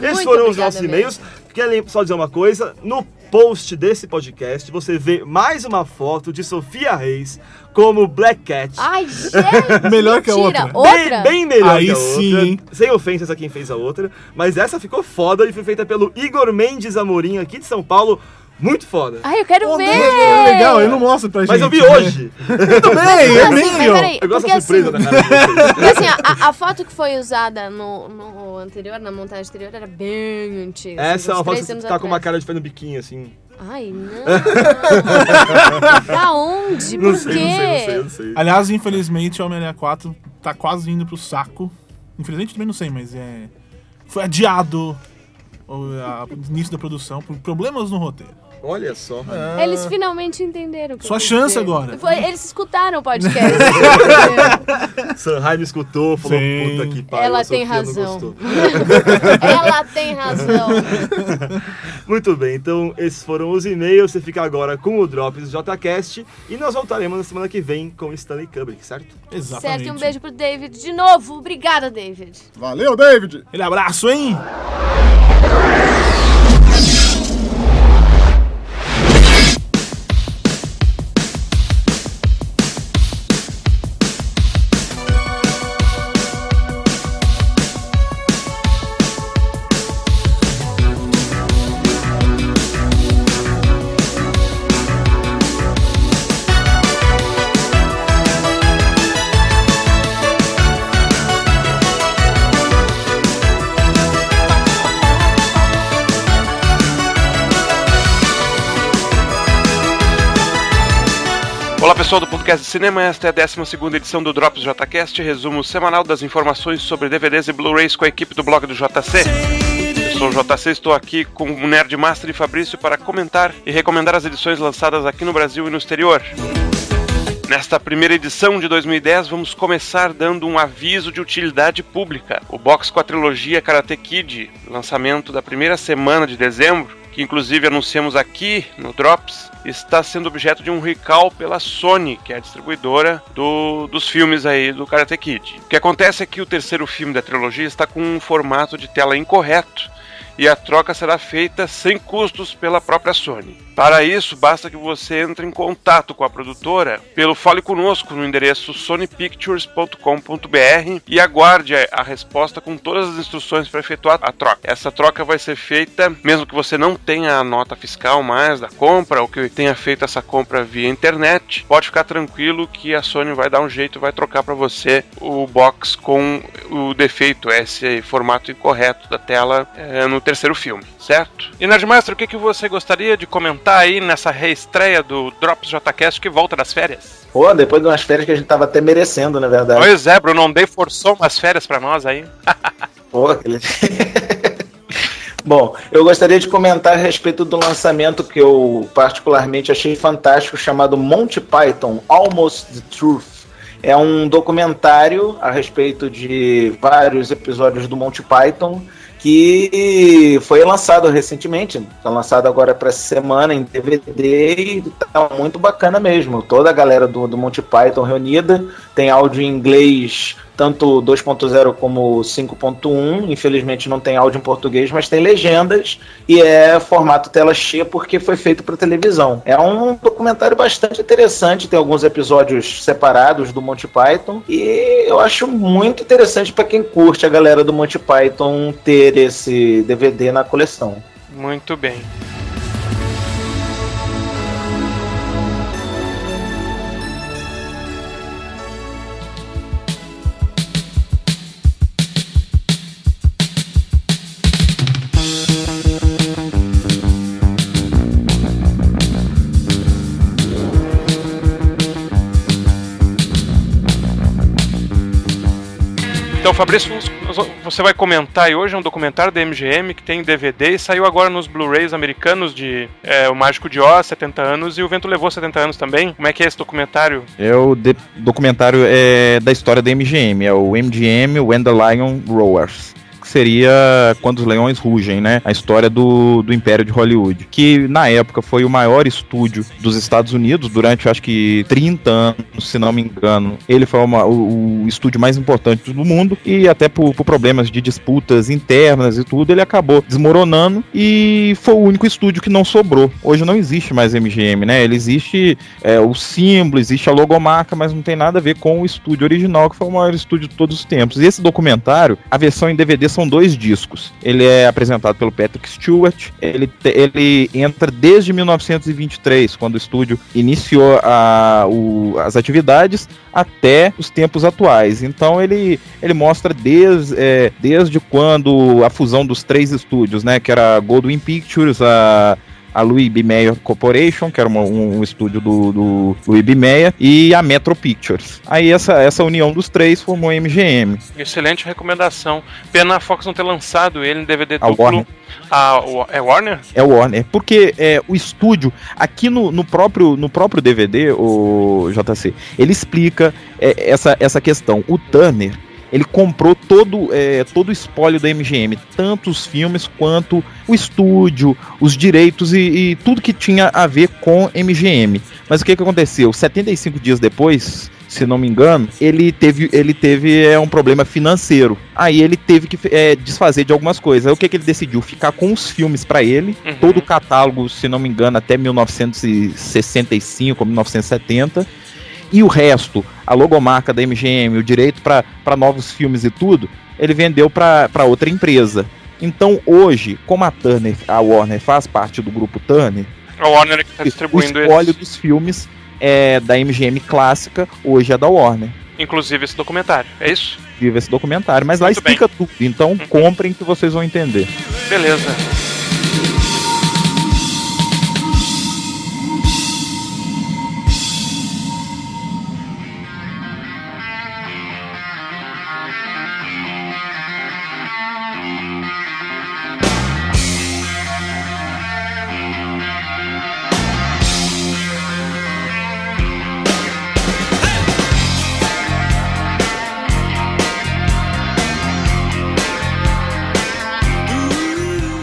[SPEAKER 7] Esses
[SPEAKER 9] Muito
[SPEAKER 7] foram os
[SPEAKER 9] obrigada
[SPEAKER 7] nossos
[SPEAKER 9] mesmo.
[SPEAKER 7] e-mails. Quero lem- só dizer uma coisa: no post desse podcast você vê mais uma foto de Sofia Reis como Black Cat.
[SPEAKER 9] Ai, gente!
[SPEAKER 10] Melhor que a
[SPEAKER 9] mentira.
[SPEAKER 10] outra.
[SPEAKER 9] Ah, Outra?
[SPEAKER 7] Bem, bem melhor
[SPEAKER 10] Aí
[SPEAKER 7] que a
[SPEAKER 10] sim,
[SPEAKER 7] outra.
[SPEAKER 10] hein?
[SPEAKER 7] Sem ofensas a quem fez a outra. Mas essa ficou foda e foi feita pelo Igor Mendes Amorim, aqui de São Paulo. Muito foda.
[SPEAKER 9] Ai, eu quero ver!
[SPEAKER 10] É legal, ele não mostra pra gente.
[SPEAKER 7] Mas eu vi
[SPEAKER 10] né?
[SPEAKER 7] hoje.
[SPEAKER 10] Tudo bem,
[SPEAKER 9] Mas
[SPEAKER 10] eu
[SPEAKER 9] assim, mas
[SPEAKER 10] vi, ó.
[SPEAKER 9] peraí,
[SPEAKER 7] Eu gosto
[SPEAKER 9] porque
[SPEAKER 7] da surpresa né?
[SPEAKER 9] assim,
[SPEAKER 7] na cara de vocês.
[SPEAKER 9] porque assim, a, a foto que foi usada no, no anterior, na montagem anterior, era bem antiga. assim,
[SPEAKER 7] Essa é
[SPEAKER 9] uns
[SPEAKER 7] uma foto
[SPEAKER 9] três
[SPEAKER 7] que
[SPEAKER 9] anos
[SPEAKER 7] tá com uma
[SPEAKER 9] atrás.
[SPEAKER 7] cara de pé no biquinho, assim.
[SPEAKER 9] Ai, não! da onde? Por
[SPEAKER 7] Não sei,
[SPEAKER 9] quê?
[SPEAKER 7] não sei, não sei, não sei.
[SPEAKER 10] Aliás, infelizmente, o Homem-Aranha 4 tá quase indo pro saco. Infelizmente também não sei, mas é. Foi adiado o a- o início da produção por problemas no roteiro.
[SPEAKER 7] Olha só.
[SPEAKER 9] Eles finalmente entenderam. o que eu
[SPEAKER 10] Sua
[SPEAKER 9] quis
[SPEAKER 10] chance
[SPEAKER 9] dizer.
[SPEAKER 10] agora.
[SPEAKER 9] Foi- eles escutaram o podcast. entendeu?
[SPEAKER 7] Sanheim escutou, falou,
[SPEAKER 10] Sim.
[SPEAKER 7] puta que pariu.
[SPEAKER 9] Ela
[SPEAKER 7] a Sofia
[SPEAKER 9] tem
[SPEAKER 7] não
[SPEAKER 9] razão.
[SPEAKER 7] gostou.
[SPEAKER 9] Ela tem razão.
[SPEAKER 7] Muito bem, então esses foram os e-mails. Você fica agora com o Drops do JCast e nós voltaremos na semana que vem com Stanley Kubrick, certo?
[SPEAKER 10] Exatamente.
[SPEAKER 9] certo, e um beijo pro David de novo. Obrigada, David.
[SPEAKER 8] Valeu, David!
[SPEAKER 10] Ele abraço, hein?
[SPEAKER 2] Olá pessoal do Podcast de Cinema, esta é a 12 edição do Drops JCast, resumo semanal das informações sobre DVDs e Blu-rays com a equipe do blog do JC. Eu sou o JC, estou aqui com o Nerd Master e Fabrício para comentar e recomendar as edições lançadas aqui no Brasil e no exterior. Nesta primeira edição de 2010, vamos começar dando um aviso de utilidade pública. O box com a trilogia Karate Kid, lançamento da primeira semana de dezembro, que inclusive anunciamos aqui no Drops, está sendo objeto de um recall pela Sony, que é a distribuidora do- dos filmes aí do Karate Kid. O que acontece é que o terceiro filme da trilogia está com um formato de tela incorreto e a troca será feita sem custos pela própria Sony. Para isso, basta que você entre em contato com a produtora pelo Fale Conosco no endereço sonypictures.com.br e aguarde a- a resposta com todas as instruções para efetuar a troca. Essa troca vai ser feita mesmo que você não tenha a nota fiscal mais da compra ou que tenha feito essa compra via internet. Pode ficar tranquilo que a Sony vai dar um jeito e vai trocar para você o box com o defeito, esse formato incorreto da tela eh, no terceiro filme, certo? E Nerdmaster, o que, que você gostaria de comentar aí nessa reestreia do Drops JCast que volta das férias?
[SPEAKER 12] Pô, depois de umas férias que a gente tava até merecendo, na verdade.
[SPEAKER 2] Pois é, Bruno, dei forçou umas férias pra nós aí.
[SPEAKER 12] Pô, aquele- Bom, eu gostaria de comentar a respeito do lançamento que eu particularmente achei fantástico, chamado Monty Python Almost the Truth. É um documentário a respeito de vários episódios do Monty Python que foi lançado recentemente, está lançado agora para essa semana em DVD e tá muito bacana mesmo. Toda a galera do, do Monty Python reunida, tem áudio em inglês, tanto 2.0 como 5.1. Infelizmente não tem áudio em português, mas tem legendas e é formato tela cheia porque foi feito para televisão. É um documentário bastante interessante, tem alguns episódios separados do Monty Python e eu acho muito interessante para quem curte a galera do Monty Python ter esse DVD na coleção.
[SPEAKER 2] Muito bem. Então, Fabrício, nos- nos- você vai comentar aí hoje um documentário da MGM que tem em DVD e saiu agora nos Blu-rays americanos de é, O Mágico de Oz, 70 anos, e O Vento Levou 70 anos também. Como é que é esse documentário?
[SPEAKER 13] É o de- documentário é, da história da MGM, é o MGM When the Lion Roars. Que seria Quando os Leões Rugem, né? A história do, do Império de Hollywood. Que na época foi o maior estúdio dos Estados Unidos, durante acho que 30 anos, se não me engano. Ele foi uma- o, o estúdio mais importante do mundo e até por, por problemas de disputas internas e tudo, ele acabou desmoronando e foi o único estúdio que não sobrou. Hoje não existe mais MGM, né? Ele existe é, o símbolo, existe a logomarca, mas não tem nada a ver com o estúdio original, que foi o maior estúdio de todos os tempos. E esse documentário, a versão em DVD são dois discos. Ele é apresentado pelo Patrick Stewart, ele, te- ele entra desde 1923, quando o estúdio iniciou a- o- as atividades, até os tempos atuais. Então ele, ele mostra desde, é, desde quando a fusão dos três estúdios, né? Que era a Goldwyn Pictures, a a Louis B. Mayer Corporation, que era uma- um, um estúdio do, do Louis B. Mayer, e a Metro Pictures. Aí essa, essa união dos três formou a MGM.
[SPEAKER 2] Excelente recomendação. Pena a Fox não ter lançado ele em DVD
[SPEAKER 13] A
[SPEAKER 2] duplo.
[SPEAKER 13] Warner.
[SPEAKER 2] A Wa- é Warner?
[SPEAKER 13] É o Warner. Porque é, o estúdio, aqui no, no próprio, no próprio DVD, o JC, ele explica é, essa, essa questão. O Turner, ele comprou todo, é, todo o espólio da MGM, tanto os filmes quanto o estúdio, os direitos e, e tudo que tinha a ver com MGM. Mas o que, que aconteceu? 75 dias depois, se não me engano, ele teve, ele teve é, um problema financeiro. Aí ele teve que é, desfazer de algumas coisas. Aí o que, que ele decidiu? Ficar com os filmes pra ele,
[SPEAKER 2] Uhum.
[SPEAKER 13] todo o catálogo, se não me engano, até 1965 ou 1970. E o resto, a logomarca da MGM, o direito para novos filmes e tudo, ele vendeu para outra empresa. Então hoje, como a Turner, a Warner faz parte do grupo Turner,
[SPEAKER 2] A É Warner que está
[SPEAKER 13] o
[SPEAKER 2] distribuindo ele.
[SPEAKER 13] espólio dos filmes é da MGM clássica, hoje é da Warner.
[SPEAKER 2] Inclusive esse documentário. É isso? Uhum.
[SPEAKER 13] Viva esse documentário, mas lá explica tudo. Então comprem que vocês vão entender.
[SPEAKER 2] Beleza.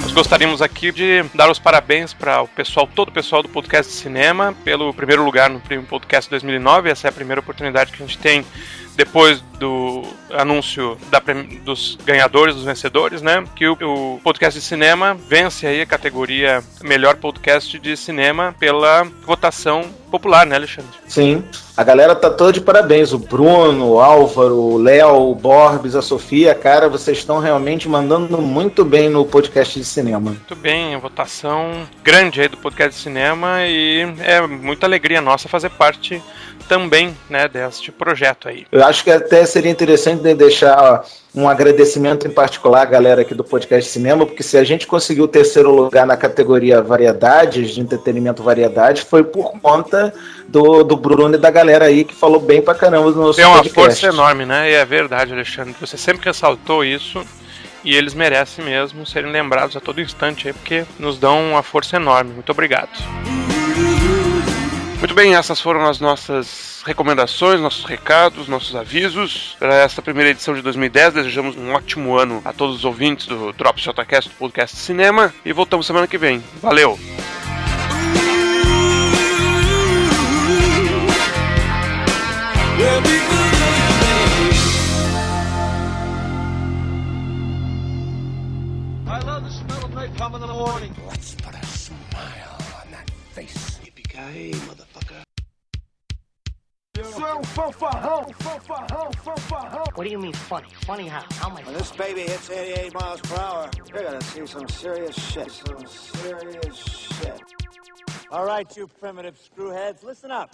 [SPEAKER 14] Nós gostaríamos aqui de dar os parabéns para o pessoal, todo o pessoal do podcast de cinema, pelo primeiro lugar no Prêmio Podcast 2009. Essa é a primeira oportunidade que a gente tem depois do anúncio da premi- dos ganhadores, dos vencedores, né? Que o, o podcast de cinema vence aí a categoria melhor podcast de cinema pela votação popular, né, Alexandre?
[SPEAKER 12] Sim. A galera tá toda de parabéns. O Bruno, o Álvaro, o Léo, o Borbes, a Sofia, cara, vocês estão realmente mandando muito bem no podcast de cinema.
[SPEAKER 14] Muito bem, a votação grande aí do podcast de cinema e é muita alegria nossa fazer parte também, né, deste projeto aí.
[SPEAKER 12] Eu acho que até seria interessante de deixar ó, um agradecimento em particular à galera aqui do podcast Cinema, porque se a gente conseguiu o terceiro lugar na categoria Variedades, de entretenimento variedades, foi por conta do, do Bruno e da galera aí que falou bem pra caramba do nosso
[SPEAKER 14] Tem É uma
[SPEAKER 12] podcast.
[SPEAKER 14] força enorme, né? E é verdade, Alexandre. Você sempre ressaltou isso e eles merecem mesmo serem lembrados a todo instante aí, porque nos dão uma força enorme. Muito obrigado. Muito bem, essas foram as nossas recomendações, nossos recados, nossos avisos. Para esta primeira edição de 2010, desejamos um ótimo ano a todos os ouvintes do Drops JCast, do podcast de cinema, e voltamos semana que vem. Valeu!
[SPEAKER 5] I love the smell of napalm in the morning. Let's put a smile on that face. Yippee-ki-yay, motherfucker.
[SPEAKER 4] What do you mean funny? Funny how? How am I
[SPEAKER 5] When this baby hits 88 miles per hour, you're gonna see some serious shit. Some serious shit. All right, you primitive screwheads, listen up.